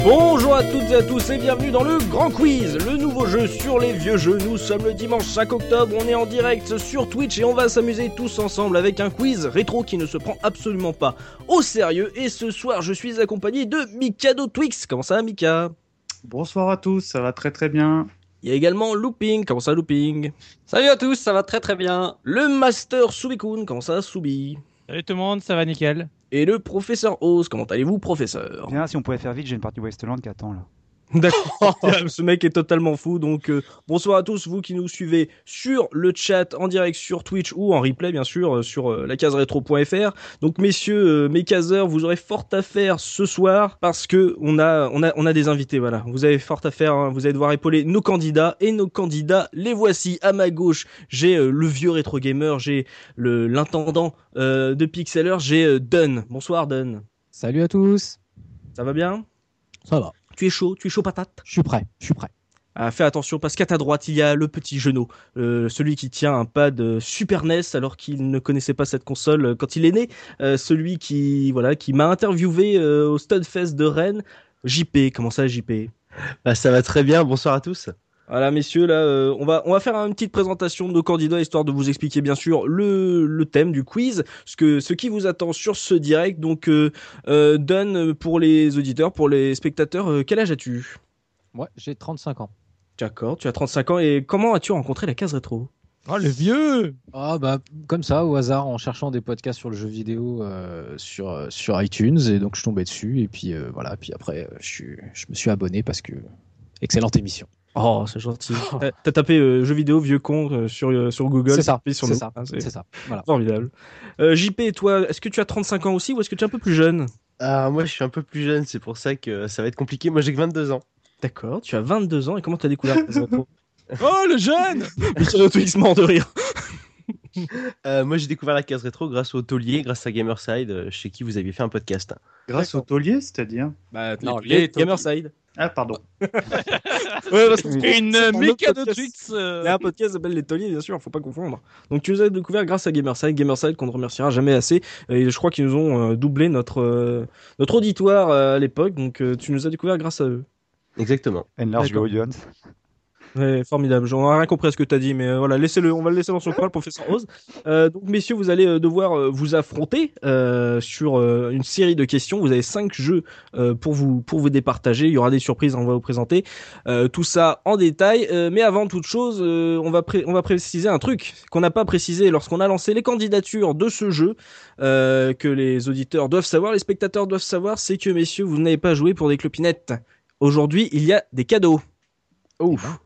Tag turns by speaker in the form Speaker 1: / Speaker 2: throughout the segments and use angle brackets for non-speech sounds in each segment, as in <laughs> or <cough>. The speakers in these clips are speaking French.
Speaker 1: Hello à toutes et à tous et bienvenue dans le Grand Quiz, le nouveau jeu sur les vieux jeux. Nous sommes le dimanche 5 octobre, on est en direct sur Twitch et on va s'amuser tous ensemble avec un quiz rétro qui ne se prend absolument pas au sérieux. Et ce soir, je suis accompagné de Mikado Twix. Comment ça, Mika
Speaker 2: Bonsoir à tous, ça va très très bien.
Speaker 1: Il y a également Looping. Comment ça, Looping
Speaker 3: Salut à tous, ça va très très bien.
Speaker 1: Le Master Subikun. Comment ça, Subi
Speaker 4: Salut tout le monde, ça va nickel.
Speaker 1: Et le Professeur Oz. Comment allez-vous, Professeur
Speaker 5: Bien, si on pouvait faire vite, j'ai une partie Westland qui attend là.
Speaker 1: <laughs> D'accord. Ce mec est totalement fou. Donc, euh, bonsoir à tous, vous qui nous suivez sur le chat, en direct sur Twitch ou en replay, bien sûr, euh, sur euh, lacaseretro.fr. Donc, messieurs, euh, mes caseurs, vous aurez fort à faire ce soir parce que on a, on a, on a des invités. Voilà, vous avez fort à faire. hein. Vous allez devoir épauler nos candidats et nos candidats. Les voici. À ma gauche, j'ai euh, le vieux rétro gamer, j'ai le l'intendant euh, de Pixeler, j'ai euh, Dunn. Bonsoir Dunn.
Speaker 6: Salut à tous.
Speaker 1: Ça va bien
Speaker 6: Ça va.
Speaker 1: Tu es chaud Tu es chaud patate
Speaker 6: Je suis prêt. Je suis prêt.
Speaker 1: Ah, fais attention parce qu'à ta droite, il y a le petit genou, euh, celui qui tient un pad euh, Super NES alors qu'il ne connaissait pas cette console euh, quand il est né, euh, celui qui voilà qui m'a interviewé euh, au Studfest de Rennes, JP. Comment ça, JP
Speaker 7: Bah, ça va très bien, bonsoir à tous.
Speaker 1: voilà, messieurs, là, euh, on, va, on va faire une petite présentation de nos candidats, histoire de vous expliquer, bien sûr, le, le thème du quiz, ce, que, ce qui vous attend sur ce direct. Donc, euh, euh, Don, euh, pour les auditeurs, pour les spectateurs, euh, quel âge as-tu
Speaker 6: Moi, j'ai 35 ans.
Speaker 1: D'accord, tu as 35 ans, et comment as-tu rencontré la case rétro
Speaker 4: Oh le vieux
Speaker 6: Ah bah comme ça au hasard en cherchant des podcasts sur le jeu vidéo euh, sur euh, sur iTunes et donc je tombais dessus et puis euh, voilà puis après euh, je suis- je me suis abonné parce que excellente émission.
Speaker 1: Oh, c'est gentil. T'as- T'as tapé euh, jeux vidéo vieux con euh, sur, euh, sur Google.
Speaker 6: C'est ça,
Speaker 1: puis sur
Speaker 6: c'est
Speaker 1: nous.
Speaker 6: ça,
Speaker 1: Ah,
Speaker 6: c'est ça. Voilà.
Speaker 1: Formidable. Euh, JP, toi, est-ce que tu as 35 ans aussi ou est-ce que tu es un peu plus jeune
Speaker 7: Ah, moi, je suis un peu plus jeune, c'est pour ça que ça va être compliqué. Moi, j'ai que 22 ans.
Speaker 1: D'accord, tu as 22 ans et comment t'as
Speaker 7: <laughs>
Speaker 1: découvert
Speaker 4: Oh le jeune
Speaker 1: Michel Twix mort de rire.
Speaker 7: Euh, moi, j'ai découvert la case rétro grâce au taulier, grâce à Gamerside, euh, chez qui vous aviez fait un podcast.
Speaker 2: Grâce au taulier, c'est-à-dire
Speaker 1: Bah,
Speaker 3: Non,
Speaker 1: les-
Speaker 3: les-
Speaker 1: Gamerside.
Speaker 2: Ah, pardon.
Speaker 1: <laughs> Ouais, parce que
Speaker 4: Une
Speaker 1: c'est un
Speaker 4: euh,
Speaker 1: autre
Speaker 4: mécanotrix euh.
Speaker 1: Il y a un podcast qui s'appelle Les Tauliers, bien sûr, faut pas confondre. Donc, tu nous as découvert grâce à Gamerside, Gamerside qu'on ne remerciera jamais assez. Et je crois qu'ils nous ont euh, doublé notre, euh, notre auditoire euh, à l'époque, donc euh, tu nous as découvert grâce à eux.
Speaker 7: Exactement.
Speaker 5: Enlarge
Speaker 1: D'accord.
Speaker 5: audience.
Speaker 1: Ouais, formidable. J'en ai rien compris à ce que tu as dit, mais euh, voilà, laissez-le. On va le laisser dans son coin, le professeur Oz. Euh, donc, messieurs, vous allez euh, devoir euh, vous affronter euh, sur euh, une série de questions. Vous avez cinq jeux euh, pour vous pour vous départager. Il y aura des surprises, on va vous présenter euh, tout ça en détail. Euh, mais avant toute chose, euh, on va pré- on va préciser un truc qu'on n'a pas précisé lorsqu'on a lancé les candidatures de ce jeu euh, que les auditeurs doivent savoir, les spectateurs doivent savoir, c'est que messieurs, vous n'avez pas joué pour des clopinettes. Aujourd'hui, il y a des cadeaux. Eh ben,
Speaker 7: Ouf.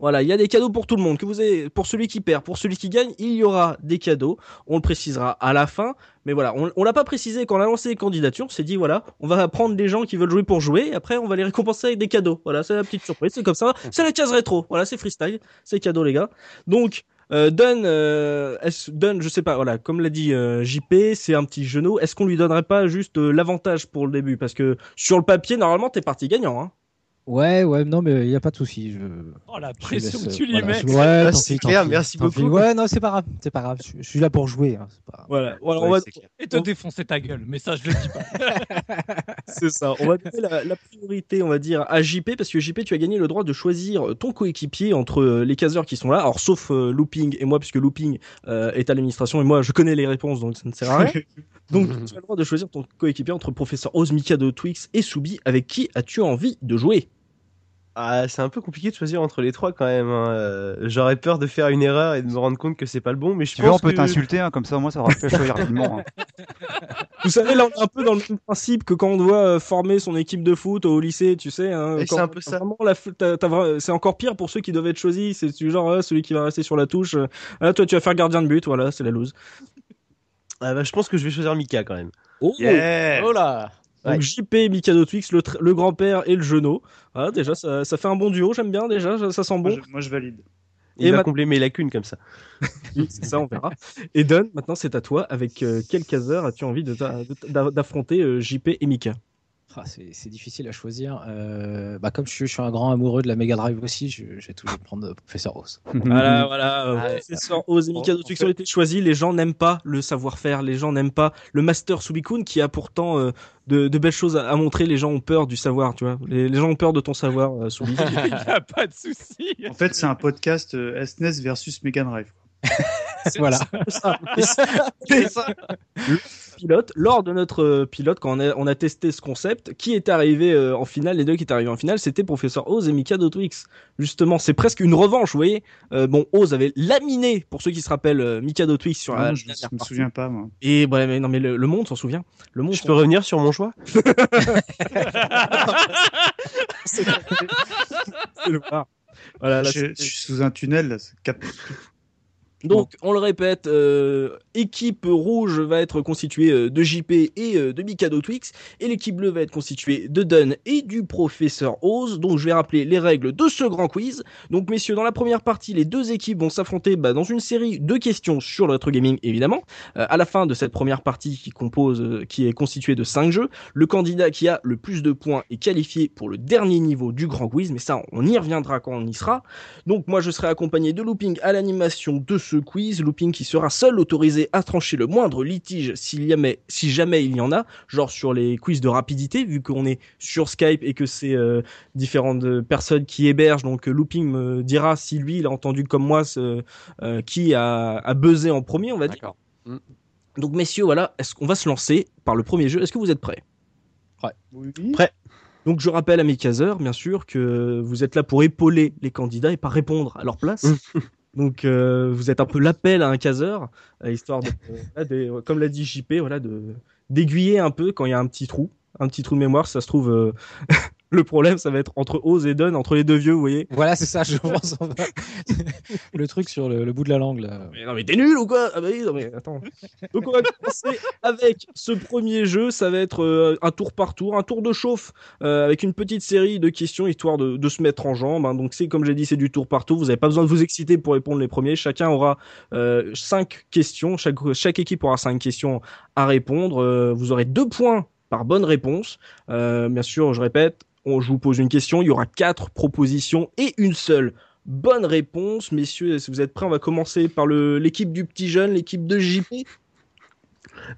Speaker 1: Voilà, il y a des cadeaux pour tout le monde. Que vous avez, pour celui qui perd, pour celui qui gagne, il y aura des cadeaux. On le précisera à la fin. Mais voilà, on, on l'a pas précisé quand on a lancé les candidatures. On s'est dit voilà, on va prendre les gens qui veulent jouer pour jouer. Et après, on va les récompenser avec des cadeaux. Voilà, c'est la petite surprise. C'est comme ça. C'est la case rétro. Voilà, c'est freestyle. C'est cadeau les gars. Donc. Euh, Don, euh, est-ce- Don, je sais pas, voilà, comme l'a dit euh, JP, c'est un petit genou. Est-ce qu'on lui donnerait pas juste euh, l'avantage pour le début Parce que sur le papier, normalement, t'es parti gagnant. Hein.
Speaker 6: Ouais ouais non mais il y a pas de souci. Je...
Speaker 4: Oh la
Speaker 6: je
Speaker 4: pression
Speaker 6: laisse,
Speaker 4: que
Speaker 6: euh,
Speaker 4: tu lui
Speaker 6: voilà,
Speaker 4: mets
Speaker 6: je- Ouais,
Speaker 7: Ah,
Speaker 6: tant
Speaker 7: c'est
Speaker 6: pis, tant
Speaker 7: clair,
Speaker 6: pis,
Speaker 7: merci
Speaker 6: tant pis.
Speaker 7: beaucoup.
Speaker 6: Ouais non c'est pas grave c'est pas grave. Je, je suis là pour jouer. hein, c'est pas-
Speaker 1: Voilà, voilà on
Speaker 7: Ouais,
Speaker 1: va,
Speaker 7: c'est clair.
Speaker 4: Et te défoncer ta gueule, mais ça je le dis pas.
Speaker 1: <laughs> C'est ça. On
Speaker 4: <laughs>
Speaker 1: va <laughs> donner la, la priorité, on va dire, à JP, parce que JP, tu as gagné le droit de choisir euh, ton coéquipier entre euh, les caseurs qui sont là, alors sauf euh, Looping et moi, puisque Looping euh, est à l'administration et moi, je connais les réponses, donc ça ne sert à rien. donc, tu as le droit de choisir ton coéquipier entre Professeur Oz, Mikado, Twix et Soubi. Avec qui as-tu envie de jouer
Speaker 7: Ah, c'est un peu compliqué de choisir entre les trois quand même. hein. Euh, J'aurais peur de faire une erreur et de me rendre compte que c'est pas le bon, mais je
Speaker 5: Tu veux, on
Speaker 7: pense
Speaker 5: peut
Speaker 7: que-
Speaker 5: t'insulter, hein, comme ça, moi, ça aura fait <laughs>
Speaker 7: <laughs>
Speaker 5: choisir rapidement. hein.
Speaker 1: Vous savez, là, on est un peu dans le même principe que quand on doit euh, former son équipe de foot au lycée, tu sais. hein,
Speaker 7: Ouais,
Speaker 1: quand-
Speaker 7: c'est un peu ça.
Speaker 1: vraiment, la f- t'as- t'as vra- c'est encore pire pour ceux qui doivent être choisis. C'est du genre, ah, celui qui va rester sur la touche. euh, Ah, toi, tu vas faire gardien de but, voilà, c'est la loose.
Speaker 7: Ah, bah, je pense que je vais choisir Mika quand même.
Speaker 1: Oh
Speaker 3: Oh là
Speaker 1: Donc
Speaker 7: Ouais.
Speaker 1: JP, Mikado Twix, le, tr- le grand-père et le genou. Ah, déjà, ça, ça fait un bon duo, j'aime bien déjà, ça, ça sent
Speaker 2: Moi,
Speaker 1: bon.
Speaker 2: je, moi, je valide.
Speaker 7: Il
Speaker 1: Et
Speaker 7: va
Speaker 1: ma-
Speaker 7: combler mes lacunes comme ça.
Speaker 1: <laughs> Oui, c'est ça, on verra. Et Don, maintenant c'est à toi. Avec euh, quel caseur as-tu envie de ta- de ta- d'a- d'affronter euh, JP et Mika
Speaker 6: Ah, c'est c'est difficile à choisir. Euh, bah, comme je suis, je suis un grand amoureux de la Mega Drive aussi, je, je vais toujours prendre euh, Professeur Oz.
Speaker 1: Voilà, voilà. euh,
Speaker 3: Ah ouais.
Speaker 1: Professeur Oz et Mikado
Speaker 7: en fait-
Speaker 1: Tsuki ont été choisis. Les gens n'aiment pas le savoir-faire. Les gens n'aiment pas le Master Subikun qui a pourtant euh, de, de belles choses à, à montrer. Les gens ont peur du savoir, tu vois. Les, les gens ont peur de ton savoir, euh, Subi. <laughs>
Speaker 4: Il n'y a pas de souci.
Speaker 2: En fait, c'est un podcast euh, SNES versus Mega Drive. quoi.
Speaker 1: <laughs>
Speaker 6: voilà.
Speaker 2: <laughs>
Speaker 1: pilote, lors de notre euh, pilote, quand on a, on a testé ce concept, qui est arrivé euh, en finale, les deux qui est arrivé en finale, c'était Professeur Oz et Mikado Twix. Justement, c'est presque une revanche, vous voyez. Euh, bon, Oz avait laminé, pour ceux qui se rappellent, euh, Mikado Twix sur la
Speaker 2: Non, Ah, je
Speaker 1: dernière
Speaker 2: me
Speaker 1: partie.
Speaker 2: souviens pas, moi.
Speaker 1: Et ouais, mais non, mais le, le monde s'en souvient. Le monde.
Speaker 7: Je
Speaker 1: s'en
Speaker 7: peux revenir sur mon choix
Speaker 1: <laughs> souvient. Ah, Voilà, là,
Speaker 2: je, je
Speaker 1: c'est-
Speaker 2: suis sous un tunnel. là, c'est
Speaker 1: <laughs>
Speaker 2: cap-
Speaker 1: Donc, on le répète, euh, équipe rouge va être constituée euh, de JP et euh, de Mikado Twix, et l'équipe bleue va être constituée de Dunn et du professeur Oz. Donc, je vais rappeler les règles de ce grand quiz. Donc, messieurs, dans la première partie, les deux équipes vont s'affronter bah, dans une série de questions sur le retro gaming, évidemment. Euh, à la fin de cette première partie qui compose, euh, qui est constituée de cinq jeux, le candidat qui a le plus de points est qualifié pour le dernier niveau du grand quiz. Mais ça, on y reviendra quand on y sera. Donc moi je serai accompagné de Looping à l'animation de ce quiz, Looping qui sera seul autorisé à trancher le moindre litige s'il y a- mais- si jamais il y en a, genre sur les quiz de rapidité, vu qu'on est sur Skype et que c'est euh, différentes euh, personnes qui hébergent, donc euh, Looping me dira si lui il a entendu comme moi ce, euh, qui a, a buzzé en premier, on va dire.
Speaker 3: D'accord.
Speaker 1: Donc messieurs, voilà, est-ce qu'on va se lancer par le premier jeu Est-ce que vous êtes prêts
Speaker 2: Oui.
Speaker 1: donc je rappelle à mes caseurs, bien sûr, que vous êtes là pour épauler les candidats et pas répondre à leur place. Donc euh, vous êtes un peu l'appel à un caseur, euh, histoire de, euh, voilà, de- comme l'a dit JP, voilà, de d'aiguiller un peu quand il y a un petit trou, un petit trou de mémoire. si ça se trouve, euh, <laughs> le problème, ça va être entre Oz et Don, entre les deux vieux, vous voyez.
Speaker 6: Voilà, c'est ça, <laughs> je pense. on va- le truc sur le, le bout de la langue, là.
Speaker 1: Mais non mais t'es nul ou quoi Ah bah oui, non mais attends. Donc on va commencer avec ce premier jeu, ça va être euh, un tour par tour, un tour de chauffe euh, avec une petite série de questions histoire de, de se mettre en jambe. hein. Donc c'est comme j'ai dit, c'est du tour par tour. Vous n'avez pas besoin de vous exciter pour répondre les premiers. Chacun aura euh, cinq questions, chaque chaque équipe aura cinq questions à répondre. Euh, vous aurez deux points par bonne réponse. Euh, bien sûr, je répète, on, je vous pose une question, il y aura quatre propositions et une seule Bonne réponse, messieurs. Si vous êtes prêts, on va commencer par le- l'équipe du petit jeune, l'équipe de JP.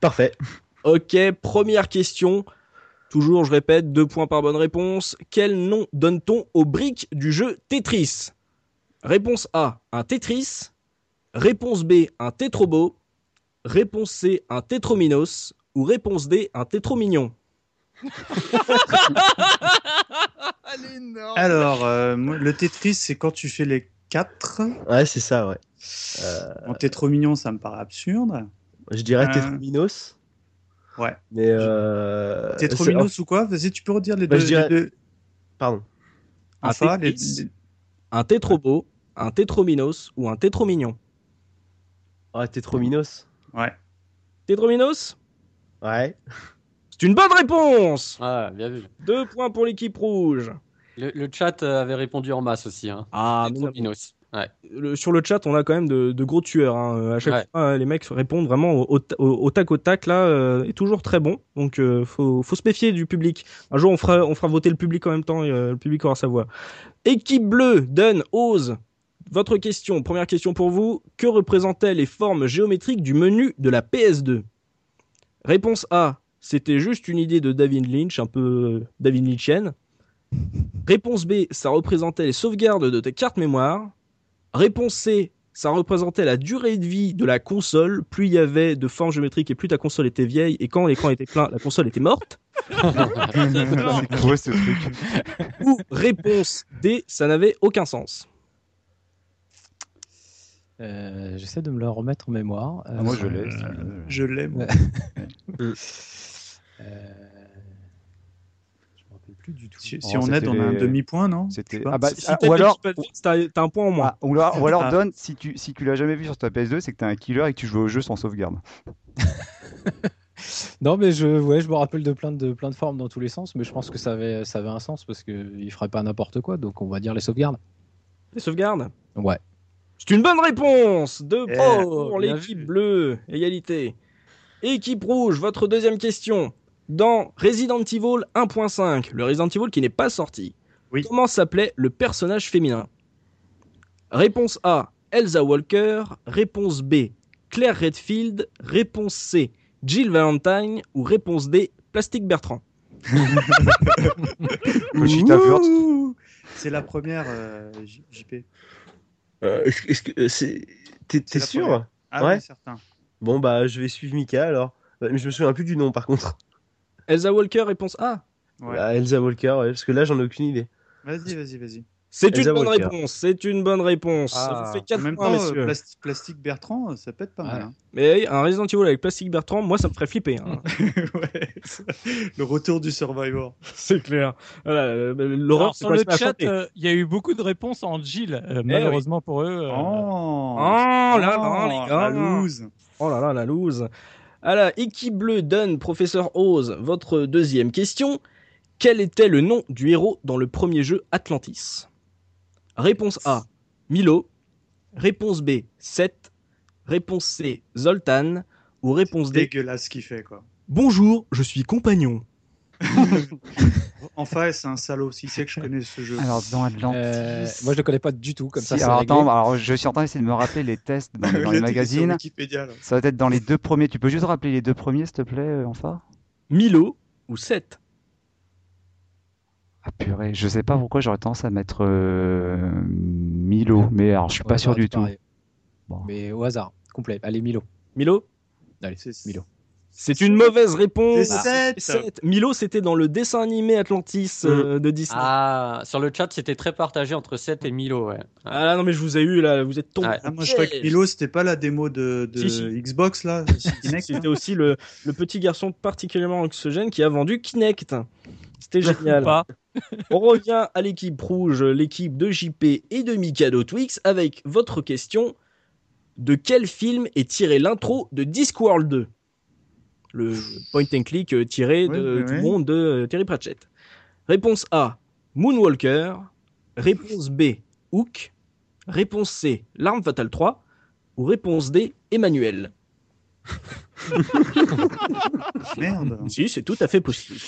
Speaker 7: Parfait.
Speaker 1: Ok, première question. Toujours, je répète, deux points par bonne réponse. Quel nom donne-t-on aux briques du jeu Tetris Réponse A, un Tetris. Réponse B, un Tétrobo. Réponse C, un Tétrominos. Ou réponse D, un Tétromignon.
Speaker 2: Alors, euh, moi, le Tetris, c'est quand tu fais les 4.
Speaker 7: Ouais, c'est ça, ouais. Euh,
Speaker 2: Bon, t'es trop mignon, ça me paraît absurde.
Speaker 7: Je dirais
Speaker 2: Euh,
Speaker 7: Tetrominos.
Speaker 2: ouais.
Speaker 7: Mais. Euh...
Speaker 2: T'es trop
Speaker 7: c'est-
Speaker 2: mignon ou quoi Vas-y, tu peux redire les
Speaker 7: Bah,
Speaker 2: deux.
Speaker 7: je dirais-
Speaker 2: les deux-
Speaker 7: Pardon.
Speaker 1: Un
Speaker 2: Enfin, les-
Speaker 1: Tetris.
Speaker 2: les-
Speaker 1: Un Tétrobo, un Tétrominos ou un Tétromignon.
Speaker 7: Ah, Tetrominos.
Speaker 2: Ouais.
Speaker 1: Tétrominos
Speaker 7: Ouais.
Speaker 1: C'est une bonne réponse
Speaker 3: Ah, bien vu.
Speaker 1: Deux points pour l'équipe rouge.
Speaker 3: Le, le chat euh, avait répondu en masse aussi. Hein.
Speaker 1: Ah,
Speaker 3: Trop Minos. Ouais.
Speaker 1: le- sur le chat, on a quand même de, de gros tueurs. hein. À chaque
Speaker 3: Ouais.
Speaker 1: fois, euh, les mecs répondent vraiment au, au, ta- au- au tac au tac là, euh, est toujours très bon. Donc, euh, faut, faut se méfier du public. Un jour, on fera, on fera voter le public en même temps et euh, le public aura sa voix. Équipe bleue, Dunn, Ose. Votre question, première question pour vous. Que représentaient les formes géométriques du menu de la PS2 Réponse A. C'était juste une idée de David Lynch, un peu euh, David Lynchienne. Réponse B. Ça représentait les sauvegardes de tes cartes mémoire. Réponse C, ça représentait la durée de vie de la console. Plus il y avait de formes géométriques et plus ta console était vieille. Et quand l'écran était plein, la console était morte.
Speaker 5: C'est quoi ce truc
Speaker 1: Ou réponse D, ça n'avait aucun sens.
Speaker 6: Euh, J'essaie de me le remettre en mémoire.
Speaker 5: Ah, Moi, je
Speaker 6: Euh,
Speaker 5: l'ai.
Speaker 2: Je l'aime.
Speaker 6: <laughs> euh, Je me rappelle plus du tout.
Speaker 2: Si,
Speaker 5: Oh,
Speaker 2: si on aide,
Speaker 5: c'était
Speaker 2: on a un
Speaker 5: les-
Speaker 2: demi-point, non
Speaker 5: C'était.
Speaker 2: Je sais pas.
Speaker 5: Ah bah,
Speaker 1: Si
Speaker 5: ah,
Speaker 1: t'as
Speaker 5: ou
Speaker 1: le
Speaker 5: alors.
Speaker 1: Super Vix, t'as t'as un point en moins.
Speaker 5: ah, ou alors, ou alors
Speaker 2: Ah.
Speaker 5: Don, si tu, si tu l'as jamais vu sur ta PS2, c'est que t'es un killer et que tu joues au jeu sans sauvegarde.
Speaker 6: Non, mais je, ouais, je me rappelle de plein de plein de formes dans tous les sens, mais je pense que ça avait, ça avait un sens parce qu'il ferait pas n'importe quoi, donc on va dire les sauvegardes.
Speaker 1: Les sauvegardes
Speaker 6: Ouais.
Speaker 1: C'est une bonne réponse Deux
Speaker 2: Eh,
Speaker 1: points pour
Speaker 2: bien
Speaker 1: l'équipe
Speaker 2: vu.
Speaker 1: bleue. Égalité. Équipe rouge, votre deuxième question. dans Resident Evil 1.5, le Resident Evil qui n'est pas sorti,
Speaker 2: Oui.
Speaker 1: comment s'appelait le personnage féminin Réponse A, Elsa Walker. Réponse B, Claire Redfield. Réponse C, Jill Valentine. Ou réponse D, Plastique Bertrand.
Speaker 5: Conchita Wurst.
Speaker 2: Ouh C'est la première, euh, J- JP.
Speaker 7: Euh, est-ce que- euh, c'est- T'es t'es
Speaker 2: la
Speaker 7: sûr
Speaker 2: première. Ah
Speaker 7: Ouais.
Speaker 2: oui, certain.
Speaker 7: Bon, bah, je vais suivre Mika alors. Ouais, Mais je me souviens plus du nom par contre.
Speaker 1: Elsa Walker, réponse A.
Speaker 2: Ouais.
Speaker 7: Ah, Elsa Walker, ouais, parce que là, j'en ai aucune idée.
Speaker 2: Vas-y, vas-y, vas-y.
Speaker 1: C'est une
Speaker 7: Elsa
Speaker 1: bonne
Speaker 7: Walker.
Speaker 1: réponse, c'est une bonne réponse.
Speaker 3: Ah.
Speaker 1: Ça vous fait
Speaker 2: En
Speaker 1: 4
Speaker 2: même
Speaker 1: points,
Speaker 2: temps, euh,
Speaker 1: messieurs.
Speaker 2: Plasti- Plastique Bertrand, euh, ça peut être pas mal. hein.
Speaker 1: Mais un Resident Evil avec Plastique Bertrand, moi ça me ferait flipper. hein.
Speaker 2: <laughs> Ouais. Le retour du Survivor.
Speaker 1: <laughs> c'est clair. Voilà, euh, l'horreur,
Speaker 4: Alors,
Speaker 1: c'est
Speaker 4: sur
Speaker 1: quoi,
Speaker 4: le
Speaker 1: c'est pas Eh
Speaker 4: chat,
Speaker 1: chanter.
Speaker 4: euh, il y a eu beaucoup de réponses en Jill, euh, malheureusement pour eux. euh,
Speaker 2: Oh,
Speaker 1: Oh là là,
Speaker 2: Oh,
Speaker 1: les
Speaker 2: la
Speaker 1: gars.
Speaker 2: loose.
Speaker 1: Oh là là, la loose. Alors, Iki Bleu donne, professeur Oz, votre deuxième question. Quel était le nom du héros dans le premier jeu Atlantis Réponse A, Milo. Réponse B, Seth. Réponse C, Zoltan. Ou réponse D,
Speaker 2: Dégueulasse ce qu'il fait, quoi.
Speaker 1: Bonjour, je suis compagnon.
Speaker 2: Enfin, c'est un salaud. S'il sait que je connais ce jeu.
Speaker 5: Alors, dans Atlantis.
Speaker 6: Euh, moi, je le connais pas du tout, comme ça.
Speaker 5: si,
Speaker 6: c'est
Speaker 5: alors,
Speaker 6: réglé.
Speaker 5: attends, alors, je suis en train d'essayer de me rappeler les tests
Speaker 2: <laughs>
Speaker 5: dans, dans les magazines.
Speaker 2: Wikipédia, là.
Speaker 5: Ça va être dans les deux premiers. Tu peux juste rappeler les deux premiers, s'il te plaît, euh, enfin
Speaker 1: Milo ou Seth
Speaker 5: Ah purée, je sais pas pourquoi j'aurais tendance à mettre euh, Milo, mais alors je suis
Speaker 6: Au
Speaker 5: pas
Speaker 6: hasard,
Speaker 5: sûr
Speaker 2: bah,
Speaker 5: du
Speaker 6: c'est
Speaker 5: tout.
Speaker 6: pareil.
Speaker 5: Bon.
Speaker 6: Mais au hasard, complet. Allez, Milo.
Speaker 1: Milo
Speaker 6: Allez,
Speaker 2: C'est-
Speaker 6: Milo.
Speaker 1: C'est une mauvaise réponse.
Speaker 2: C'est sept.
Speaker 1: C'est Seth. Milo, c'était dans le dessin animé Atlantis
Speaker 3: Mm.
Speaker 5: Mm.
Speaker 1: euh, de Disney.
Speaker 3: Ah, sur le chat, c'était très partagé entre 7 et Milo, ouais.
Speaker 1: Ah là, non, mais je vous ai eu là, vous êtes tombés.
Speaker 3: Ouais.
Speaker 2: Ah, moi, je croyais que Milo, c'était pas la démo de, de
Speaker 1: Si, si.
Speaker 2: Xbox,
Speaker 1: <laughs>
Speaker 2: là. Kinect, hein.
Speaker 1: C'était aussi le, le petit garçon particulièrement oxygène qui a vendu Kinect. C'était
Speaker 4: ou
Speaker 1: génial.
Speaker 4: pas.
Speaker 1: On revient à l'équipe rouge, l'équipe de JP et de Mikado Twix avec votre question. De quel film est tiré l'intro de Discworld 2 Le point and click euh, tiré
Speaker 2: Ouais,
Speaker 1: de-
Speaker 2: ouais,
Speaker 1: du
Speaker 2: ouais.
Speaker 1: monde de euh, Terry Pratchett. Réponse A, Moonwalker. Réponse B, Hook. Réponse C, L'Arme Fatale 3. Ou réponse D, Emmanuel.
Speaker 2: Merde.
Speaker 1: <laughs> Si, c'est tout à fait possible.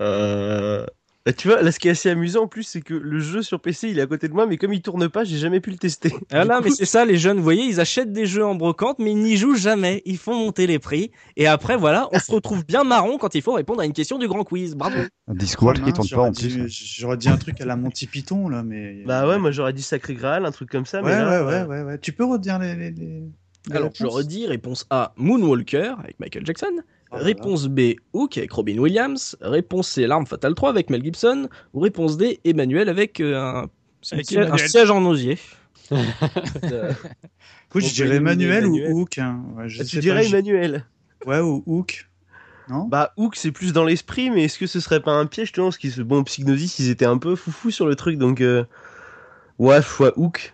Speaker 7: Euh, bah, Tu vois, là, ce qui est assez amusant en plus, c'est que le jeu sur PC, il est à côté de moi, mais comme il tourne pas, j'ai jamais pu le tester.
Speaker 1: Ah
Speaker 7: Du
Speaker 1: là,
Speaker 7: coup,
Speaker 1: mais c'est ça, les jeunes, vous voyez, ils achètent des jeux en brocante, mais ils n'y jouent jamais. Ils font monter les prix. Et après, voilà, on se retrouve bien marron quand il faut répondre à une question du grand quiz. Bravo.
Speaker 5: Un Discworld qui
Speaker 2: Mince,
Speaker 5: tourne
Speaker 2: Ah,
Speaker 5: pas
Speaker 2: j'aurais
Speaker 5: en plus.
Speaker 2: dit- J'aurais dit un truc à la Monty Python, là, mais.
Speaker 7: Bah ouais, moi j'aurais dit Sacré Graal, un truc comme ça,
Speaker 2: Ouais,
Speaker 7: mais
Speaker 2: ouais,
Speaker 7: là,
Speaker 2: ouais,
Speaker 7: euh,
Speaker 2: ouais, ouais. Tu peux redire les. les, les- les
Speaker 1: Alors,
Speaker 2: réponses
Speaker 1: je redis, réponse A, Moonwalker avec Michael Jackson.
Speaker 2: Ah là là.
Speaker 1: réponse B, Hook avec Robin Williams. Réponse C, L'Arme Fatale 3 avec Mel Gibson. Ou réponse D, Emmanuel avec euh, un, c'est
Speaker 4: Avec
Speaker 1: un siège- un
Speaker 4: Emmanuel.
Speaker 1: siège en osier. Euh,
Speaker 2: <laughs> Écoute,
Speaker 1: On
Speaker 2: je
Speaker 1: peut
Speaker 2: dirais
Speaker 1: éliminer
Speaker 2: Emmanuel ou
Speaker 1: Emmanuel.
Speaker 2: Hook. hein. Ouais, je
Speaker 7: Ah,
Speaker 2: sais
Speaker 7: tu
Speaker 2: pas,
Speaker 7: dirais
Speaker 2: je-
Speaker 7: Emmanuel.
Speaker 2: Ouais, ou Hook. Non
Speaker 7: Bah Hook, c'est plus dans l'esprit, mais est-ce que ce serait pas un piège, tu vois, parce qu'ils bon, Psygnosis, ils étaient un peu foufou sur le truc, donc euh, ouais, fois Hook.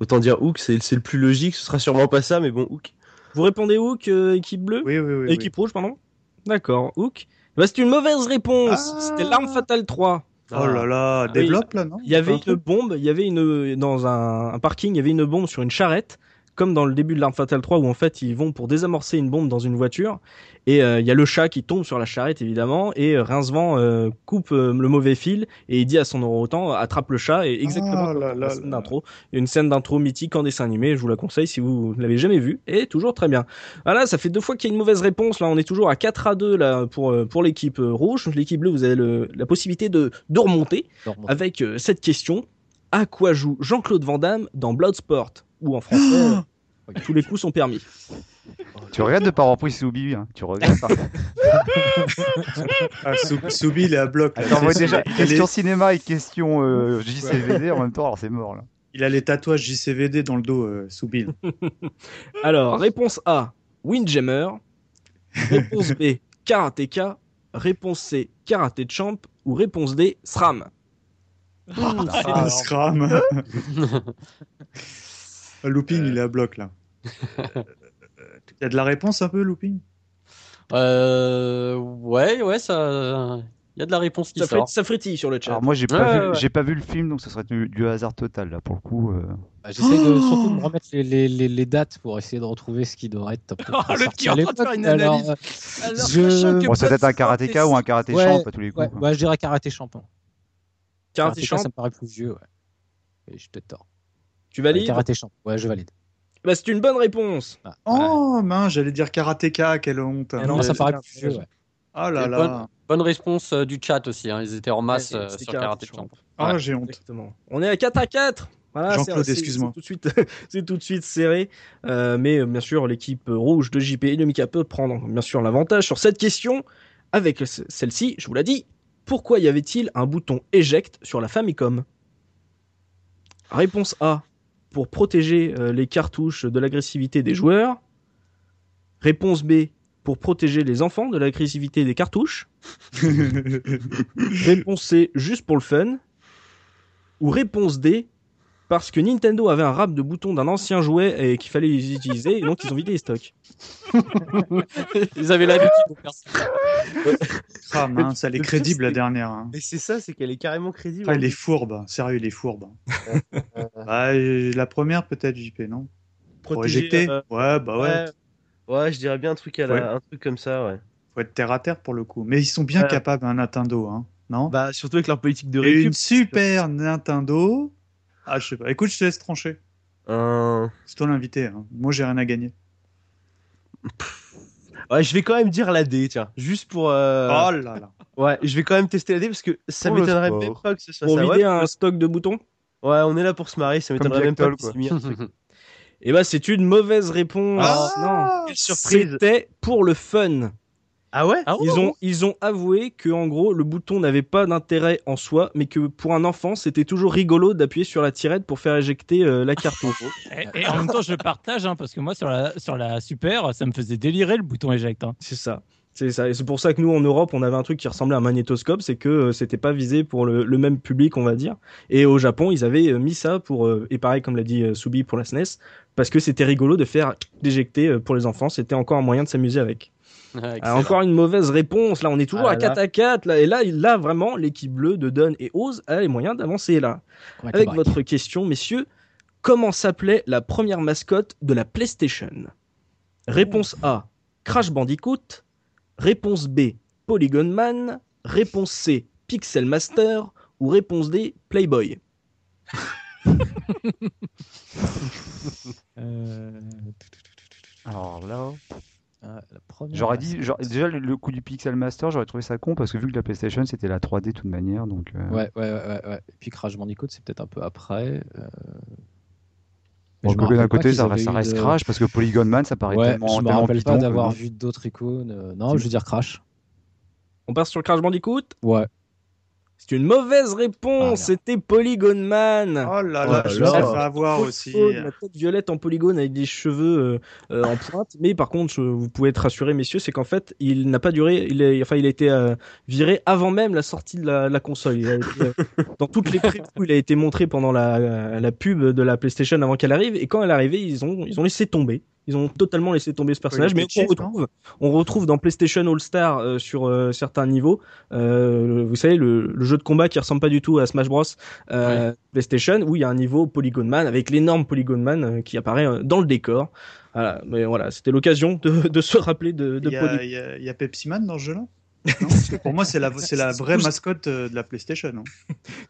Speaker 7: Autant dire Hook, c'est c'est le plus logique, ce sera sûrement pas ça, mais bon, Hook.
Speaker 1: vous répondez Hook, euh, équipe bleue
Speaker 2: Oui, oui, oui.
Speaker 1: Équipe rouge, pardon D'accord, Hook. Bah, c'est une mauvaise réponse.
Speaker 2: Ah.
Speaker 1: C'était L'Arme Fatale 3.
Speaker 2: oui. Oh là là,
Speaker 3: oui.
Speaker 2: développe là, non
Speaker 1: Ah. Il y
Speaker 2: Enfin,
Speaker 1: avait
Speaker 2: un
Speaker 1: une
Speaker 2: truc.
Speaker 1: bombe, il y avait une dans un, un parking, il y avait une bombe sur une charrette, comme dans le début de l'arme fatale 3 où en fait ils vont pour désamorcer une bombe dans une voiture et euh, il y a le chat qui tombe sur la charrette évidemment et euh, Rincevent euh, coupe euh, le mauvais fil et il dit à son orang-outan attrape le chat et exactement
Speaker 2: Ah
Speaker 1: comme
Speaker 2: là
Speaker 1: dans
Speaker 2: là
Speaker 1: la scène
Speaker 2: là.
Speaker 1: d'intro, une scène d'intro mythique en dessin animé, je vous la conseille si vous ne l'avez jamais vue et toujours très bien. Voilà, ça fait deux fois qu'il y a une mauvaise réponse. Là, on est toujours à 4 à 2 là, pour, euh, pour l'équipe euh, rouge. L'équipe bleue, vous avez le- la possibilité de, de remonter
Speaker 6: Dortmund.
Speaker 1: avec euh, cette question à quoi joue Jean-Claude Van Damme dans Bloodsport Ou en français,
Speaker 2: Ah
Speaker 1: euh, tous les coups sont permis.
Speaker 5: Tu regrettes de pas avoir pris Soubi, hein. tu
Speaker 2: <laughs>
Speaker 5: regrettes pas.
Speaker 2: Ah,
Speaker 5: <laughs>
Speaker 2: Sou- Soubi, il est à bloc. là.
Speaker 5: Elle t'envoie
Speaker 2: Ah, C'est-
Speaker 5: Ah, déjà
Speaker 2: il a
Speaker 5: question
Speaker 2: les-
Speaker 5: cinéma et question euh, JCVD en même temps, alors c'est mort là.
Speaker 2: Il a les tatouages JCVD dans le dos, euh, Soubi. là.
Speaker 1: <laughs> Alors, réponse
Speaker 2: <laughs>
Speaker 1: A, Windjammer. Réponse B, Karateka. Réponse C, Karaté Champ. Ou réponse D, SRAM.
Speaker 2: Ah, Scram. Looping, il est à bloc là. Il y a de la réponse un peu, Looping
Speaker 3: Euh, ouais, ouais, ça. Il y a de la réponse qui
Speaker 1: Ça, frit-
Speaker 3: sort.
Speaker 1: ça frétille sur le chat.
Speaker 5: Alors moi j'ai
Speaker 3: Ouais,
Speaker 5: pas,
Speaker 3: ouais,
Speaker 5: vu,
Speaker 3: ouais.
Speaker 5: j'ai pas vu le film donc ça serait du, du hasard total là pour le coup. euh.
Speaker 6: Bah, J'essaie de surtout de me remettre les, les- les- les dates pour essayer de retrouver ce qui devrait être top.
Speaker 4: <laughs> Oh, le
Speaker 6: sorti
Speaker 4: qui est en train
Speaker 6: à
Speaker 4: de faire une
Speaker 6: l'époque. Alors,
Speaker 4: analyse.
Speaker 6: euh,
Speaker 4: Alors,
Speaker 6: Je-
Speaker 4: sachant que
Speaker 5: Bon, c'est peut-être un
Speaker 4: Bloodsport
Speaker 5: karatéka
Speaker 4: est-
Speaker 5: ou un karaté
Speaker 6: Ouais,
Speaker 5: champ à tous les coups.
Speaker 6: ouais, ouais, je dirais karaté champion.
Speaker 1: Karaté Champ,
Speaker 6: ça me paraît plus vieux. Ouais. Et je suis peut-être tort.
Speaker 1: tu
Speaker 6: Ouais,
Speaker 1: valides
Speaker 6: karaté champion. Ouais, je valide.
Speaker 1: Bah, c'est une bonne réponse.
Speaker 6: Ah, ouais.
Speaker 2: Oh, mince, j'allais dire karatéka, quelle honte.
Speaker 1: Ah
Speaker 6: non,
Speaker 1: mais
Speaker 6: ça me paraît
Speaker 1: c'est
Speaker 6: plus vieux. Ouais.
Speaker 1: <laughs>
Speaker 2: Ah là
Speaker 3: Et
Speaker 2: là.
Speaker 3: Bonne réponse euh, du chat aussi. hein. Ils étaient en masse
Speaker 1: Ouais,
Speaker 3: euh,
Speaker 1: c'est
Speaker 3: sur
Speaker 1: Karate
Speaker 3: Karate
Speaker 1: Champ.
Speaker 3: Champ.
Speaker 2: Ah, j'ai honte.
Speaker 1: Exactement. On est à 4 à 4. Voilà,
Speaker 2: Jean-Claude,
Speaker 1: c'est- c'est-
Speaker 2: excuse-moi.
Speaker 1: C'est tout de suite, <laughs> c'est tout de suite serré. Euh, mais euh, bien sûr, l'équipe rouge de JP et de Mika peut prendre bien sûr l'avantage sur cette question. Avec ce- celle-ci, je vous l'ai dit, pourquoi y avait-il un bouton éjecte sur la Famicom Réponse A, pour protéger euh, les cartouches de l'agressivité des joueurs. Réponse B, pour protéger les enfants de l'agressivité
Speaker 2: <laughs>
Speaker 1: des cartouches. Réponse C, juste pour le fun. Ou réponse D, parce que Nintendo avait un rap de boutons d'un ancien jouet et qu'il fallait les utiliser, et donc ils ont vidé les stocks.
Speaker 3: Ils avaient l'habitude de faire ça.
Speaker 2: ah mince, elle est
Speaker 7: Le pire,
Speaker 2: crédible la
Speaker 7: c'est-
Speaker 2: dernière. hein.
Speaker 7: Mais c'est ça, c'est qu'elle est carrément crédible.
Speaker 2: Ah, il est fourbe, sérieux, il est fourbe. <laughs> Bah, euh, la première peut-être, JP, non Pour éjecter
Speaker 7: euh,
Speaker 2: Ouais, bah ouais.
Speaker 7: ouais. Ouais, je dirais bien un truc, à la-
Speaker 2: Ouais.
Speaker 7: un truc comme ça, ouais.
Speaker 2: Faut être terre à terre pour le coup. Mais ils sont bien
Speaker 7: Ouais.
Speaker 2: capables, un Nintendo, hein, non
Speaker 7: euh, Bah, surtout avec leur politique de
Speaker 2: Et
Speaker 7: récup.
Speaker 2: Une super Nintendo. Ah, je sais pas. Écoute, je te laisse trancher.
Speaker 7: Euh,
Speaker 2: C'est toi l'invité. hein. Moi, j'ai rien à gagner.
Speaker 7: Ouais, je vais quand même dire la D, tiens. Juste pour. euh,
Speaker 2: Oh là
Speaker 7: <laughs>
Speaker 2: là.
Speaker 7: Ouais, je vais quand même tester la D parce que ça
Speaker 5: Pour le
Speaker 7: m'étonnerait
Speaker 5: sport.
Speaker 7: même pas que ce soit
Speaker 1: Pour
Speaker 7: ça.
Speaker 1: vider
Speaker 7: ouais,
Speaker 1: un stock de boutons
Speaker 7: ouais, on est là pour se marrer, ça
Speaker 5: Comme
Speaker 7: m'étonnerait même
Speaker 5: Jack
Speaker 7: pas que
Speaker 5: Doll,
Speaker 7: tu <laughs>
Speaker 1: <laughs>
Speaker 7: mis un truc.
Speaker 1: Et bah c'est une mauvaise réponse.
Speaker 2: Ah,
Speaker 1: non.
Speaker 7: surprise.
Speaker 1: C'était pour le fun.
Speaker 7: Ah ouais
Speaker 3: Ah
Speaker 1: Ils
Speaker 3: ouais,
Speaker 1: ont, ils ont avoué que en gros le bouton n'avait pas d'intérêt en soi, mais que pour un enfant c'était toujours rigolo d'appuyer sur la tirette pour faire éjecter euh, la cartouche. eh,
Speaker 4: Et, et en même temps, je partage hein, parce que moi, sur la, sur la Super, ça me faisait délirer le bouton éjecte. hein.
Speaker 1: C'est ça. C'est ça. Et c'est pour ça que nous, en Europe, on avait un truc qui ressemblait à un magnétoscope, c'est que euh, c'était pas visé pour le, le même public, on va dire. Et au Japon, ils avaient euh, mis ça pour, euh, et pareil, comme l'a dit euh, Subi pour la SNES, parce que c'était rigolo de faire d'éjecter euh, pour les enfants. C'était encore un moyen de s'amuser avec.
Speaker 3: Ouais, excellent.
Speaker 1: Ah, encore une mauvaise réponse. Là, on est toujours
Speaker 7: Ah
Speaker 1: à
Speaker 7: là
Speaker 1: 4 à 4. Là, et là, il- là vraiment, l'équipe bleue de Dunn et Oz a les moyens d'avancer là.
Speaker 6: Correct,
Speaker 1: Avec
Speaker 6: correct.
Speaker 1: votre question, messieurs, comment s'appelait la première mascotte de la PlayStation Réponse A, Crash Bandicoot. Réponse B, Polygon Man. Réponse C, Pixel Master. Ou réponse D, Playboy.
Speaker 4: Euh,
Speaker 5: <laughs> Alors là,
Speaker 6: Ah, la première,
Speaker 5: <gasps>
Speaker 6: ouais.
Speaker 5: j'aurais dit genre, déjà le, le coup du Pixel Master, j'aurais trouvé ça con parce que vu que la PlayStation c'était la 3D de toute manière donc. euh,
Speaker 6: Ouais, ouais, ouais, ouais, ouais. Et puis Crash Bandicoot, c'est peut-être un peu après. euh, mais
Speaker 5: Bon,
Speaker 6: je me
Speaker 5: que d'un
Speaker 6: rappelle pas
Speaker 5: côté
Speaker 6: qu'ils
Speaker 5: ça,
Speaker 6: avaient
Speaker 5: ça
Speaker 6: eu
Speaker 5: reste
Speaker 6: de-
Speaker 5: Crash parce que Polygon Man ça paraît
Speaker 6: Ouais,
Speaker 5: tellement
Speaker 6: je me
Speaker 5: tellement
Speaker 6: rappelle
Speaker 5: bidon
Speaker 6: pas
Speaker 5: que
Speaker 6: d'avoir
Speaker 5: non.
Speaker 6: vu d'autres icônes. euh, Non, je veux dire Crash.
Speaker 1: On passe sur Crash Bandicoot
Speaker 6: Ouais.
Speaker 1: C'est une mauvaise
Speaker 6: Ah,
Speaker 1: réponse.
Speaker 6: merde.
Speaker 1: C'était Polygon Man.
Speaker 2: Oh là
Speaker 7: Oh
Speaker 2: là.
Speaker 7: là
Speaker 2: Je
Speaker 7: là.
Speaker 2: sais pas avoir
Speaker 1: Polygon,
Speaker 2: aussi.
Speaker 1: La tête violette en polygone avec des cheveux euh, euh, en pointe. Mais par contre, je- vous pouvez être rassurés, messieurs, c'est qu'en fait, il n'a pas duré. Il est, enfin, il a été euh, viré avant même la sortie de la, la console. Il a été, euh, <laughs> dans toutes les previews, il a été montré pendant la, euh, la, la pub de la PlayStation avant qu'elle arrive. Et quand elle est arrivée, ils ont, ils ont laissé tomber. Ils ont totalement laissé tomber ce personnage,
Speaker 2: il
Speaker 1: mais
Speaker 2: était
Speaker 1: on
Speaker 2: cheap,
Speaker 1: retrouve, on retrouve dans PlayStation All Star euh, sur euh, certains niveaux. Euh, vous savez, le, le jeu de combat qui ressemble pas du tout à Smash Bros. euh, PlayStation, où il y a un niveau Polygon Man avec l'énorme Polygon Man euh, qui apparaît euh, dans le décor. Voilà, mais voilà, c'était l'occasion de, de se rappeler de, de
Speaker 2: Il y,
Speaker 1: Polygon.
Speaker 2: a, il y a- il y a Pepsi Man dans ce
Speaker 7: <laughs>
Speaker 2: jeu-là Non Pour moi, c'est la, c'est la vraie mascotte euh, de la PlayStation. hein.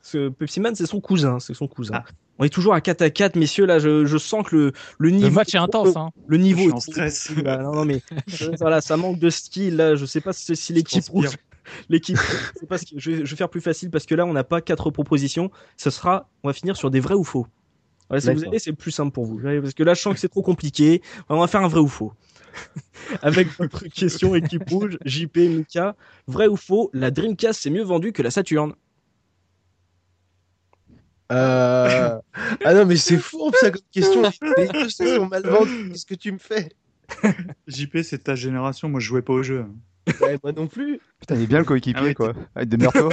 Speaker 1: Ce Pepsi Man, c'est son cousin, c'est son cousin.
Speaker 2: Ah.
Speaker 1: On est toujours à 4 à 4, messieurs. Là, je, je sens que le, le niveau. euh,
Speaker 4: Le match est intense. Hein.
Speaker 1: Le
Speaker 2: Je
Speaker 1: niveau.
Speaker 2: suis en
Speaker 1: est-
Speaker 2: stress.
Speaker 1: <laughs> Bah, non, non, mais euh, voilà, ça manque de style. Là, je sais pas si, si l'équipe
Speaker 2: transpire.
Speaker 1: rouge. <laughs> L'équipe. c'est pas ce qui- je, vais, je vais faire plus facile parce que là, on n'a pas quatre propositions. Ce sera. On va finir sur des vrais ou faux. Voilà, si vous
Speaker 6: D'accord.
Speaker 1: allez, c'est plus simple pour vous. Allez, Parce que là, je sens que c'est trop compliqué. On va faire un vrai ou faux. <laughs> Avec votre question, équipe rouge, JP, Mika. Vrai ou faux, la Dreamcast s'est mieux vendue que la Saturn
Speaker 7: Euh... <laughs> ah non, mais c'est fourbe ça comme question. Les deux se sont mal vendues. Qu'est-ce que tu me fais
Speaker 2: JP, c'est ta génération. Moi, je jouais pas au jeu.
Speaker 7: Ouais, Moi
Speaker 2: <laughs>
Speaker 7: non plus.
Speaker 5: Putain, il est bien le
Speaker 2: Ah
Speaker 5: coéquipier
Speaker 2: ouais,
Speaker 5: quoi. Avec demeure-toi.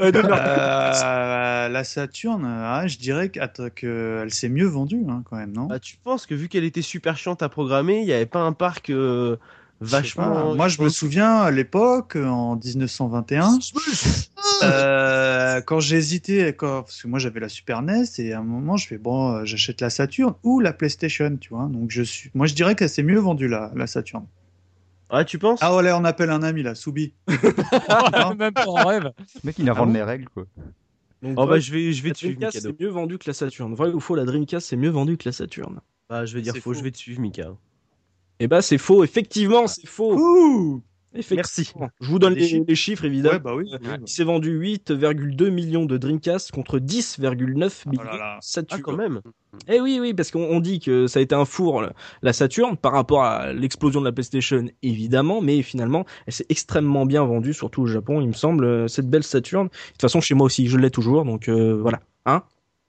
Speaker 2: Euh, la Saturne, ah, je dirais que- attends, qu'elle s'est mieux vendue hein, quand même, non
Speaker 7: Bah, tu penses que vu qu'elle était super chiante à programmer, il n'y avait pas un parc euh, vachement.
Speaker 2: Ah, Moi, je me souviens à l'époque, en 1921, euh, quand j'hésitais, quand... parce que moi j'avais la Super NES, et à un moment, je fais bon, euh, j'achète la Saturn ou la PlayStation, tu vois. Donc, je suis... moi, je dirais qu'elle s'est mieux vendue, la, la Saturn.
Speaker 7: Ouais, tu penses
Speaker 2: <laughs> Ah, ouais, là, on appelle un ami, là, Soubi.
Speaker 7: <laughs>
Speaker 2: Non.
Speaker 4: Même pas en rêve.
Speaker 5: Le mec, il
Speaker 2: Ah
Speaker 5: invente les règles, quoi.
Speaker 1: Donc,
Speaker 7: Oh
Speaker 1: toi,
Speaker 7: bah je vais, je vais
Speaker 1: la
Speaker 7: te suivre,
Speaker 1: Dreamcast
Speaker 7: Mikado.
Speaker 1: c'est mieux vendu que la Saturn. Vrai ou faux, la Dreamcast c'est mieux vendu que la Saturn.
Speaker 7: Bah, je vais dire
Speaker 2: C'est
Speaker 7: faux,
Speaker 2: faux.
Speaker 7: je vais te suivre, Mika.
Speaker 1: Eh bah c'est faux, effectivement, c'est faux.
Speaker 2: Ouh
Speaker 1: Effectivement. Je vous donne
Speaker 2: Des
Speaker 1: les,
Speaker 2: chiffres.
Speaker 1: les chiffres évidemment. Euh,
Speaker 2: Ouais, bah oui. oui,
Speaker 1: Il s'est vendu 8,2 millions de Dreamcast contre 10,9 millions
Speaker 2: là là.
Speaker 1: de Saturn.
Speaker 7: Ah, quand même.
Speaker 1: Eh oui, oui, parce qu'on on dit que ça a été un four, le- la Saturn, par rapport à l'explosion de la PlayStation, évidemment, mais finalement, elle s'est extrêmement bien vendue, surtout au Japon, il me semble, euh, cette belle Saturn. De toute façon, chez moi aussi, je l'ai toujours, donc euh, voilà. Hein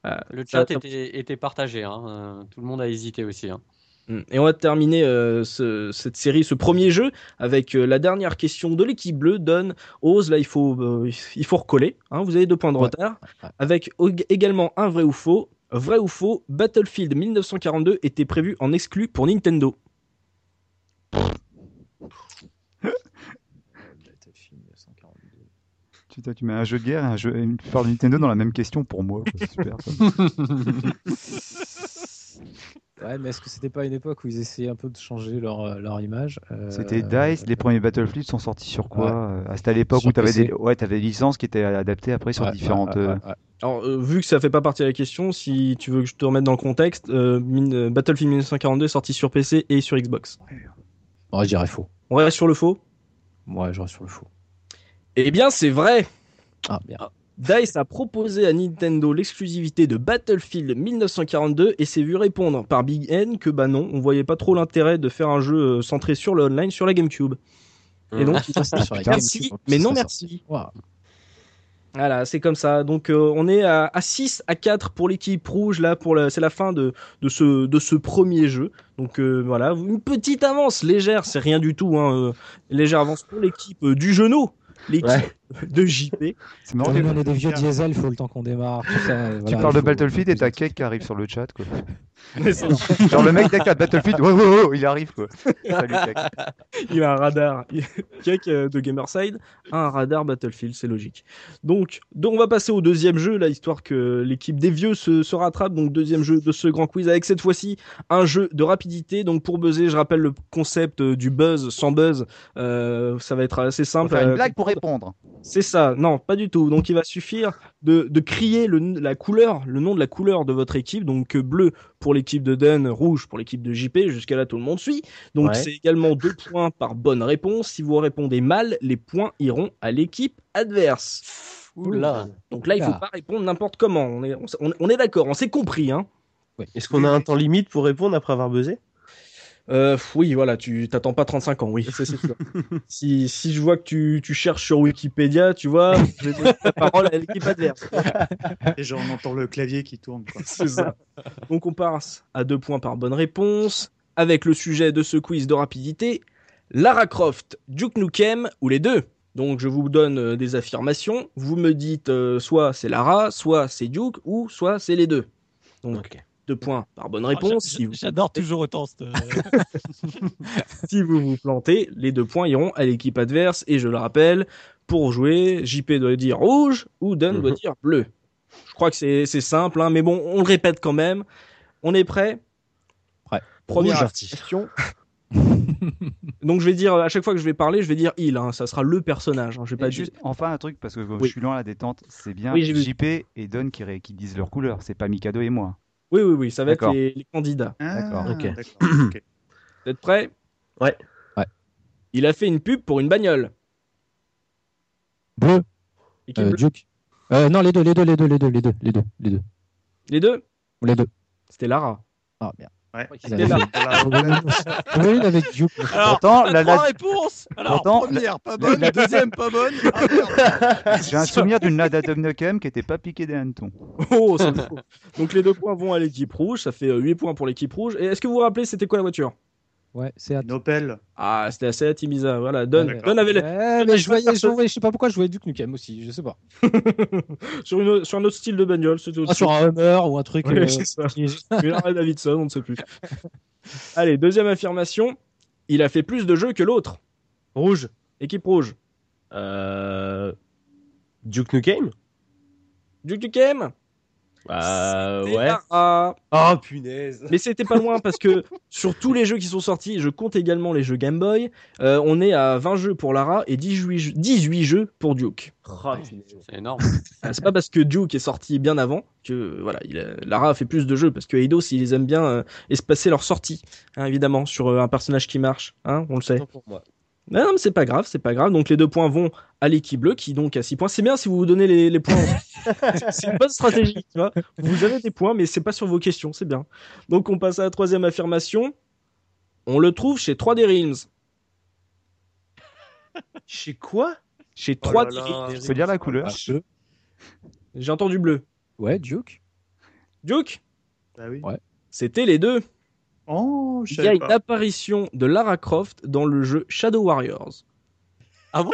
Speaker 1: Euh,
Speaker 3: Le
Speaker 1: ça-
Speaker 3: chat était, était partagé. hein, euh, Tout le monde a hésité aussi. hein.
Speaker 1: Mm. Et on va terminer euh, ce- cette série, ce premier jeu, avec euh, la dernière question de l'équipe bleue. Donne, Ose, là il faut, euh, il faut recoller. hein, vous avez deux points de
Speaker 6: Ouais.
Speaker 1: retard.
Speaker 6: Ouais.
Speaker 1: Avec og- également un vrai ou faux. Vrai ou faux, Battlefield 1942 était prévu en exclu pour Nintendo.
Speaker 5: <laughs>
Speaker 1: <laughs>
Speaker 5: Tu, tu mets un jeu de guerre et un jeu, et une part de Nintendo dans la même question pour moi. quoi. C'est super. ça.
Speaker 2: <laughs>
Speaker 6: Ouais, mais est-ce que c'était pas une époque où ils essayaient un peu de changer leur, euh, leur image Euh,
Speaker 5: C'était DICE, les premiers Battlefield sont sortis sur quoi
Speaker 6: ouais.
Speaker 5: euh, ah, C'était à l'époque
Speaker 6: Sur
Speaker 5: où tu avais,
Speaker 6: PC.
Speaker 5: des... ouais, t'avais des licences qui étaient adaptées après sur
Speaker 6: ouais,
Speaker 5: différentes.
Speaker 6: ouais, ouais,
Speaker 5: euh,
Speaker 6: ouais.
Speaker 1: Alors, euh, vu que ça fait pas partie de la question, si tu veux que je te remette dans le contexte, euh, mine- euh, Battlefield 1942 est sorti sur PC et sur Xbox.
Speaker 6: Ouais, je dirais faux.
Speaker 1: On reste sur le faux
Speaker 6: Ouais, je reste sur le faux.
Speaker 1: Eh bien, c'est vrai
Speaker 6: Ah, merde.
Speaker 1: DICE a proposé à Nintendo l'exclusivité de Battlefield 1942 et s'est vu répondre par Big N que bah non, on voyait pas trop l'intérêt de faire un jeu euh, centré sur le online sur la GameCube. Et
Speaker 6: <laughs>
Speaker 1: donc,
Speaker 6: Putain, c'était Mmh. sur la
Speaker 1: merci,
Speaker 6: GameCube, en plus,
Speaker 1: mais non
Speaker 6: ça
Speaker 1: merci.
Speaker 6: sort. Ouah.
Speaker 1: Voilà, c'est comme ça. Donc euh, on est à, à 6 à 4 pour l'équipe rouge là pour la- c'est la fin de, de ce de ce premier jeu. Donc euh, voilà, une petite avance légère, c'est rien du tout hein, euh, légère avance pour l'équipe euh, du genou, l'équipe de JP.
Speaker 5: C'est marrant.
Speaker 6: Ouais, mais
Speaker 5: Tu
Speaker 6: on est des vieux diesel, il faut le temps qu'on démarre. Tout ça, voilà,
Speaker 5: parles de
Speaker 6: il faut-
Speaker 5: Battlefield et
Speaker 6: faut-
Speaker 5: t'as Cake qui arrive sur le chat.
Speaker 1: <laughs>
Speaker 5: Quoi. <laughs> Genre le mec dès qu'il y a Battlefield, ouais, ouais, ouais, il arrive. Quoi. Salut, Cake.
Speaker 1: <laughs> Il <laughs> a un radar. Jack euh, de Gamerside a un radar Battlefield, c'est logique. Donc, donc, on va passer au deuxième jeu, là, histoire que l'équipe des vieux se, se rattrape. Donc, deuxième jeu de ce grand quiz, avec cette fois-ci un jeu de rapidité. Donc, pour buzzer, je rappelle le concept euh, du buzz sans buzz. Euh, ça va être assez
Speaker 5: On va
Speaker 1: simple.
Speaker 5: faire une
Speaker 1: Euh,
Speaker 5: blague pour répondre.
Speaker 1: c'est ça, non, pas du tout. Donc il va suffire de, de crier le, la couleur, le nom de la couleur de votre équipe. Donc euh, bleu pour l'équipe de Den, rouge pour l'équipe de JP. Jusqu'à là, tout le monde suit. Donc
Speaker 3: Ouais.
Speaker 1: c'est également deux points par bonne réponse. Si vous répondez mal, les points iront à l'équipe adverse.
Speaker 3: Oula.
Speaker 1: Donc là, il faut
Speaker 6: Ah.
Speaker 1: pas répondre n'importe comment. On est, on, s- on- on est d'accord, on s'est compris. Hein.
Speaker 7: Est-ce qu'on a un temps limite pour répondre après avoir buzzé
Speaker 1: Euh, pff, oui, voilà, tu t'attends pas 35 ans, oui, c'est
Speaker 2: <laughs>
Speaker 1: c'est sûr. si, si je vois que tu, tu cherches sur Wikipédia, tu vois, je vais donner la parole à l'équipe adverse.
Speaker 2: Et genre, on entend le clavier qui tourne. Quoi.
Speaker 1: C'est ça. Donc on passe à deux points par bonne réponse avec le sujet de ce quiz de rapidité Lara Croft, Duke Nukem ou les deux. Donc je vous donne euh, des affirmations, vous me dites euh, soit c'est Lara, soit c'est Duke ou soit c'est les deux. Donc deux points par bonne réponse.
Speaker 4: Ah,
Speaker 1: Si
Speaker 4: j'a-
Speaker 1: vous-
Speaker 4: J'adore toujours autant cette.
Speaker 1: <laughs>
Speaker 4: euh,
Speaker 1: si vous vous plantez, les deux points iront à l'équipe adverse. Et je le rappelle, pour jouer, JP doit dire rouge ou Dan doit
Speaker 7: Mhm.
Speaker 1: dire bleu. Je crois que c'est c'est simple, hein, mais bon, on le répète quand même. On est prêt
Speaker 6: Prêt.
Speaker 1: Première
Speaker 6: Rouge.
Speaker 1: question. Donc je vais dire, à chaque fois que je vais parler, je vais dire il. hein, ça sera le personnage. hein, je vais pas
Speaker 5: Et
Speaker 1: dire.
Speaker 5: juste, enfin un truc, parce que je
Speaker 1: Oui.
Speaker 5: suis loin à la détente, c'est Eh bien
Speaker 1: Oui, j'ai vu.
Speaker 5: JP et Don qui, ré- qui disent leur couleur, c'est pas Mikado et moi.
Speaker 1: Oui, oui, oui, ça va être
Speaker 5: D'accord.
Speaker 1: les, les candidats.
Speaker 2: Ah,
Speaker 5: D'accord,
Speaker 7: ok.
Speaker 2: d'accord,
Speaker 1: <laughs>
Speaker 2: ok.
Speaker 1: Vous êtes prêts
Speaker 7: Ouais.
Speaker 6: Ouais.
Speaker 1: Il a fait une pub pour une bagnole.
Speaker 6: Bleu,
Speaker 1: Équipe
Speaker 6: euh,
Speaker 1: bleue.
Speaker 6: Duke. Euh, non, les deux, les deux, les deux, les deux, les deux, les deux, les deux.
Speaker 1: Les deux
Speaker 6: Les deux.
Speaker 1: C'était Lara.
Speaker 6: Ah merde.
Speaker 2: Ouais.
Speaker 6: Ils avaient- <laughs>
Speaker 2: Voilà.
Speaker 6: Ils avaient une avec Duke.
Speaker 4: Alors,
Speaker 5: Pourtant,
Speaker 4: t'as
Speaker 5: la- la-
Speaker 4: trois réponses. Alors,
Speaker 5: Pourtant, la-
Speaker 4: première, pas
Speaker 5: la-
Speaker 4: bonne.
Speaker 5: la-
Speaker 4: deuxième, pas bonne.
Speaker 6: <laughs>
Speaker 4: Ah, merde.
Speaker 5: J'ai un souvenir d'une Nada Domnokem qui était pas piquée des hannetons.
Speaker 1: Oh, ça me fout. Donc les deux points vont à l'équipe rouge, ça fait 8 points pour l'équipe rouge. Et est-ce que vous vous rappelez c'était quoi la voiture
Speaker 6: Ouais, c'est à
Speaker 2: Une Opel.
Speaker 1: Ah, c'était assez Timisa, voilà. Don,
Speaker 2: D'accord.
Speaker 1: Don avait la-
Speaker 6: Ouais, Eh, mais je voyais, je voyais- je sais pas pourquoi je voyais Duke Nukem aussi, je sais pas.
Speaker 1: <laughs> sur, une, sur un autre style de bagnole, c'était
Speaker 6: Ah,
Speaker 1: aussi.
Speaker 6: sur un Hummer ou un truc.
Speaker 1: Ouais,
Speaker 6: euh,
Speaker 1: c'est ça. <laughs>
Speaker 6: qui est-
Speaker 1: Harley Davidson, on ne sait plus. Allez, deuxième affirmation. il a fait plus de jeux que l'autre.
Speaker 2: Rouge.
Speaker 1: Équipe rouge.
Speaker 7: Euh... Duke Nukem
Speaker 1: Duke Nukem
Speaker 7: Bah
Speaker 1: c'était
Speaker 7: ouais.
Speaker 1: un A.
Speaker 7: Oh punaise.
Speaker 1: Mais c'était pas loin parce
Speaker 7: <laughs>
Speaker 1: que sur tous les jeux qui sont sortis, je compte également les jeux Game Boy, euh, on est à 20 jeux pour Lara et 18 jeux, 18 jeux pour Duke.
Speaker 7: Oh, punaise.
Speaker 3: C'est énorme. <laughs>
Speaker 1: <laughs> Ah, C'est pas parce que Duke est sorti bien avant que euh, voilà, il a- Lara a fait plus de jeux parce que Eidos ils aiment bien euh, espacer leurs sorties, hein, évidemment sur euh, un personnage qui marche, hein, on le sait.
Speaker 7: Autant pour moi.
Speaker 1: Non, non, mais c'est pas grave, c'est pas grave. Donc les deux points vont à l'équipe bleue qui donc a 6 points. C'est bien si vous vous donnez les, les
Speaker 2: <laughs>
Speaker 1: points. c'est une bonne stratégie, tu vois. Vous avez des points, mais c'est pas sur vos questions, c'est bien. Donc on passe à la troisième affirmation. On le trouve chez 3D Realms.
Speaker 7: Chez quoi
Speaker 1: Chez
Speaker 2: Oh
Speaker 1: 3D
Speaker 2: là Ah, là.
Speaker 1: Realms.
Speaker 5: Je peux dire la couleur
Speaker 6: jeu.
Speaker 1: J'ai entendu bleu.
Speaker 6: Ouais, Duke.
Speaker 1: Duke,
Speaker 2: Bah oui.
Speaker 1: c'était les deux.
Speaker 2: Oh, je
Speaker 1: Il y a
Speaker 2: savais
Speaker 1: une
Speaker 2: pas.
Speaker 1: apparition de Lara Croft dans le jeu Shadow Warriors.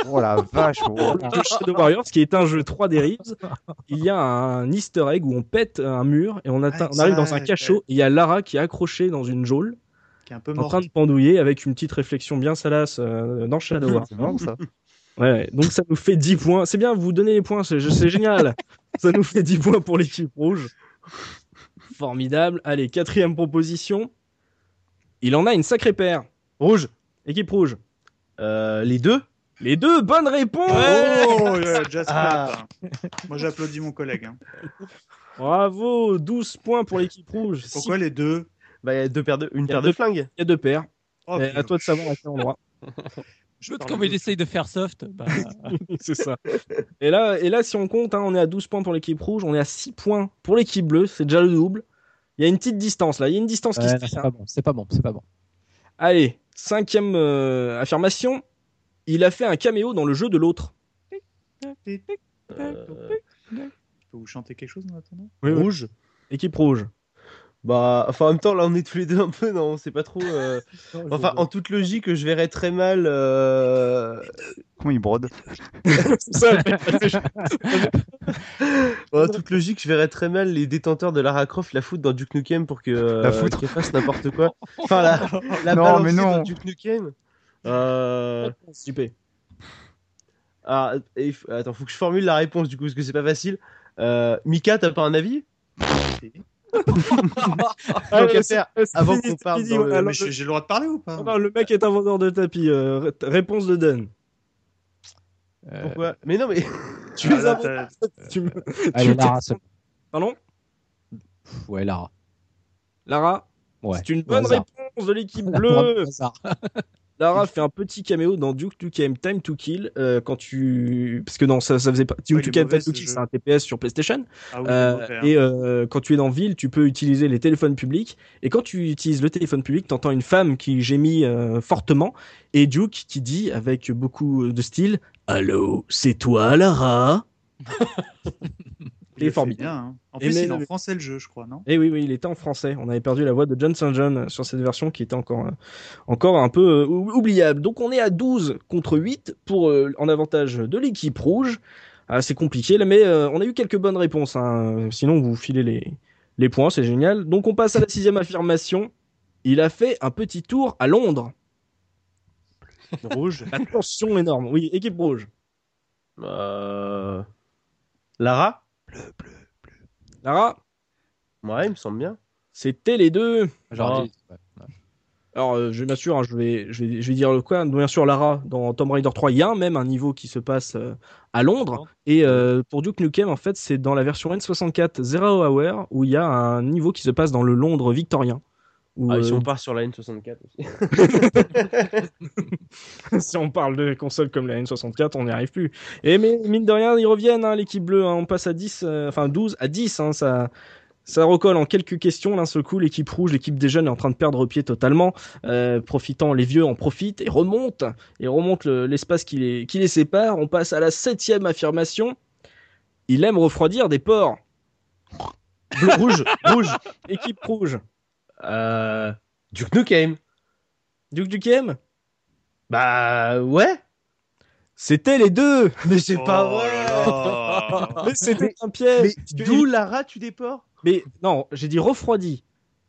Speaker 5: Oh la vache
Speaker 1: <laughs>
Speaker 5: oh.
Speaker 1: Le jeu Shadow Warriors, qui est un jeu 3D Reeves, il y a un easter egg où on pète un mur et on, atteint, on arrive dans un cachot et il y a Lara qui est accrochée dans une geôle
Speaker 2: Qui est un peu
Speaker 1: en
Speaker 2: morte.
Speaker 1: train de pendouiller avec une petite réflexion bien salace euh, dans Shadow Warriors.
Speaker 5: C'est marrant ça.
Speaker 1: Ouais, ouais. donc ça nous fait 10 points. C'est bien, vous donnez les points, c'est c'est
Speaker 5: <laughs>
Speaker 1: génial. ça nous fait 10 points pour l'équipe rouge. Formidable. Allez, quatrième proposition. Il en a une sacrée paire.
Speaker 2: Rouge.
Speaker 1: Équipe rouge.
Speaker 7: Euh, Les deux
Speaker 1: Les deux bonnes réponses
Speaker 2: Oh, yeah, just
Speaker 1: Ah.
Speaker 5: Ah.
Speaker 2: clap. hein. Moi, j'applaudis mon collègue. hein.
Speaker 1: Bravo 12 points pour l'équipe rouge. Six
Speaker 2: Pourquoi les deux
Speaker 7: Bah, y a deux paires de... une
Speaker 1: Y a
Speaker 7: paire
Speaker 1: deux-
Speaker 7: de flingues.
Speaker 1: Il y a deux paires.
Speaker 2: Oh,
Speaker 1: Et Eh, à
Speaker 2: putain,
Speaker 1: toi de savoir à quel <laughs> endroit.
Speaker 2: je
Speaker 4: L'autre,
Speaker 2: parle
Speaker 4: comme il
Speaker 2: de-
Speaker 4: essaye de faire soft, bah,
Speaker 1: <laughs> c'est ça. <laughs> Et là, et là, si on compte, hein, on est à 12 points pour l'équipe rouge, on est à 6 points pour l'équipe bleue, c'est déjà le double. Il y a une petite distance là, il y a une distance qui
Speaker 6: Ouais,
Speaker 1: se
Speaker 6: non,
Speaker 1: fait.
Speaker 6: c'est pas bon, c'est pas bon, c'est
Speaker 1: <laughs>
Speaker 6: pas bon.
Speaker 1: Allez, cinquième euh, affirmation. Il a fait un caméo dans le jeu de l'autre.
Speaker 7: Euh,
Speaker 2: Je peux vous chanter quelque chose en attendant
Speaker 7: Rouge
Speaker 1: Équipe rouge.
Speaker 7: Bah, enfin, en même temps, là, on est tous les deux un peu, non, c'est pas trop. euh, Enfin, en toute logique, je verrais très mal. euh,
Speaker 5: Comment il
Speaker 7: <laughs>
Speaker 5: brode
Speaker 1: C'est ça, le fait.
Speaker 7: En toute logique, je verrais très mal les détenteurs de Lara Croft la foutre dans Duke Nukem pour que. euh,
Speaker 5: La foutre.
Speaker 7: qu'elle fasse n'importe quoi.
Speaker 2: <laughs>
Speaker 7: Enfin, la, la
Speaker 5: Non,
Speaker 7: balancer
Speaker 5: mais non.
Speaker 7: dans Duke Nukem. Euh,
Speaker 1: Stupé.
Speaker 7: ah, et f- attends, faut que je formule la réponse du coup, parce que c'est pas facile. Euh, Mika, t'as pas un avis <laughs> qu'à
Speaker 1: Ah, mais
Speaker 7: faire,
Speaker 1: c'est- c'est
Speaker 7: avant
Speaker 1: fini,
Speaker 7: qu'on
Speaker 1: c'est
Speaker 7: parle
Speaker 1: fini,
Speaker 7: dans
Speaker 1: on
Speaker 7: le-
Speaker 1: a
Speaker 2: Euh,
Speaker 1: le-
Speaker 2: mais j'ai j'ai le droit de parler ou pas
Speaker 1: Oh Non, le mec est un vendeur de tapis. euh, ré- réponse de Dan.
Speaker 6: Euh,
Speaker 7: Pourquoi Mais non, mais.
Speaker 1: <laughs> Tu
Speaker 2: Ah,
Speaker 1: les
Speaker 2: là,
Speaker 1: as
Speaker 2: t'as-
Speaker 1: Tu me-
Speaker 6: allez,
Speaker 1: tu-
Speaker 6: Lara, c'est bon.
Speaker 1: Pardon
Speaker 6: Pff, Ouais, Lara.
Speaker 1: Lara
Speaker 6: Ouais.
Speaker 1: C'est une
Speaker 6: au
Speaker 1: bonne
Speaker 6: hasard.
Speaker 1: réponse de l'équipe
Speaker 6: Vraiment
Speaker 1: bleue.
Speaker 6: <laughs> au
Speaker 5: <laughs>
Speaker 6: hasard.
Speaker 1: Lara fait un petit caméo dans Duke Nukem Time to Kill euh, quand tu parce que non ça, ça faisait pas Duke
Speaker 2: il est
Speaker 1: Nukem
Speaker 2: mauvais,
Speaker 1: Time to
Speaker 2: ce
Speaker 1: Kill
Speaker 2: jeu.
Speaker 1: c'est un TPS sur PlayStation
Speaker 2: Ah oui,
Speaker 1: Euh,
Speaker 2: mauvais, hein.
Speaker 1: et euh, quand tu es dans ville tu peux utiliser les téléphones publics et quand tu utilises le téléphone public t'entends une femme qui gémit euh, fortement et Duke qui dit avec beaucoup de style allô c'est toi Lara
Speaker 2: <laughs> Il le fait
Speaker 1: formidable.
Speaker 2: bien, hein. En
Speaker 1: Et
Speaker 2: plus,
Speaker 1: mais-
Speaker 2: il est en français le jeu, je crois, non
Speaker 1: Eh oui, oui, il était en français. On avait perdu la voix de John St. John sur cette version qui était encore, euh, encore un peu euh, ou- oubliable. Donc on est à 12 contre 8 pour, euh, en avantage de l'équipe rouge. Ah, c'est compliqué, là, mais euh, on a eu quelques bonnes réponses. hein. Sinon, vous filez les, les points, c'est génial. Donc on passe à la sixième affirmation. Il a fait un petit tour à Londres.
Speaker 2: Rouge.
Speaker 1: Attention énorme. Oui, équipe rouge.
Speaker 7: Euh, Lara
Speaker 1: Lara,
Speaker 7: Ouais, il me semble bien.
Speaker 1: c'était les deux.
Speaker 3: Oh.
Speaker 1: Ah.
Speaker 6: Genre, ouais.
Speaker 1: Alors, euh, je m'assure, hein, je, vais, je, vais, je vais dire le quoi. Bien sûr, Lara, dans Tomb Raider 3, il y a un- même un niveau qui se passe euh, à Londres. Et euh, pour Duke Nukem, en fait, c'est dans la version N64 Zero Hour où il y a un niveau qui se passe dans le Londres victorien. Où,
Speaker 7: Ah, et
Speaker 1: euh,
Speaker 7: si on part sur la N64 aussi.
Speaker 1: <laughs> si on parle de consoles comme la N64, on n'y arrive plus. Et mais mine de rien, ils reviennent, hein, l'équipe bleue. hein. on passe à 10, euh, enfin 12 à 10. hein, ça, ça recolle en quelques questions. D'un seul coup, l'équipe rouge, l'équipe des jeunes est en train de perdre pied totalement. Euh, profitant, les vieux en profitent et remontent. Et remontent le- l'espace qui, les, qui les sépare. On passe à la septième affirmation. Il aime refroidir des porcs.
Speaker 7: Bleu, rouge, rouge.
Speaker 1: Équipe rouge.
Speaker 7: Euh, Duke Nukem.
Speaker 1: Duke Dukem
Speaker 7: Bah ouais.
Speaker 1: C'était les deux
Speaker 7: Mais c'est
Speaker 2: Oh
Speaker 7: pas
Speaker 2: là
Speaker 7: vrai.
Speaker 2: là.
Speaker 1: Mais c'était un piège
Speaker 7: Mais d'où Lara, tu déports
Speaker 1: Mais non, j'ai dit refroidi.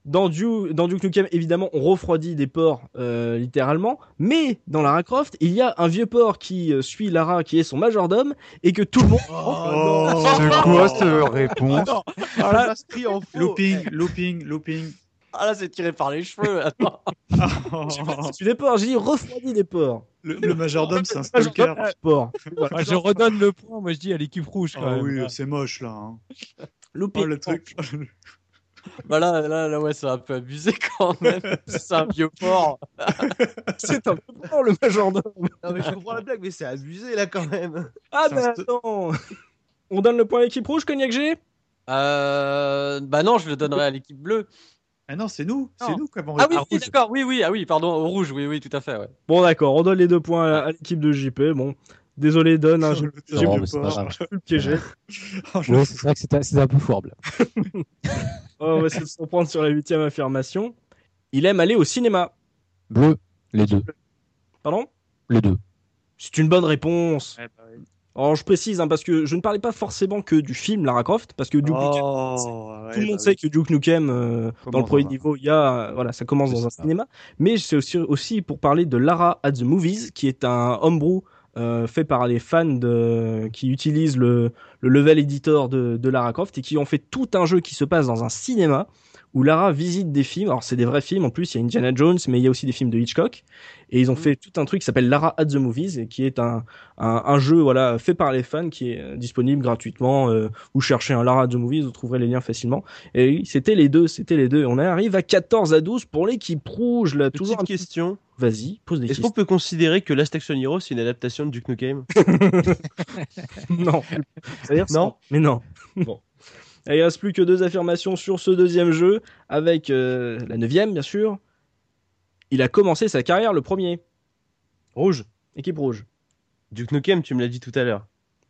Speaker 1: Dans, du, dans Duke Nukem, évidemment, on refroidit des porcs euh, littéralement, mais dans Lara Croft, il y a un vieux porc qui euh, suit Lara, qui est son majordome, et que tout le monde. Oh,
Speaker 5: C'est quoi cette réponse
Speaker 1: Ah,
Speaker 2: Voilà.
Speaker 7: en faux.
Speaker 2: Looping, looping, looping.
Speaker 3: Ah là, c'est tiré par les
Speaker 2: <laughs>
Speaker 3: cheveux. Attends.
Speaker 1: Je suis des porcs, j'ai dit refroidit des porcs.
Speaker 2: le, le majordome, c'est un stalker.
Speaker 1: Majordome, porc.
Speaker 4: Enfin, je redonne le point, moi je dis à l'équipe rouge quand
Speaker 2: Ah
Speaker 4: même.
Speaker 2: oui, c'est moche là. hein.
Speaker 1: Looping.
Speaker 2: Oh, le truc. <laughs>
Speaker 3: Bah là, là, là, ouais, c'est un peu abusé <laughs> quand même. c'est un vieux porc.
Speaker 1: C'est un peu porc, Oh, le majordome.
Speaker 7: Non, mais je comprends la blague, mais c'est abusé là quand même.
Speaker 1: Ah
Speaker 2: C'est
Speaker 1: ben
Speaker 2: un
Speaker 1: attends On donne le point à l'équipe rouge, Cognac G
Speaker 3: Euh, bah non, je le donnerai à l'équipe bleue.
Speaker 2: Ah non, c'est nous, c'est
Speaker 3: Non.
Speaker 2: nous qui avons
Speaker 3: Ah oui,
Speaker 2: répondu.
Speaker 3: oui, d'accord, oui, oui, ah oui, pardon, au rouge, oui, oui, tout à fait, ouais.
Speaker 1: Bon d'accord, on donne les deux points à, à l'équipe de JP. Bon, désolé Don, hein, j'ai
Speaker 2: Le
Speaker 1: j'ai
Speaker 6: Non,
Speaker 1: pu
Speaker 6: mais c'est pas
Speaker 2: porc.
Speaker 6: grave.
Speaker 1: le piéger.
Speaker 2: Oh, le-
Speaker 6: Ouais, c'est vrai que c'était c'était un peu foirable.
Speaker 1: on va essayer de s'en prendre sur la huitième affirmation. Il aime aller au cinéma.
Speaker 6: Bleu, les deux.
Speaker 1: Pardon
Speaker 6: Les deux.
Speaker 1: C'est une bonne réponse.
Speaker 2: Ouais, bah oui.
Speaker 1: Alors je précise, hein, parce que je ne parlais pas forcément que du film Lara Croft, parce que Duke Nukem,
Speaker 2: Oh, ouais,
Speaker 1: tout
Speaker 2: bah
Speaker 1: le monde
Speaker 2: oui.
Speaker 1: sait que Duke Nukem, euh, dans le
Speaker 5: Commence
Speaker 1: premier
Speaker 5: dans un-
Speaker 1: niveau, il y a, euh, voilà, ça commence
Speaker 6: C'est
Speaker 1: dans un
Speaker 6: ça.
Speaker 1: cinéma. Mais c'est aussi, aussi pour parler de Lara at the Movies, qui est un homebrew euh, fait par les fans de, qui utilisent le, le level editor de, de Lara Croft et qui ont fait tout un jeu qui se passe dans un cinéma où Lara visite des films. Alors c'est des vrais films en plus, il y a Indiana Jones, mais il y a aussi des films de Hitchcock. Et ils ont fait tout un truc qui s'appelle Lara at the Movies et qui est un, un, un jeu voilà fait par les fans qui est euh, disponible gratuitement. euh, vous cherchez un Lara at the Movies, vous trouverez les liens facilement. Et oui, c'était les deux, c'était les deux. On arrive à 14 à 12 pour l'équipe rouge là.
Speaker 7: Toujours
Speaker 1: Toujours un
Speaker 7: une
Speaker 1: petit...
Speaker 7: question.
Speaker 1: Vas-y, <laughs> pose des
Speaker 7: Est-ce
Speaker 1: questions.
Speaker 7: qu'on peut considérer que Last Action Hero c'est une adaptation de Duke Nukem
Speaker 1: Non. C'est-à-dire
Speaker 7: Non.
Speaker 1: ça. Mais non. <laughs> Bon. Et il reste plus que deux affirmations sur ce deuxième jeu, avec euh, la neuvième, bien sûr. Il a commencé sa carrière le premier.
Speaker 7: Rouge.
Speaker 1: Équipe rouge.
Speaker 7: Duke Nukem, tu me l'as dit tout à l'heure.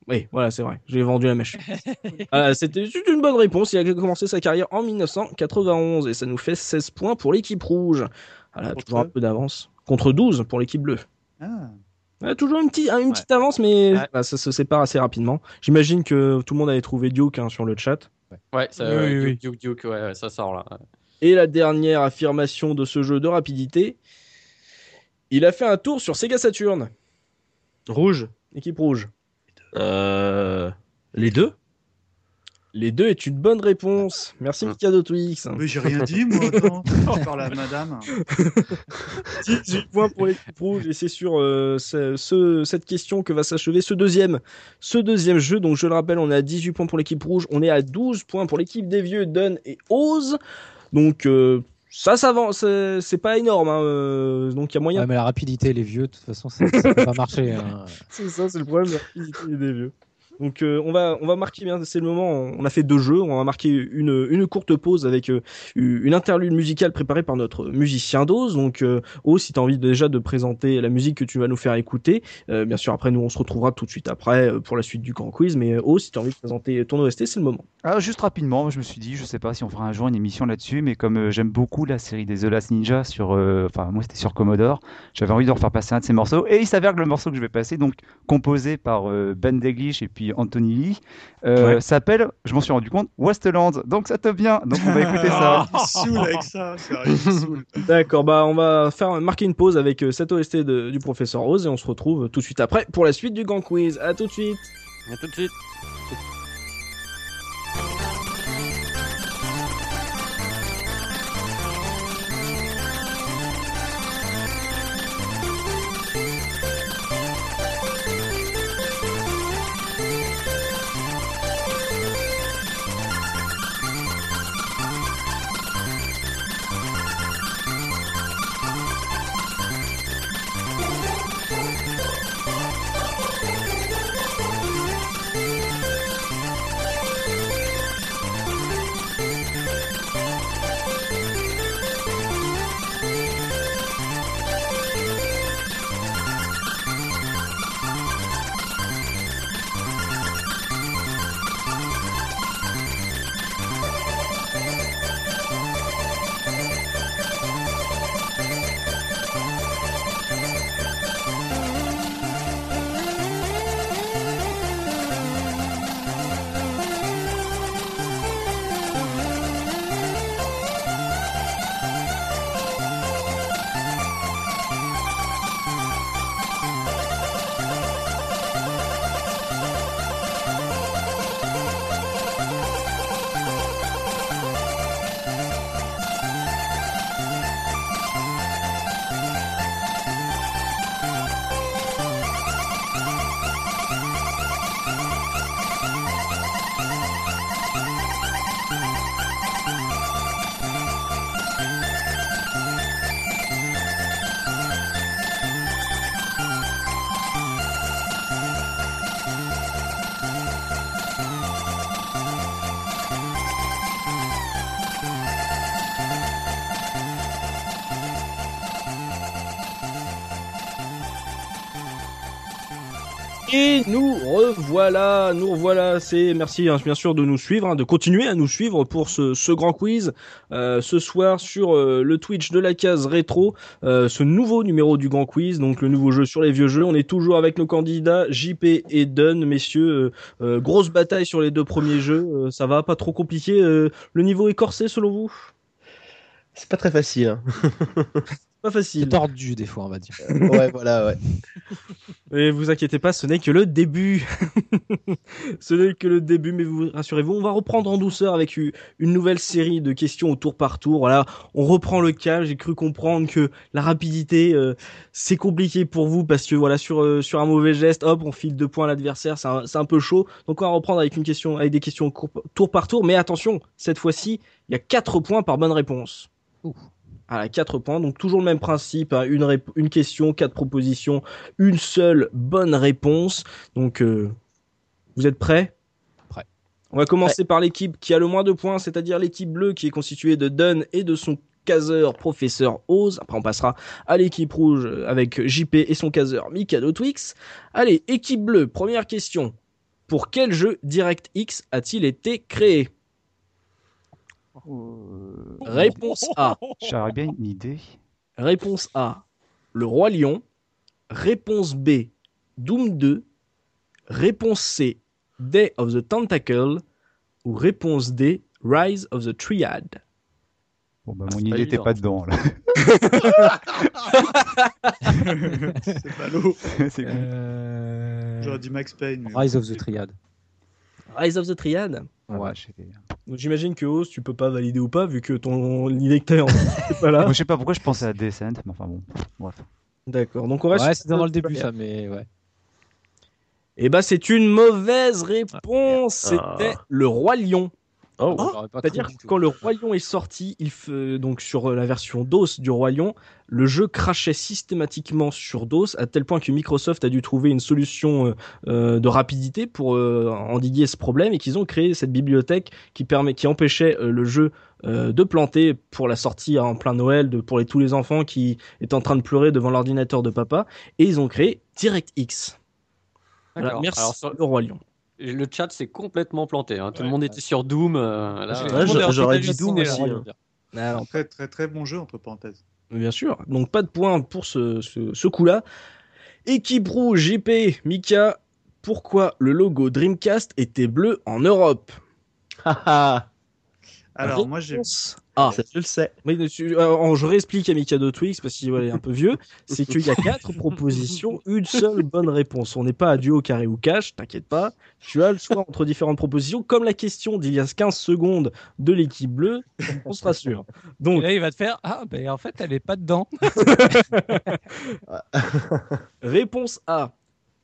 Speaker 1: Oui, voilà, c'est vrai. J'ai vendu la mèche. <laughs> Voilà, C'était juste une bonne réponse. Il a commencé sa carrière en 1991 et ça nous fait 16 points pour l'équipe rouge. Voilà,
Speaker 2: Contre
Speaker 1: toujours un peu d'avance. Contre 12 pour l'équipe bleue.
Speaker 2: Ah.
Speaker 1: Ouais, toujours une, petite- une petite avance, mais
Speaker 7: Ouais.
Speaker 1: voilà, ça se sépare assez rapidement. J'imagine que tout le monde avait trouvé Duke hein, sur le chat.
Speaker 3: Ouais, ça,
Speaker 4: Oui,
Speaker 3: ouais,
Speaker 4: oui,
Speaker 3: Duke, Duke, Duke, ouais, ouais, ça sort là.
Speaker 1: Et la dernière affirmation de ce jeu de rapidité, il a fait un tour sur Sega Saturn,
Speaker 7: Rouge.
Speaker 1: équipe rouge.
Speaker 7: Euh... Les deux
Speaker 1: Les deux est une bonne réponse. Merci Mikado Twix.
Speaker 2: Mais Ah. j'ai rien dit, moi,
Speaker 1: <laughs>
Speaker 2: attends. Je parle à madame.
Speaker 1: 18 points pour l'équipe rouge et c'est sur euh, ce- ce- cette question que va s'achever ce deuxième, ce deuxième jeu. Donc je le rappelle, on est à 18 points pour l'équipe rouge, on est à 12 points pour l'équipe des vieux, Dunn et Oz. Donc euh, ça s'avance, c'est- c'est pas énorme. hein, euh, donc il y a moyen
Speaker 6: Ouais, mais la rapidité, les vieux, de toute façon, ça ça
Speaker 1: <laughs>
Speaker 6: va pas marcher.
Speaker 5: <laughs>
Speaker 6: hein.
Speaker 1: C'est ça, c'est le problème de la rapidité des vieux. Donc euh, on va on va marquer bien, c'est le moment. On a fait deux jeux, on va marquer une une courte pause avec euh, une interlude musicale préparée par notre musicien Dose. Donc euh, Oh, si tu as envie déjà de présenter la musique que tu vas nous faire écouter, euh, bien sûr après nous on se retrouvera tout de suite après euh, pour la suite du grand quiz. Mais euh, Oh, si tu as envie de présenter ton OST, c'est le moment.
Speaker 5: Alors Ah, juste rapidement, je me suis dit, je sais pas si on fera un jour une émission là-dessus, mais comme euh, j'aime beaucoup la série des The Last Ninja sur, euh, enfin moi c'était sur Commodore, j'avais envie de refaire passer un de ces morceaux, et il s'avère que le morceau que je vais passer, donc composé par euh, Ben Deglish et puis Anthony Lee, euh, s'appelle, je m'en suis rendu compte, Westland. Donc ça tombe bien, donc on
Speaker 1: <laughs>
Speaker 5: va écouter ça.
Speaker 2: Il me saoule avec ça, sérieux, il me saoule.
Speaker 1: D'accord, bah on va faire marquer une pause avec euh, cette OST de- du professeur Oz et on se retrouve tout de suite après pour la suite du grand quiz. À tout de suite.
Speaker 3: À tout de suite.
Speaker 8: Thank
Speaker 1: Et nous revoilà, nous revoilà. C'est merci hein, bien sûr de nous suivre, hein, de continuer à nous suivre pour ce, ce grand quiz euh, ce soir sur euh, le Twitch de la case rétro, euh, ce nouveau numéro du grand quiz, donc le nouveau jeu sur les vieux jeux. On est toujours avec nos candidats JP et Dunn, messieurs. euh, euh, grosse bataille sur les deux premiers jeux. euh, ça va, pas trop compliqué. euh, le niveau est corsé selon vous
Speaker 7: C'est pas très facile. hein.
Speaker 1: Pas facile.
Speaker 6: C'est tordu des fois, on va dire.
Speaker 7: <laughs> Euh, ouais, voilà, ouais.
Speaker 1: Et vous inquiétez pas, ce n'est que le début. <laughs> ce n'est que le début, mais vous rassurez-vous, on va reprendre en douceur avec u- une nouvelle série de questions au tour par tour. Voilà, on reprend le calme. J'ai cru comprendre que la rapidité, euh, c'est compliqué pour vous parce que voilà, sur euh, sur un mauvais geste, hop, on file deux points à l'adversaire. C'est un, c'est un peu chaud. Donc on va reprendre avec une question, avec des questions cour- tour par tour. Mais attention, cette fois-ci, il y a quatre points par bonne réponse.
Speaker 6: Ouh.
Speaker 1: Voilà, quatre points. Donc toujours le même principe, hein, une, rép- une question, quatre propositions une seule bonne réponse. Donc, euh, vous êtes prêts
Speaker 6: Prêt.
Speaker 1: On va commencer par l'équipe qui a le moins de points, c'est-à-dire l'équipe bleue qui est constituée de Dunn et de son caseur professeur Oz. Après, on passera à l'équipe rouge avec JP et son caseur Mikado Twix. Allez, équipe bleue, première question. Pour quel jeu DirectX a-t-il été créé
Speaker 5: Euh,
Speaker 1: Réponse A.
Speaker 5: <laughs> J'aurais bien une idée.
Speaker 1: Réponse A, Le Roi Lion. Réponse B, Doom 2. Réponse C, Day of the Tentacle. Ou réponse D, Rise of the Triad.
Speaker 5: Bon, bah,
Speaker 1: Ah, c'est pas
Speaker 5: mon idée n'était
Speaker 1: évident.
Speaker 5: pas
Speaker 6: <laughs>
Speaker 5: dedans. là.
Speaker 2: C'est pas l'eau.
Speaker 5: <laughs> C'est con.
Speaker 6: Euh,
Speaker 2: J'aurais dit Max Payne. mais-
Speaker 6: Rise of the Triad.
Speaker 1: Euh, Rise of the Triad
Speaker 5: Ah,
Speaker 6: Ouais.
Speaker 5: j'étais-
Speaker 1: Donc J'imagine que Oz, tu peux pas valider ou pas, vu que ton idée que t'as en- <laughs> t'es pas là.
Speaker 5: Moi, je sais pas pourquoi je pensais à Descent, mais enfin bon, bref.
Speaker 1: D'accord, donc on reste.
Speaker 6: Ouais, c'est dans le début ça, mais ouais.
Speaker 1: Et bah, c'est une mauvaise réponse.
Speaker 7: Ah.
Speaker 1: C'était Le Roi Lion.
Speaker 7: Oh,
Speaker 6: J'aurais pas
Speaker 1: C'est-à-dire
Speaker 6: cru du
Speaker 1: que
Speaker 6: tout.
Speaker 1: quand le Roi Lion est sorti, il fe- donc sur euh, la version DOS du Roi Lion, le jeu crachait systématiquement sur DOS à tel point que Microsoft a dû trouver une solution euh, euh, de rapidité pour euh, endiguer ce problème et qu'ils ont créé cette bibliothèque qui permet, qui empêchait euh, le jeu euh, de planter pour la sortie en plein Noël de, pour les, tous les enfants qui étaient en train de pleurer devant l'ordinateur de papa et ils ont créé DirectX. Voilà,
Speaker 3: D'accord.
Speaker 1: merci
Speaker 3: Alors, sur-
Speaker 1: le Roi Lion.
Speaker 3: Le chat s'est complètement planté. hein. Tout le monde était sur Doom. euh, là,
Speaker 4: J'ai-
Speaker 3: euh,
Speaker 4: tout le monde
Speaker 7: j'a-
Speaker 4: est resté
Speaker 7: j'aurais dit
Speaker 4: halluciné,
Speaker 7: Doom
Speaker 4: là.
Speaker 7: aussi, hein.
Speaker 1: Alors,
Speaker 2: Très, très, très bon jeu, entre parenthèses.
Speaker 1: Bien sûr. Donc pas de points pour ce, ce- ce coup-là. Équipe rouge, JP, Mika, pourquoi le logo Dreamcast était bleu en Europe
Speaker 7: ah,
Speaker 2: Alors,
Speaker 1: Réponse
Speaker 2: moi, j'ai.
Speaker 1: A.
Speaker 7: ça, je le sais.
Speaker 1: Oui, Ah. mais tu- alors, je réexplique à Mika de Twix parce qu'il voilà, est un peu vieux. C'est qu'il y
Speaker 7: <laughs>
Speaker 1: a quatre propositions, une seule bonne réponse. On n'est pas à duo carré ou cash, t'inquiète pas. Tu as le choix entre différentes propositions, comme la question d'il y a 15 secondes de l'équipe bleue. On se rassure.
Speaker 4: Et
Speaker 1: Donc,
Speaker 4: là, il va te faire Ah, ben en fait, elle est pas dedans.
Speaker 1: Réponse A.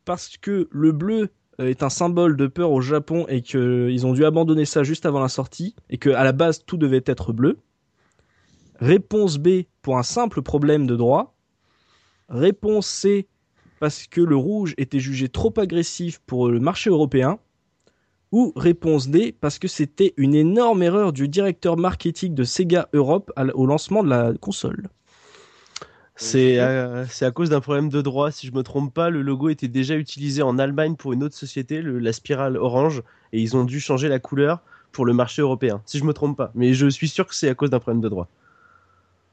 Speaker 1: Parce que le bleu euh, est un symbole de peur au Japon et qu'ils ont dû abandonner ça juste avant la sortie et qu'à la base tout devait être bleu. Réponse B. Pour un simple problème de droit. Réponse C. Parce que le rouge était jugé trop agressif pour euh, le marché européen. Ou réponse D, parce que c'était une énorme erreur du directeur marketing de Sega Europe à l- au lancement de la console.
Speaker 7: C'est euh, c'est à cause d'un problème de droit, si je me trompe pas, le logo était déjà utilisé en Allemagne pour une autre société, le- la spirale orange, et ils ont dû changer la couleur pour le marché européen, si je me trompe pas. Mais je suis sûr que c'est à cause d'un problème de droit.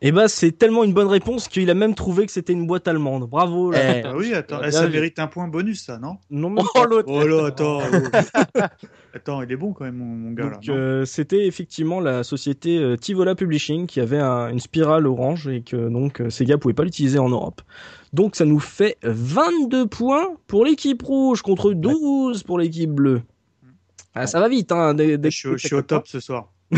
Speaker 1: Eh ben, c'est tellement une bonne réponse qu'il a même trouvé que c'était une boîte allemande. Bravo. là.
Speaker 7: Eh,
Speaker 2: Ah oui, attends,
Speaker 1: bien
Speaker 2: eh, ça
Speaker 1: vu.
Speaker 2: mérite un point bonus, ça, non
Speaker 3: <laughs>
Speaker 1: Non, même
Speaker 3: Oh, l'autre
Speaker 2: Oh là, attends. oh. <laughs> attends, il est bon quand même, mon, mon gars.
Speaker 1: Donc,
Speaker 2: Oh là, non
Speaker 1: euh, c'était effectivement la société euh, Tivola Publishing qui avait un- une spirale orange et que donc euh, Sega pouvait pas l'utiliser en Europe. Donc ça nous fait 22 points pour l'équipe rouge contre 12 pour l'équipe bleue. Ah, ça va vite, hein. Dès, dès
Speaker 2: je, suis- je suis au top ce
Speaker 1: <laughs>
Speaker 2: soir. <laughs>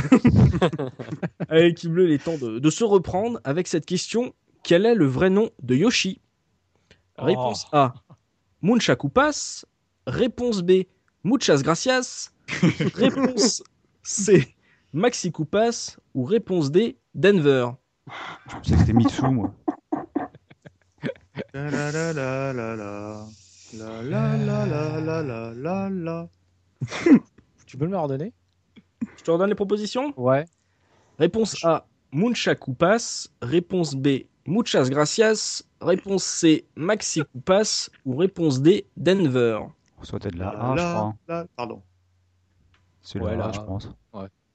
Speaker 1: À Ah, l'équipe bleue, il est temps de, de se reprendre avec cette question. Quel est le vrai nom de Yoshi
Speaker 4: Oh.
Speaker 1: Réponse A. Munchakupas. Réponse B. Muchas
Speaker 5: <laughs>
Speaker 1: gracias. réponse C. Maxi Coupas. Ou réponse D. Denver.
Speaker 5: Je pensais que c'était Mitsu, moi.
Speaker 2: La
Speaker 1: euh,
Speaker 2: la la la la la. La la la la la la la la.
Speaker 6: Tu peux me le redonner
Speaker 1: Je te redonne les propositions
Speaker 6: Ouais.
Speaker 1: Réponse A. Munchakupas. Réponse B. Muchas gracias. Réponse C, Maxi Coupas. Ou réponse D, Denver.
Speaker 5: Soit peut-être la
Speaker 1: Ah,
Speaker 2: Là,
Speaker 5: A, Ah, je crois.
Speaker 2: là, pardon.
Speaker 5: C'est
Speaker 6: Ouais,
Speaker 5: la A,
Speaker 6: la
Speaker 5: je
Speaker 6: A.
Speaker 5: pense.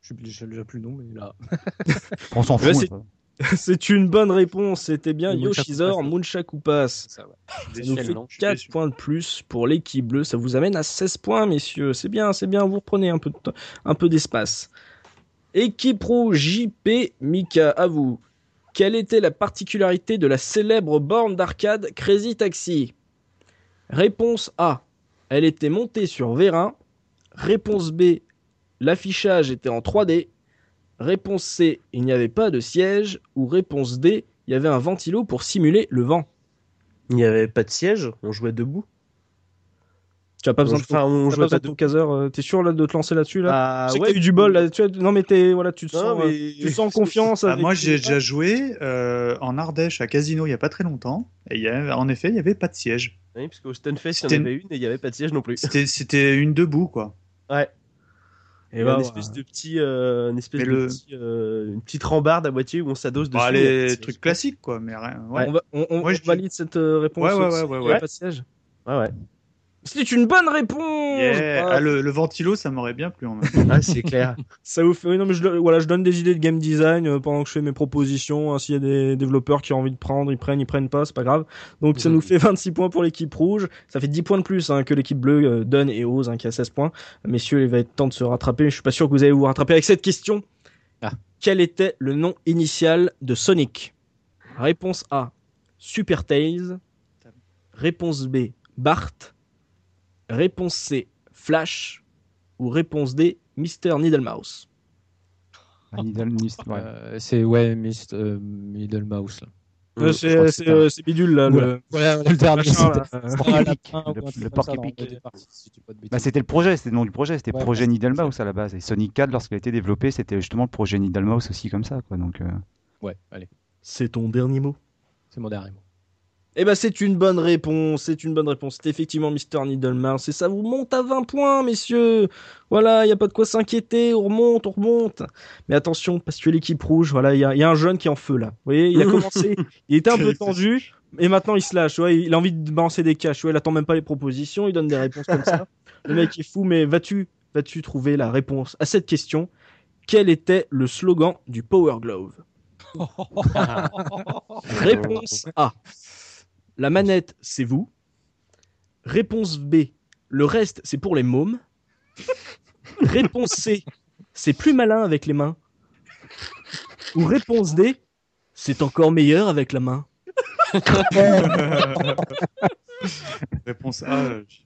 Speaker 6: Je sais déjà plus le nom, mais là.
Speaker 5: <laughs> On s'en
Speaker 1: Ouais,
Speaker 5: fout.
Speaker 1: c'est-
Speaker 5: hein.
Speaker 1: <laughs> C'est une bonne réponse. C'était bien
Speaker 6: Le Muncha
Speaker 1: Yoshizor
Speaker 6: Kupas.
Speaker 1: Muncha Kupas.
Speaker 6: Ça, ouais.
Speaker 2: Je
Speaker 1: Ça
Speaker 2: suis
Speaker 1: nous
Speaker 2: déçu,
Speaker 1: fait
Speaker 2: non, je suis
Speaker 1: 4
Speaker 2: déçu.
Speaker 1: points de plus pour l'équipe bleue. Ça vous amène à 16 points, messieurs. C'est bien, c'est bien. Vous reprenez un peu de temps- un peu d'espace. Équipe pro JP Mika, à vous. Quelle était la particularité de la célèbre borne d'arcade Crazy Taxi Réponse A. Elle était montée sur vérin. Réponse B. L'affichage était en 3D. Réponse C. Il n'y avait pas de siège. Ou réponse D. Il y avait un ventilo pour simuler le vent.
Speaker 7: Il n'y avait pas de siège, on jouait debout.
Speaker 1: Tu as pas besoin de
Speaker 7: Enfin, on
Speaker 1: T'as pas
Speaker 7: jouait
Speaker 1: besoin
Speaker 7: pas
Speaker 1: de
Speaker 7: debout.
Speaker 1: ton caseur, euh, t'es sûr là de te lancer là-dessus là,
Speaker 2: Bah,
Speaker 7: Ah,
Speaker 1: Je sais que
Speaker 7: ouais.
Speaker 1: t'as eu du bol là, tu as- Bah, non mais t'es voilà, tu te
Speaker 7: Non,
Speaker 1: sens, euh,
Speaker 7: mais-
Speaker 1: tu te sens en confiance.
Speaker 2: Ah,
Speaker 1: avec-
Speaker 2: moi, j'ai déjà joué euh, en Ardèche à Casino il y a pas très longtemps. Et il y a- en effet, il y avait pas de siège.
Speaker 7: Oui, parce qu'au Stunfest, il y
Speaker 2: C'était-
Speaker 7: en avait une et il n'y avait pas de siège non plus.
Speaker 2: C'était- C'était une debout, quoi.
Speaker 7: Ouais.
Speaker 1: Et
Speaker 7: Il y a
Speaker 1: bah,
Speaker 7: un
Speaker 1: ouais.
Speaker 7: espèce de petit, euh, une espèce
Speaker 2: Mais
Speaker 7: de
Speaker 2: le-
Speaker 7: petit, euh, une petite rambarde à moitié où on s'adosse dessus.
Speaker 2: Bah, les
Speaker 7: C'est-
Speaker 2: trucs classiques, quoi. Mais rien. Ouais.
Speaker 1: On, va- on- on-
Speaker 2: Moi, je-
Speaker 1: on valide cette euh, réponse.
Speaker 2: Ouais, ouais,
Speaker 1: aussi.
Speaker 2: ouais, ouais,
Speaker 1: Il y avait
Speaker 2: ouais.
Speaker 1: Pas de siège.
Speaker 7: Ouais, ouais.
Speaker 1: C'est une bonne réponse.
Speaker 7: Oh,
Speaker 2: Yeah.
Speaker 1: Ah,
Speaker 2: Ah, le, le ventilo, ça m'aurait bien plu en même temps.
Speaker 7: Ah, c'est
Speaker 2: <laughs>
Speaker 7: clair.
Speaker 1: Ça vous fait. oui, non, mais je, voilà, je donne des idées de game design euh, pendant que je fais mes propositions. hein, S'il y a des développeurs qui ont envie de prendre, ils prennent, ils prennent pas, c'est pas grave. Donc ça
Speaker 7: Mhm.
Speaker 1: nous fait 26 points pour l'équipe rouge. Ça fait 10 points de plus hein, que l'équipe bleue euh, donne et ose, hein, qui a 16 points. Messieurs, il va être temps de se rattraper. Je suis pas sûr que vous allez vous rattraper avec cette question.
Speaker 6: Ah.
Speaker 1: Quel était le nom initial de Sonic Réponse A Super Tails. Réponse B Bart. Réponse C Flash. Ou réponse D Mister Needlemouse.
Speaker 5: Un Needle Mist, ouais.
Speaker 6: Euh, c'est ouais, Mist, euh, Middle Mouse. Là.
Speaker 7: Euh,
Speaker 1: Euh,
Speaker 6: Mm.
Speaker 5: je crois
Speaker 1: c'est
Speaker 5: que
Speaker 1: c'est,
Speaker 5: c'est
Speaker 1: euh, c'est bidule là.
Speaker 6: Oula. Voilà, le Oh, dernier.
Speaker 1: Machin, <laughs> là.
Speaker 5: Le- le porc épique. Bah, c'était le projet, c'était le nom du projet, c'était
Speaker 6: Ouais,
Speaker 5: projet
Speaker 6: ouais,
Speaker 5: Needle
Speaker 6: c'est
Speaker 5: Mouse à la base. Et Sonic 4, lorsqu'il a été développé, c'était justement le projet Needle Mouse aussi comme ça, quoi. Donc, euh,
Speaker 6: Ouais, allez,
Speaker 1: C'est ton dernier mot.
Speaker 6: c'est mon dernier mot.
Speaker 1: Eh ben c'est une bonne réponse, c'est une bonne réponse. C'est effectivement Mister Needlemouse et ça vous monte à 20 points, messieurs. Voilà, il y a pas de quoi s'inquiéter, on remonte, on remonte. Mais attention parce que l'équipe rouge, voilà, il y, a- il y a un jeune qui est en feu là. Vous voyez,
Speaker 7: <laughs>
Speaker 1: il a commencé,
Speaker 2: <laughs>
Speaker 1: il était un peu tendu et maintenant il se lâche. Ouais, il a envie de balancer des caches. Ouais, il attend même pas les propositions, il donne des réponses comme ça. Le mec est fou, mais vas-tu, vas-tu trouver la réponse à cette question Quel était le slogan du Power Glove <laughs> Réponse A. La manette, c'est vous. Réponse B. Le reste, c'est pour les mômes. Réponse C. C'est plus malin avec les mains. Ou réponse D. C'est encore meilleur avec la main.
Speaker 2: <laughs> Réponse A. euh, je-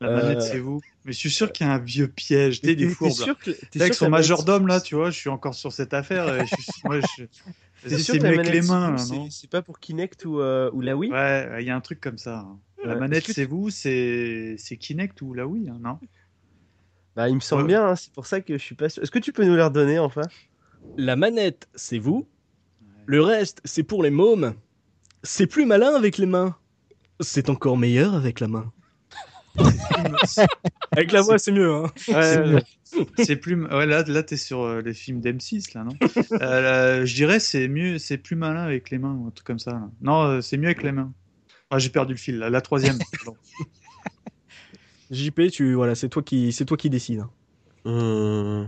Speaker 2: La manette,
Speaker 7: Euh.
Speaker 2: c'est vous. Mais je suis sûr qu'il y a un vieux piège. T'es des
Speaker 7: T'es
Speaker 2: fourbes. là.
Speaker 7: sûr que, t'es
Speaker 2: T'es avec
Speaker 7: sûr
Speaker 2: son
Speaker 7: que la manette-
Speaker 2: majordome, là, tu vois, je suis encore sur cette affaire. et je suis- moi, je-
Speaker 7: t'es sûr
Speaker 2: C'est
Speaker 7: que la
Speaker 2: mieux avec les
Speaker 7: manette,
Speaker 2: mains,
Speaker 7: c'est-
Speaker 2: là, non
Speaker 7: C'est pas pour Kinect ou, euh, ou la Wii
Speaker 2: Ouais, il y a un truc comme ça. hein. La
Speaker 7: Ouais.
Speaker 2: manette,
Speaker 7: Est-ce que-
Speaker 2: c'est vous, c'est c'est Kinect ou la Wii, hein, non
Speaker 7: Bah, il me semble
Speaker 2: Ouais.
Speaker 7: bien, hein, c'est pour ça que je suis pas sûr. Est-ce que tu peux nous la redonner enfin
Speaker 1: La manette, c'est vous. Le reste, c'est pour les mômes. C'est plus malin avec les mains. C'est encore meilleur avec la main. avec la voix, c'est mieux.
Speaker 2: <laughs>
Speaker 1: Hein.
Speaker 2: C'est mieux. C'est plus. Ouais, là, là t'es sur euh, les films d'M6, là, non Euh, là, Je dirais c'est mieux, c'est plus malin avec les mains ou un truc comme ça. là. Non, euh, c'est mieux avec les mains. Ah, j'ai perdu le fil, là, la troisième. pardon.
Speaker 1: JP, tu voilà, c'est toi qui, c'est toi qui hein. décide.
Speaker 7: Hmm.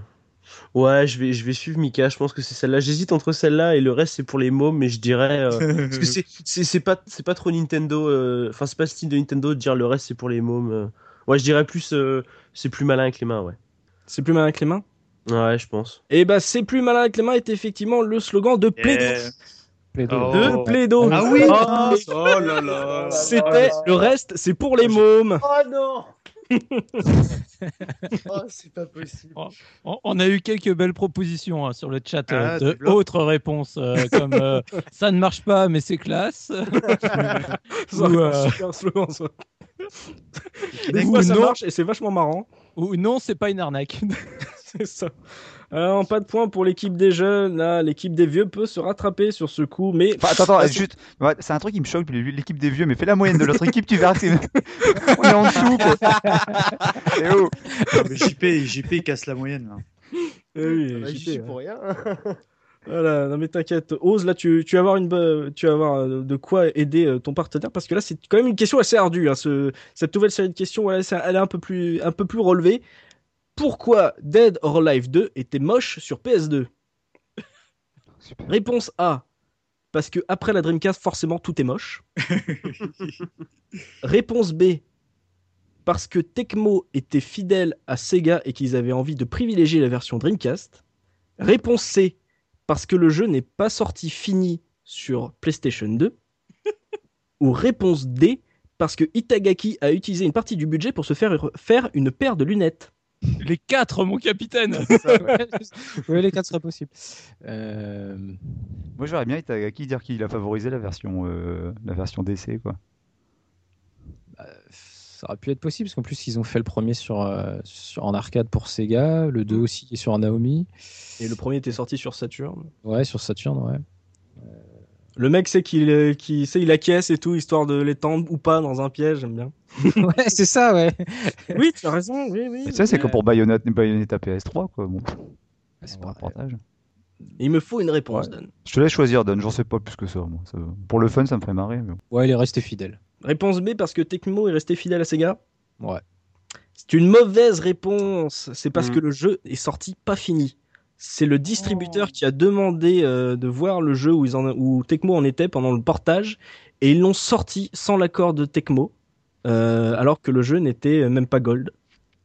Speaker 7: Ouais, je vais, je vais suivre Mika, je pense que c'est celle-là. J'hésite entre celle-là et le reste, c'est pour les mômes, mais je dirais. euh, <laughs> Parce que c'est- c'est c'est pas, c'est pas trop Nintendo. euh, Enfin, c'est pas style de Nintendo de dire le reste, c'est pour les mômes. euh. Ouais, je dirais plus. euh, c'est plus malin avec les mains, ouais.
Speaker 1: C'est plus malin avec les mains.
Speaker 7: Ouais, je pense.
Speaker 1: Eh ben, c'est plus malin avec les mains est effectivement le slogan de Play-Doh.
Speaker 2: Yeah.
Speaker 6: Play-Doh.
Speaker 2: Oh.
Speaker 1: De Play-Doh.
Speaker 2: Ah oui
Speaker 1: Oh,
Speaker 2: mince, Oh là là
Speaker 1: C'était le reste, c'est pour les mômes.
Speaker 7: Oh non <laughs> Oh, c'est pas possible.
Speaker 4: On, on a eu quelques belles propositions hein, sur le chat euh,
Speaker 2: Ah,
Speaker 4: de
Speaker 2: développe.
Speaker 4: autres réponses euh, comme
Speaker 7: <laughs>
Speaker 4: euh, ça ne marche pas mais c'est classe.
Speaker 1: <laughs> Ça
Speaker 4: Ou,
Speaker 1: aurait été
Speaker 4: euh,
Speaker 1: un super slogan, ça. Des
Speaker 4: Ou
Speaker 1: fois, ça
Speaker 4: non.
Speaker 1: marche et c'est vachement marrant.
Speaker 4: Ou non c'est pas une arnaque. <laughs>
Speaker 1: C'est ça. Alors, pas de points pour l'équipe des jeunes. Là, l'équipe des vieux peut se rattraper sur ce coup, mais
Speaker 5: Enfin, attends, attends,
Speaker 1: Ah, c'est-
Speaker 5: juste, ouais, c'est un truc qui me choque, l'équipe des vieux, mais fais la moyenne de l'autre équipe, tu verras que c'est.
Speaker 1: <laughs>
Speaker 5: On est en
Speaker 2: <laughs>
Speaker 5: dessous, quoi. Et oh,
Speaker 2: Ah, mais JP, JP il casse la moyenne là.
Speaker 1: Eh oui,
Speaker 7: Bah,
Speaker 1: JP,
Speaker 7: j'y suis
Speaker 1: ouais.
Speaker 7: pour rien.
Speaker 1: Voilà, non mais t'inquiète, Ose, là tu, tu vas avoir une bo- tu vas avoir euh, de quoi aider euh, ton partenaire parce que là c'est quand même une question assez ardue. hein, ce- cette nouvelle série de questions, voilà, ça- elle est un peu plus un peu plus relevée. Pourquoi Dead or Alive 2 était moche sur PS2
Speaker 5: Super.
Speaker 1: Réponse A parce que après la Dreamcast forcément tout est moche. Réponse B parce que Tecmo était fidèle à Sega et qu'ils avaient envie de privilégier la version Dreamcast. Réponse C parce que le jeu n'est pas sorti fini sur PlayStation 2 Ou réponse D, parce que Itagaki a utilisé une partie du budget pour se faire faire une paire de lunettes
Speaker 4: Les quatre, mon capitaine.
Speaker 6: <laughs> oui, les quatre seraient possibles. Euh,
Speaker 5: Moi, j'aurais bien été à qui dire qu'il a favorisé la version, euh, la version DC, quoi.
Speaker 6: ça aurait pu être possible, parce qu'en plus, ils ont fait le premier sur, euh, sur- en arcade pour Sega, le 2 aussi est sur Naomi,
Speaker 1: Et le premier était sorti sur Saturn.
Speaker 6: ouais, sur Saturn, ouais.
Speaker 1: Le mec sait qu'il euh, qu'il sait, il acquiesce et tout, histoire de l'étendre ou pas dans un piège, j'aime bien.
Speaker 6: <laughs> ouais, c'est ça, ouais.
Speaker 1: Oui, tu as raison, oui, oui.
Speaker 5: Et ça, c'est
Speaker 1: oui.
Speaker 5: comme pour Bayonetta, Bayonetta PS3, quoi. Bon,
Speaker 6: Ah, C'est
Speaker 5: c'est
Speaker 6: pas-
Speaker 5: pas un partage.
Speaker 1: Il me faut une réponse,
Speaker 5: Ouais.
Speaker 1: Dan.
Speaker 5: Je te laisse choisir, Don. J'en sais pas plus que ça, moi. Ça- Pour le fun, ça me fait marrer. mais bon.
Speaker 6: Ouais, il est resté fidèle.
Speaker 1: Réponse B, parce que Tecmo est resté fidèle à Sega
Speaker 6: Ouais.
Speaker 1: C'est une mauvaise réponse. C'est parce
Speaker 7: Mm.
Speaker 1: que le jeu est sorti pas fini. C'est le distributeur qui a demandé euh, de voir le jeu où, ils en, où Tecmo en était pendant le portage et ils l'ont sorti sans l'accord de Tecmo, euh, alors que le jeu n'était euh, même pas gold.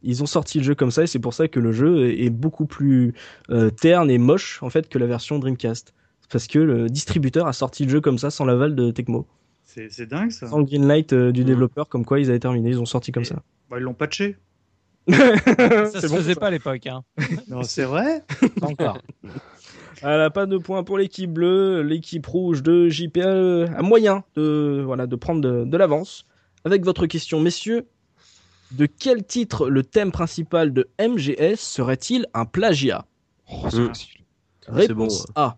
Speaker 1: Ils ont sorti le jeu comme ça et c'est pour ça que le jeu est est beaucoup plus euh, terne et moche en fait que la version Dreamcast. C'est Parce que le distributeur a sorti le jeu comme ça sans l'aval de Tecmo,
Speaker 2: C'est c'est dingue ça.
Speaker 1: sans le green light euh, du
Speaker 7: Mm.
Speaker 1: développeur, comme quoi ils avaient terminé, ils ont sorti comme
Speaker 2: Et-
Speaker 1: ça.
Speaker 2: Bah, ils l'ont patché.
Speaker 4: Ça se
Speaker 1: bon,
Speaker 4: faisait pas à l'époque. Hein.
Speaker 2: <laughs> Non, c'est
Speaker 5: <laughs>
Speaker 2: vrai.
Speaker 6: Pas encore.
Speaker 1: Elle a pas de points pour l'équipe bleue, l'équipe rouge de JPL a moyen de, voilà, de prendre de, de l'avance. Avec votre question, messieurs, de quel titre le thème principal de MGS serait-il un plagiat
Speaker 5: Oh, c'est
Speaker 7: Mm.
Speaker 5: facile.
Speaker 7: C'est
Speaker 1: Réponse A,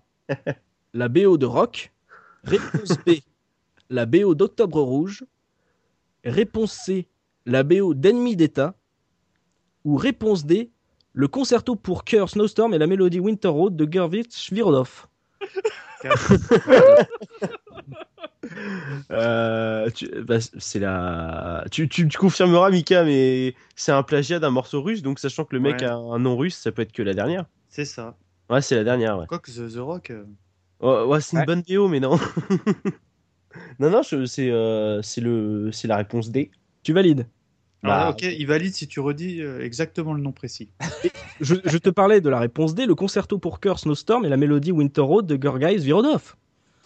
Speaker 1: la BO de Rock. Réponse B, la BO d'Octobre Rouge. Réponse C, la BO d'Ennemis d'État. Ou réponse D, le concerto pour chœur Snowstorm et la mélodie Winter Road de Gervich Virodov.
Speaker 7: Euh, tu- bah, c'est la. Tu, tu, tu confirmeras, Mika, mais c'est un plagiat d'un morceau russe, donc sachant que le mec
Speaker 2: Ouais.
Speaker 7: a un nom russe, ça peut être que la dernière.
Speaker 2: C'est ça.
Speaker 7: Ouais, c'est la dernière, ouais.
Speaker 2: Quoique The, The Rock. euh,
Speaker 7: Ouais, ouais, c'est une
Speaker 5: Ouais.
Speaker 7: bonne vidéo, mais non. <laughs> non, non, je- c'est euh, c'est le c'est la réponse D.
Speaker 1: Tu valides
Speaker 2: alors,
Speaker 7: Bah,
Speaker 2: Ah, ok, il valide si tu redis euh, exactement le nom précis.
Speaker 1: je, je te parlais de la réponse D, le concerto pour chœur Snowstorm et la mélodie Winter Road de Gorgaïs Virodov.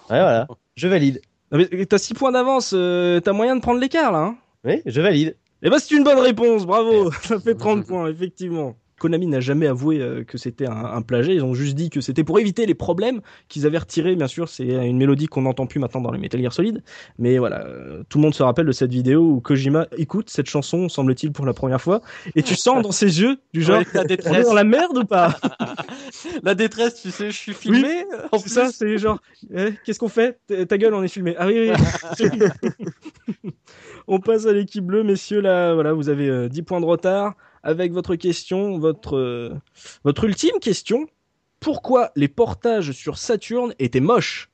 Speaker 7: Ouais, voilà. Je valide.
Speaker 1: Non, mais T'as 6 points d'avance, euh, t'as moyen de prendre l'écart là. hein
Speaker 7: Oui, je valide.
Speaker 1: Eh ben, c'est une bonne réponse, bravo <laughs> Ça fait 30 points, effectivement. Konami n'a jamais avoué euh, que c'était un, un plagiat, ils ont juste dit que c'était pour éviter les problèmes qu'ils avaient retirés, bien sûr, c'est une mélodie qu'on n'entend plus maintenant dans les Metal Gear Solid, mais voilà, euh, tout le monde se rappelle de cette vidéo où Kojima écoute cette chanson, semble-t-il, pour la première fois, et tu sens dans ses yeux, du genre,
Speaker 3: Ouais, <laughs>
Speaker 1: <laughs>
Speaker 3: la
Speaker 1: on est
Speaker 3: détresse.
Speaker 1: dans la merde ou pas
Speaker 3: <laughs> La détresse, tu sais, je suis filmé. en
Speaker 1: C'est
Speaker 3: plus.
Speaker 1: ça, c'est genre, eh, qu'est-ce qu'on fait T- Ta gueule, on est filmé. Ah oui,
Speaker 3: <laughs>
Speaker 1: oui, oui. on passe à l'équipe bleue, messieurs. Là, voilà, vous avez euh, 10 points de retard. Avec votre question, votre, euh, votre ultime question pourquoi les portages sur Saturne étaient
Speaker 6: <laughs>
Speaker 1: moches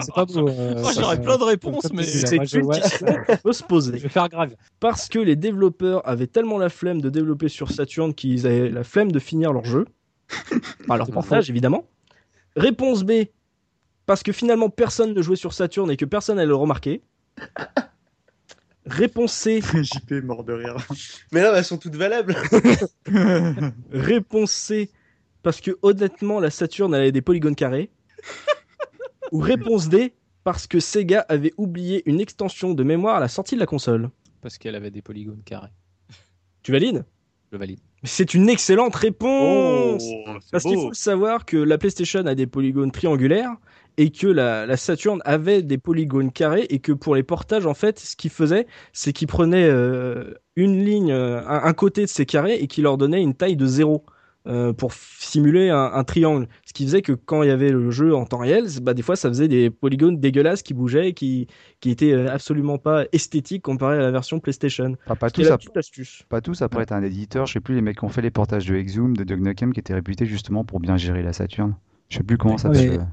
Speaker 6: C'est pas beau. euh,
Speaker 4: Moi,
Speaker 6: ça,
Speaker 4: j'aurais
Speaker 6: ça-
Speaker 4: plein de réponses,
Speaker 6: ça,
Speaker 4: mais
Speaker 6: ça,
Speaker 1: c'est
Speaker 6: moi, je, ouais,
Speaker 1: On peut se
Speaker 4: je
Speaker 1: poser.
Speaker 4: vais faire grave.
Speaker 1: Parce que les développeurs avaient tellement la flemme de développer sur Saturne qu'ils avaient la flemme de finir leur jeu. Par leur
Speaker 6: C'est pas
Speaker 1: portage, évidemment. Réponse B, parce que finalement personne ne jouait sur Saturne et que personne n'allait le remarquer.
Speaker 2: <laughs>
Speaker 1: Réponse C,
Speaker 2: JP est mort de rire.
Speaker 7: <laughs> Mais là, elles sont toutes valables.
Speaker 1: <laughs> réponse C, parce que honnêtement la Saturne elle avait des polygones
Speaker 2: <laughs>
Speaker 1: carrés. Ou réponse D, parce que Sega avait oublié une extension de mémoire à la sortie de la console.
Speaker 6: parce qu'elle avait des polygones carrés.
Speaker 1: Tu valides
Speaker 6: Je valide.
Speaker 1: Mais C'est une excellente
Speaker 2: Oh,
Speaker 1: réponse
Speaker 2: c'est
Speaker 1: Parce qu'il
Speaker 2: beau.
Speaker 1: faut savoir que la PlayStation a des polygones triangulaires et que la, la Saturn avait des polygones carrés et que pour les portages, en fait, ce qu'ils faisaient, c'est qu'ils prenaient euh, une ligne, euh, un, un côté de ces carrés et qu'ils leur donnaient une taille de zéro. euh, pour simuler un, un triangle. Ce qui faisait que quand il y avait le jeu en temps réel, c'est- bah, des fois ça faisait des polygones dégueulasses qui bougeaient, et qui, qui étaient euh, absolument pas esthétiques comparé à la version PlayStation.
Speaker 5: Enfin, pas
Speaker 1: C'était
Speaker 5: tous,
Speaker 1: la
Speaker 5: ça,
Speaker 1: petite astuce.
Speaker 5: pas tous. Après, t'as un éditeur, je sais plus, les mecs qui ont fait les portages de Exhum, de Doug Nukem, qui étaient réputés justement pour bien gérer la Saturne. Je sais plus comment ça
Speaker 6: Ouais,
Speaker 5: s'appelle.
Speaker 6: mais-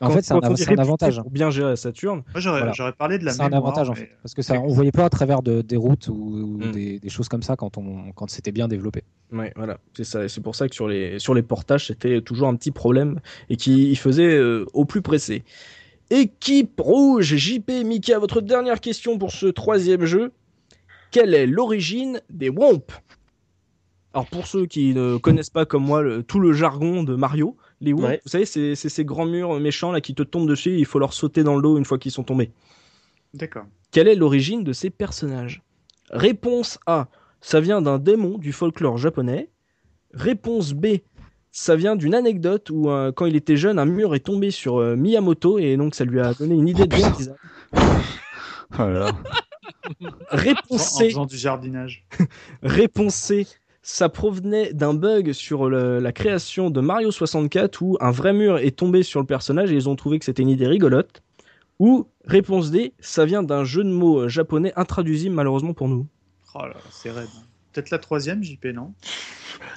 Speaker 6: En
Speaker 1: Quand-
Speaker 6: fait, c'est un,
Speaker 1: quand on dit
Speaker 6: c'est un
Speaker 1: réputé
Speaker 6: avantage.
Speaker 1: Pour bien gérer la Saturne.
Speaker 2: Moi, j'aurais
Speaker 6: Voilà.
Speaker 2: j'aurais parlé de la
Speaker 6: C'est
Speaker 2: mémoire.
Speaker 6: un avantage en
Speaker 2: mais-
Speaker 6: fait, parce que ça, on voyait pas à travers de- des routes ou, ou
Speaker 1: Mm.
Speaker 6: des, des choses comme ça quand on quand c'était bien développé.
Speaker 1: Ouais, voilà, c'est ça. Et C'est pour ça que sur les, sur les portages, c'était toujours un petit problème et qui il faisait euh, au plus pressé. Équipe rouge, JP, Mika, votre dernière question pour ce troisième jeu. Quelle est l'origine des Womp Alors, pour ceux qui ne connaissent pas comme moi le- tout le jargon de Mario, les Womp,
Speaker 7: Ouais.
Speaker 1: vous savez, c'est c'est ces grands murs méchants là qui te tombent dessus et il faut leur sauter dans le dos une fois qu'ils sont tombés.
Speaker 2: D'accord.
Speaker 1: Quelle est l'origine de ces personnages Réponse A, ça vient d'un démon du folklore japonais. Réponse B, ça vient d'une anecdote où euh, quand il était jeune, un mur est tombé sur euh, Miyamoto et donc ça lui a donné une idée de game design.
Speaker 5: Voilà.
Speaker 2: En, en
Speaker 1: Réponse C,
Speaker 2: faisant du jardinage.
Speaker 1: réponse C, ça provenait d'un bug sur le- la création de Mario 64 où un vrai mur est tombé sur le personnage et ils ont trouvé que c'était une idée rigolote. Ou réponse D, ça vient d'un jeu de mots euh, japonais intraduisible malheureusement pour nous.
Speaker 2: Oh là, là, c'est raide. Peut-être la troisième, JP, non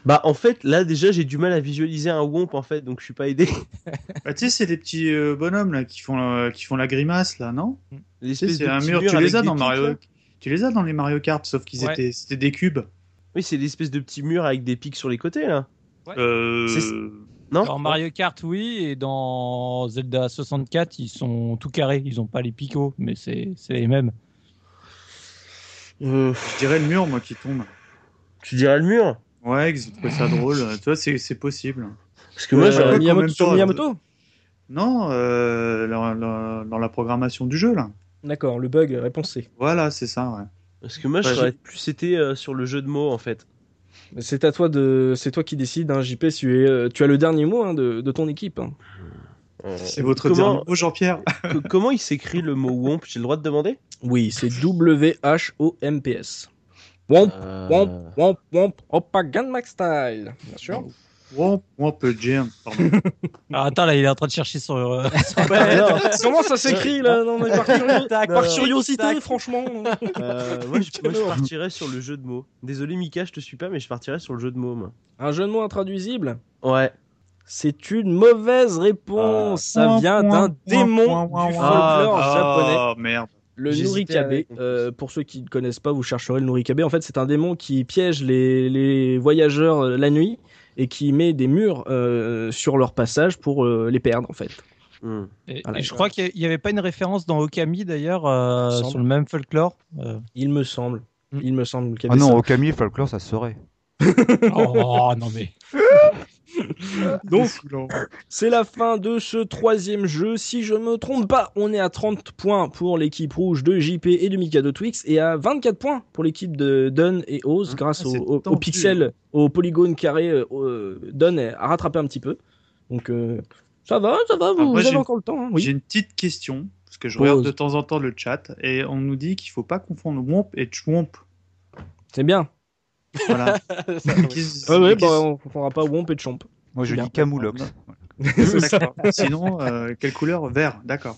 Speaker 7: Bah, en fait, là, déjà, j'ai du mal à visualiser un Womp, en fait, donc je suis pas aidé.
Speaker 2: <laughs> Bah, tu sais, c'est les petits euh, bonhommes là, qui, font, euh, qui font la grimace, là, non Tu sais,
Speaker 7: L'espèce
Speaker 2: C'est
Speaker 7: de
Speaker 2: un
Speaker 7: petit
Speaker 2: mur, tu
Speaker 7: avec
Speaker 2: les as
Speaker 7: des
Speaker 2: dans
Speaker 7: pics, là.
Speaker 2: Mario... Tu les as dans les Mario Kart, sauf qu'ils
Speaker 4: Ouais.
Speaker 2: étaient... C'était des cubes.
Speaker 7: Oui, c'est l'espèce de petit mur avec des pics sur les côtés, là.
Speaker 2: Euh...
Speaker 7: Non
Speaker 4: Dans Mario Kart, oui, et dans Zelda 64, ils sont tout carrés. Ils ont pas les picots, mais c'est c'est les mêmes.
Speaker 7: Euh,
Speaker 2: Je dirais le mur, moi, qui tombe.
Speaker 7: tu dirais le mur
Speaker 2: Ouais, que j'ai trouvé ça drôle. Tu vois, c'est c'est possible.
Speaker 7: Parce que moi,
Speaker 2: Ouais,
Speaker 7: j'aurais-
Speaker 2: ouais.
Speaker 1: Miyamoto,
Speaker 2: même
Speaker 1: sur
Speaker 2: pas,
Speaker 1: Miyamoto
Speaker 2: euh, Non, euh, dans, dans- dans la programmation du jeu, là.
Speaker 1: D'accord, le bug, réponse C.
Speaker 2: Voilà, c'est ça, ouais.
Speaker 7: Parce que moi,
Speaker 2: Ouais,
Speaker 7: j'aurais plus été euh, sur le jeu de mots, en fait.
Speaker 1: C'est à toi de, c'est toi qui décides, hein, JP. Tu, es, euh, tu as le dernier mot hein, de, de ton équipe. hein.
Speaker 7: Euh,
Speaker 2: C'est votre
Speaker 7: comment,
Speaker 2: dernier mot,
Speaker 7: <laughs>
Speaker 2: Jean-Pierre.
Speaker 7: que- comment il s'écrit le mot Womp J'ai le droit de demander
Speaker 1: Oui, c'est W H O M P S. Womp, womp, womp, womp, hoppa, Gangnam style. Bien sûr. Eh,
Speaker 2: Womp, womp, jam. Pardon.
Speaker 4: <laughs> Alors Ah, attends, là, il est en train de chercher sur. euh,
Speaker 7: Non,
Speaker 1: Comment ça s'écrit là non, mais par, curio-
Speaker 3: Tac,
Speaker 1: par
Speaker 3: tac,
Speaker 1: curiosité,
Speaker 3: tac.
Speaker 1: franchement.
Speaker 7: euh, moi, je, moi, je
Speaker 1: Non.
Speaker 7: partirais sur le jeu de mots. Désolé, Mika, je te suis pas, mais je partirais sur le jeu de mots, moi.
Speaker 1: Un jeu de mots intraduisible.
Speaker 7: Ouais.
Speaker 1: C'est une mauvaise réponse.
Speaker 2: Ah.
Speaker 1: Ça vient d'un démon du folklore japonais.
Speaker 2: oh, merde.
Speaker 1: Le
Speaker 7: J'hésitais
Speaker 1: Nurikabe,
Speaker 7: avec, en plus.
Speaker 1: euh, pour ceux qui ne connaissent pas, vous chercherez le Nurikabe. En fait, c'est un démon qui piège les, les voyageurs euh, la nuit et qui met des murs euh, sur leur passage pour euh, les perdre, en fait.
Speaker 7: Hmm.
Speaker 4: et-
Speaker 1: Voilà.
Speaker 4: et je crois qu'il n'y avait pas une référence dans Okami d'ailleurs euh,
Speaker 1: Il me semble.
Speaker 4: sur le même folklore. euh.
Speaker 1: Il me semble.
Speaker 4: Mm.
Speaker 1: Il me semble qu'il y
Speaker 5: Ah
Speaker 1: avait
Speaker 5: non,
Speaker 1: ça.
Speaker 5: au Camille, folklore, ça se saurait.
Speaker 4: oh non
Speaker 2: <laughs>
Speaker 4: mais.
Speaker 1: Donc,
Speaker 2: Désolant.
Speaker 1: C'est la fin de ce troisième jeu. Si je ne me trompe pas, on est à 30 points pour l'équipe rouge de JP et de Mika de Twix et à 24 points pour l'équipe de Don et Oz
Speaker 2: Ah,
Speaker 1: grâce
Speaker 2: c'est
Speaker 1: au, au- au
Speaker 2: tendu,
Speaker 1: pixel, au polygone carré. euh, euh, Don a rattrapé un petit peu. Donc euh, ça va, ça va, vous,
Speaker 2: Ah, moi,
Speaker 1: vous avez
Speaker 2: j'ai-
Speaker 1: encore le temps. hein, oui.
Speaker 2: J'ai une petite question, parce que je
Speaker 1: Pose.
Speaker 2: regarde de temps en temps le chat, et on nous dit qu'il faut pas confondre womp et chwomp.
Speaker 1: C'est bien. <laughs>
Speaker 2: Voilà.
Speaker 1: Ouais, ouais,
Speaker 2: Qu'est-ce-
Speaker 1: bah, on ne comprendra pas Womp et Chomp.
Speaker 5: Moi, je
Speaker 1: Bien.
Speaker 5: dis Camoulox.
Speaker 1: <laughs>
Speaker 2: D'accord. Sinon, euh, quelle couleur Vert, d'accord.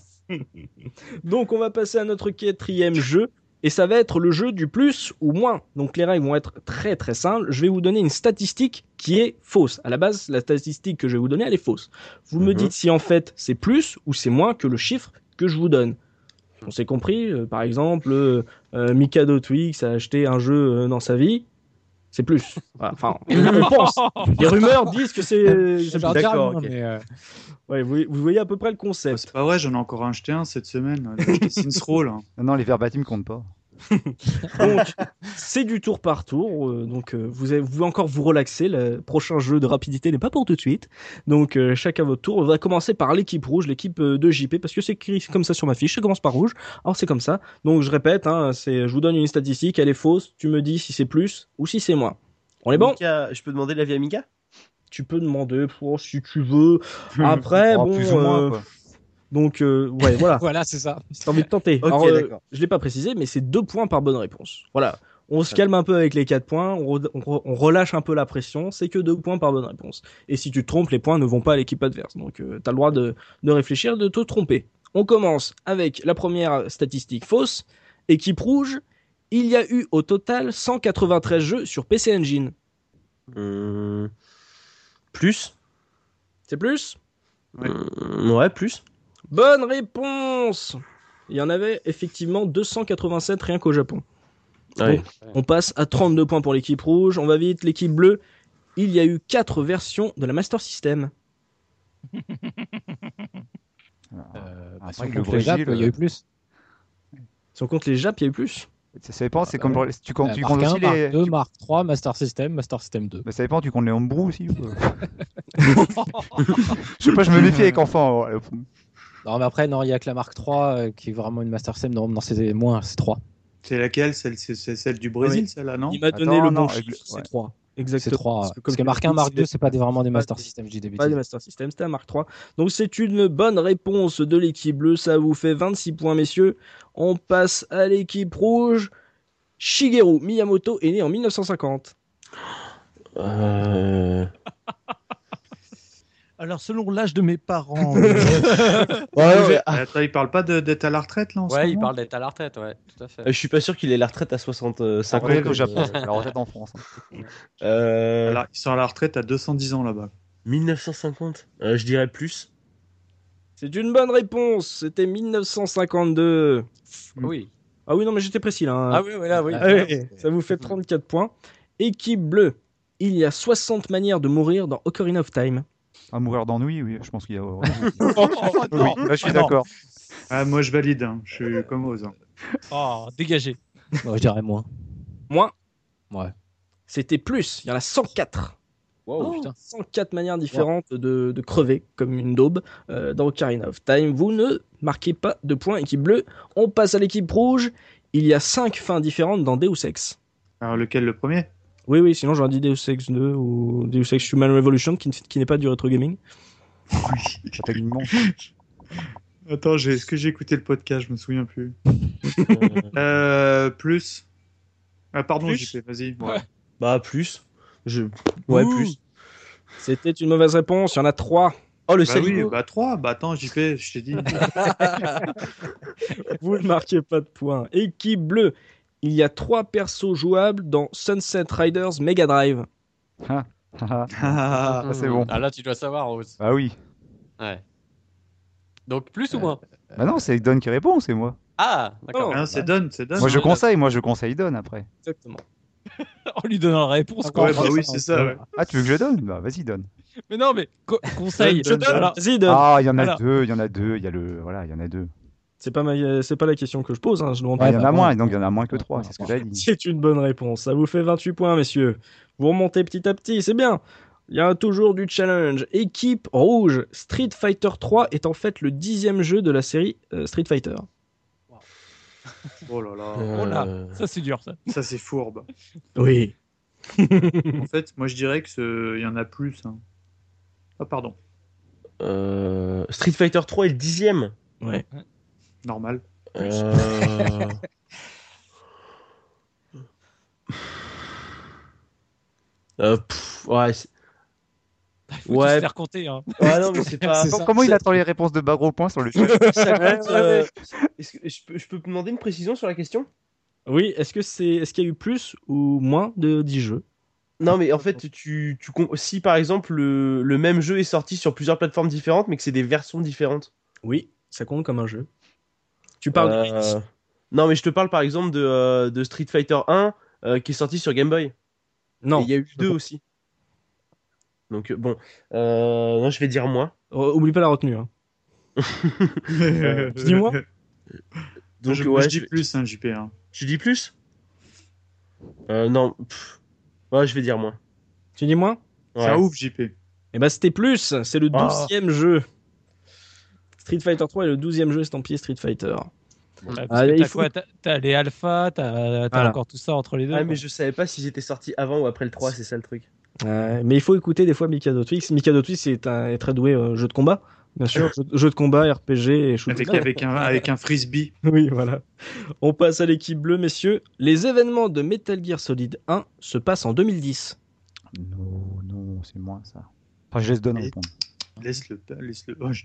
Speaker 1: Donc on va passer à notre quatrième jeu. Et ça va être le jeu du plus ou moins. Donc les règles vont être très très simples. Je vais vous donner une statistique qui est fausse. À la base, la statistique que je vais vous donner, elle est fausse. Vous me
Speaker 7: Mhm.
Speaker 1: dites si en fait c'est plus ou c'est moins que le chiffre que je vous donne. On s'est compris, euh, par exemple, euh, euh, Mikado Twix a acheté un jeu euh, dans sa vie, c'est plus. Voilà, Enfin, on pense. Les rumeurs disent que c'est. euh, c'est plus.
Speaker 2: hein,
Speaker 7: D'accord, ok.
Speaker 1: euh. Ouais, vous, vous voyez à peu près le
Speaker 2: Bah,
Speaker 1: concept.
Speaker 2: C'est pas vrai, j'en ai encore acheté un cette semaine. J'ai acheté Saints Row,
Speaker 1: <laughs>
Speaker 2: là.
Speaker 5: Non, non, les verbatims
Speaker 6: <laughs>
Speaker 5: comptent pas.
Speaker 1: Donc, c'est du tour par tour. euh, donc, euh, vous, avez- vous pouvez encore vous relaxer. Le prochain jeu de rapidité n'est pas pour tout de suite. Donc, euh, chacun votre tour. On va commencer par l'équipe rouge, l'équipe euh, de JP, parce que c'est écrit comme ça sur ma fiche. Ça commence par rouge. Alors, c'est comme ça. Donc, je répète, hein, c'est, je vous donne une statistique. Elle est fausse. Tu me dis si c'est plus ou si c'est moins. On est bon
Speaker 7: Mika, je peux demander l'avis à Mika
Speaker 1: Tu peux demander pour si tu
Speaker 5: <laughs>
Speaker 1: veux. Après,
Speaker 5: Oh,
Speaker 1: bon.
Speaker 5: plus ou moins,
Speaker 1: euh,
Speaker 5: quoi.
Speaker 1: donc, euh, ouais, voilà.
Speaker 6: <laughs> Voilà, c'est ça.
Speaker 1: <laughs> T'as envie de tenter.
Speaker 7: Ok,
Speaker 1: Alors, euh,
Speaker 7: d'accord.
Speaker 1: je l'ai pas précisé, mais c'est deux points par bonne réponse. Voilà. On se calme un peu avec les 4 points, on, re- on re- on relâche un peu la pression, c'est que 2 points par bonne réponse. Et si tu te trompes, les points ne vont pas à l'équipe adverse. Donc tu as le droit de, de réfléchir, de te tromper. On commence avec la première statistique fausse, équipe rouge. Il y a eu au total 193 jeux sur PC Engine.
Speaker 7: Hum, Plus
Speaker 1: C'est plus
Speaker 2: Ouais.
Speaker 7: Hum, Ouais, plus.
Speaker 1: Bonne réponse Il y en avait effectivement 287 rien qu'au Japon.
Speaker 7: Ah oui.
Speaker 1: On passe à 32 points pour l'équipe rouge. On va vite. L'équipe bleue, il y a eu 4 versions de la Master System.
Speaker 6: Euh,
Speaker 5: Ah,
Speaker 6: bah, si on
Speaker 5: après, le
Speaker 6: compte les
Speaker 5: Brésil,
Speaker 6: Japs, il y a
Speaker 5: euh,
Speaker 6: eu plus.
Speaker 1: Si on compte les Japs, il y a eu plus.
Speaker 5: Ça, ça dépend, c'est
Speaker 6: bah
Speaker 5: comme
Speaker 6: ouais.
Speaker 5: pour les- tu comptes,
Speaker 6: Bah,
Speaker 5: tu
Speaker 6: Mark
Speaker 5: comptes
Speaker 6: 1,
Speaker 5: aussi les.
Speaker 6: Mark 2,
Speaker 5: tu-
Speaker 6: Mark 3, Master System, Master System 2.
Speaker 5: Bah, ça dépend, tu comptes les Homebrew aussi ou pas
Speaker 6: <laughs>
Speaker 5: Je sais pas, je me méfie avec enfant. euh,
Speaker 6: Non, mais après, non, il y a que la Mark 3 euh, qui est vraiment une Master System. Non, non c'est moins, c'est 3.
Speaker 2: C'est laquelle celle, c'est, c'est celle du Brésil, celle-là, non
Speaker 1: Ah Il m'a donné
Speaker 5: Attends,
Speaker 1: le
Speaker 5: non,
Speaker 1: bon
Speaker 5: avec le-
Speaker 1: chiffre.
Speaker 5: ouais.
Speaker 1: C'est-
Speaker 6: 3. C'est
Speaker 1: Exactement.
Speaker 6: 3. Parce que,
Speaker 1: comme
Speaker 6: Mark
Speaker 1: tu
Speaker 6: 1,
Speaker 1: dis,
Speaker 6: Mark
Speaker 1: c'est
Speaker 6: 2, c'est pas des- vraiment des
Speaker 1: pas
Speaker 6: Master
Speaker 1: des-
Speaker 6: System, je dis des
Speaker 1: Pas des
Speaker 6: bêtises.
Speaker 1: Master System, c'était un Mark 3. Donc c'est une bonne réponse de l'équipe bleue. Ça vous fait 26 points, messieurs. On passe à l'équipe rouge. Shigeru Miyamoto est né en 1950.
Speaker 7: Euh,
Speaker 4: Alors, selon l'âge de mes parents,
Speaker 7: ouais, ouais, ah,
Speaker 2: Attends, il parle pas de- d'être à la retraite, là, en ce
Speaker 3: Ouais, il
Speaker 2: moment
Speaker 3: parle d'être à la retraite, ouais, tout à fait.
Speaker 7: je suis pas sûr qu'il ait la retraite à euh, 65 ans.
Speaker 5: Ouais, au Japon, c'est la retraite
Speaker 2: <laughs>
Speaker 5: en France.
Speaker 7: Euh,
Speaker 2: Alors, Ils sont à la retraite à 210 ans, là-bas. <laughs>
Speaker 7: 1950 Euh, Je dirais plus.
Speaker 1: C'est une bonne réponse. C'était 1952.
Speaker 3: Oui.
Speaker 1: Ah oui, non, mais j'étais précis là. hein.
Speaker 3: Ah oui, oui, là, oui.
Speaker 1: Ah ouais, ça vous fait 34 points. Équipe bleue, il y a 60 manières de mourir dans Ocarina of Time.
Speaker 5: À Ah, mourir d'ennui, oui, je pense qu'il
Speaker 1: <laughs>
Speaker 5: y a. oui,
Speaker 4: non,
Speaker 5: là, je suis
Speaker 4: non.
Speaker 5: d'accord.
Speaker 2: Oh, Ah, moi, je valide, hein. je suis comme Oz. hein.
Speaker 4: oh, dégagé.
Speaker 6: Moi, je dirais moins.
Speaker 1: Moins.
Speaker 6: Ouais.
Speaker 1: C'était plus, il y en a 104.
Speaker 6: Wow, putain.
Speaker 1: 104 Oh, manières différentes de, de crever comme une daube euh, dans Ocarina of Time. Vous ne marquez pas de points, équipe bleue. On passe à l'équipe rouge. Il y a 5 fins différentes dans Deus Ex.
Speaker 2: Alors, lequel, le premier
Speaker 1: Oui, oui, sinon j'aurais dit Deus Ex 2 ou Deus Ex Human Revolution qui, ne- qui n'est pas du rétro gaming.
Speaker 5: J'attaque une manche.
Speaker 1: <laughs>
Speaker 2: Attends, j'ai- est-ce que j'ai écouté le podcast Je me souviens plus. Euh, plus. Ah, pardon,
Speaker 7: Plus
Speaker 2: JP, vas-y.
Speaker 7: bah, plus. Je... Ouais,
Speaker 1: Ouh.
Speaker 7: plus.
Speaker 1: C'était une mauvaise réponse, il y en a 3.
Speaker 7: Oh, le
Speaker 2: Bah
Speaker 7: salut.
Speaker 2: oui, bah 3, bah attends, JP, je t'ai dit.
Speaker 1: <laughs> Vous ne marquez pas de points. Équipe bleue, il y a trois persos jouables dans Sunset Riders Mega Drive.
Speaker 5: Ah,
Speaker 2: Ah,
Speaker 5: c'est bon.
Speaker 3: Ah là, tu dois savoir, Rose.
Speaker 5: Bah oui.
Speaker 3: Ouais. Donc, plus ou moins
Speaker 5: Bah non, c'est Don qui répond, c'est moi.
Speaker 3: Ah, d'accord.
Speaker 2: hein, c'est donne, c'est donne.
Speaker 5: Moi, je
Speaker 3: non,
Speaker 5: conseille, moi, je conseille Don après.
Speaker 1: Exactement.
Speaker 4: On lui donne la réponse. quand
Speaker 2: Ouais,
Speaker 4: même.
Speaker 2: bah oui, c'est ça. ouais.
Speaker 5: Ah, tu veux que je donne Bah, vas-y, donne.
Speaker 4: Mais non, mais co- conseil.
Speaker 2: Je donne.
Speaker 4: Alors,
Speaker 1: Vas-y, Dom.
Speaker 5: Ah, il y en a
Speaker 4: Voilà.
Speaker 5: deux, il y en a deux, il y a le. Voilà, il y en a deux.
Speaker 1: C'est pas, ma- euh, c'est pas la question que je pose, hein, je demande
Speaker 5: Ah,
Speaker 1: pas.
Speaker 5: Il y en
Speaker 6: bah,
Speaker 5: a
Speaker 6: bon.
Speaker 5: moins, donc il y en a moins que trois, c'est ce que j'ai dit.
Speaker 1: C'est une bonne réponse. Ça vous fait 28 points, messieurs. Vous remontez petit à petit, c'est bien. Il y a toujours du challenge. Équipe rouge, Street Fighter 3 est en fait le dixième jeu de la série euh, Street Fighter.
Speaker 2: Oh là là,
Speaker 7: Euh,
Speaker 4: on l'a. ça c'est dur, ça.
Speaker 2: ça c'est fourbe.
Speaker 1: Oui.
Speaker 2: En fait, moi je dirais que ce- il y en a plus. hein. Ah pardon,
Speaker 7: euh, Street Fighter 3 est le dixième.
Speaker 1: Ouais.
Speaker 2: normal.
Speaker 7: Euh,
Speaker 2: <laughs>
Speaker 7: Euh, pff, ouais, c'est-
Speaker 4: Faut
Speaker 7: Ouais.
Speaker 4: tous se faire
Speaker 2: <laughs>
Speaker 4: compter. hein.
Speaker 7: ouais, non, mais c'est pas.
Speaker 6: C'est ça.
Speaker 5: Comment il attend les réponses de Bagro Point sur le <laughs> chat
Speaker 7: <laughs> Ça compte, euh, Est-ce que je peux, je peux te demander une précision sur la question
Speaker 1: Oui, est-ce que c'est, est-ce qu'il y a eu plus ou moins de 10 jeux
Speaker 7: Non, mais en fait, tu, tu com- si par exemple le, le même jeu est sorti sur plusieurs plateformes différentes, mais que c'est des versions différentes.
Speaker 1: Oui, ça compte comme un jeu. Tu parles de
Speaker 7: Euh, Non, mais je te parle par exemple de, euh, de Street Fighter 1 euh, qui est sorti sur Game Boy. Et
Speaker 1: Non,
Speaker 7: Il y a eu deux aussi. Donc euh, bon, euh, non, je vais dire moins.
Speaker 1: o- oublie pas la retenue. hein.
Speaker 7: Euh,
Speaker 4: <laughs>
Speaker 1: dis-moi.
Speaker 7: Donc
Speaker 2: je,
Speaker 7: ouais,
Speaker 2: je dis
Speaker 7: vais-
Speaker 2: plus, hein, JP. hein.
Speaker 7: Tu dis plus Euh, Non. pff. Ouais, je vais dire moins.
Speaker 1: Tu dis moins
Speaker 7: Ouais.
Speaker 2: Ça ouf, JP.
Speaker 1: Eh ben c'était plus, c'est le
Speaker 7: Ah.
Speaker 1: douzième jeu. Street Fighter 3 est le douzième jeu estampillé Street Fighter.
Speaker 7: Ah,
Speaker 4: Ouais, parce
Speaker 1: Allez,
Speaker 4: que
Speaker 1: il
Speaker 4: t'as
Speaker 1: faut-
Speaker 4: quoi T'as- T'as les alphas, t'as t'as
Speaker 1: Voilà.
Speaker 4: encore tout ça entre les deux.
Speaker 7: Ah,
Speaker 4: quoi.
Speaker 7: mais je savais pas si j'étais sorti avant ou après le 3, c'est ça le truc.
Speaker 1: Ouais, mais il faut écouter des fois Mikado Twix. Mikado Twix est, un, est très doué euh, jeu de combat. Bien sûr, jeu, jeu de combat, RPG et shoot
Speaker 2: Avec, avec, un, avec un frisbee.
Speaker 1: <laughs> Oui, voilà. On passe à l'équipe bleue, messieurs. Les événements de Metal Gear Solid 1 se passent en 2010.
Speaker 5: Non, non, c'est moins ça. Enfin, je laisse donner
Speaker 2: Et-
Speaker 5: répondre.
Speaker 2: Laisse-le. Laisse-le. Oh, je-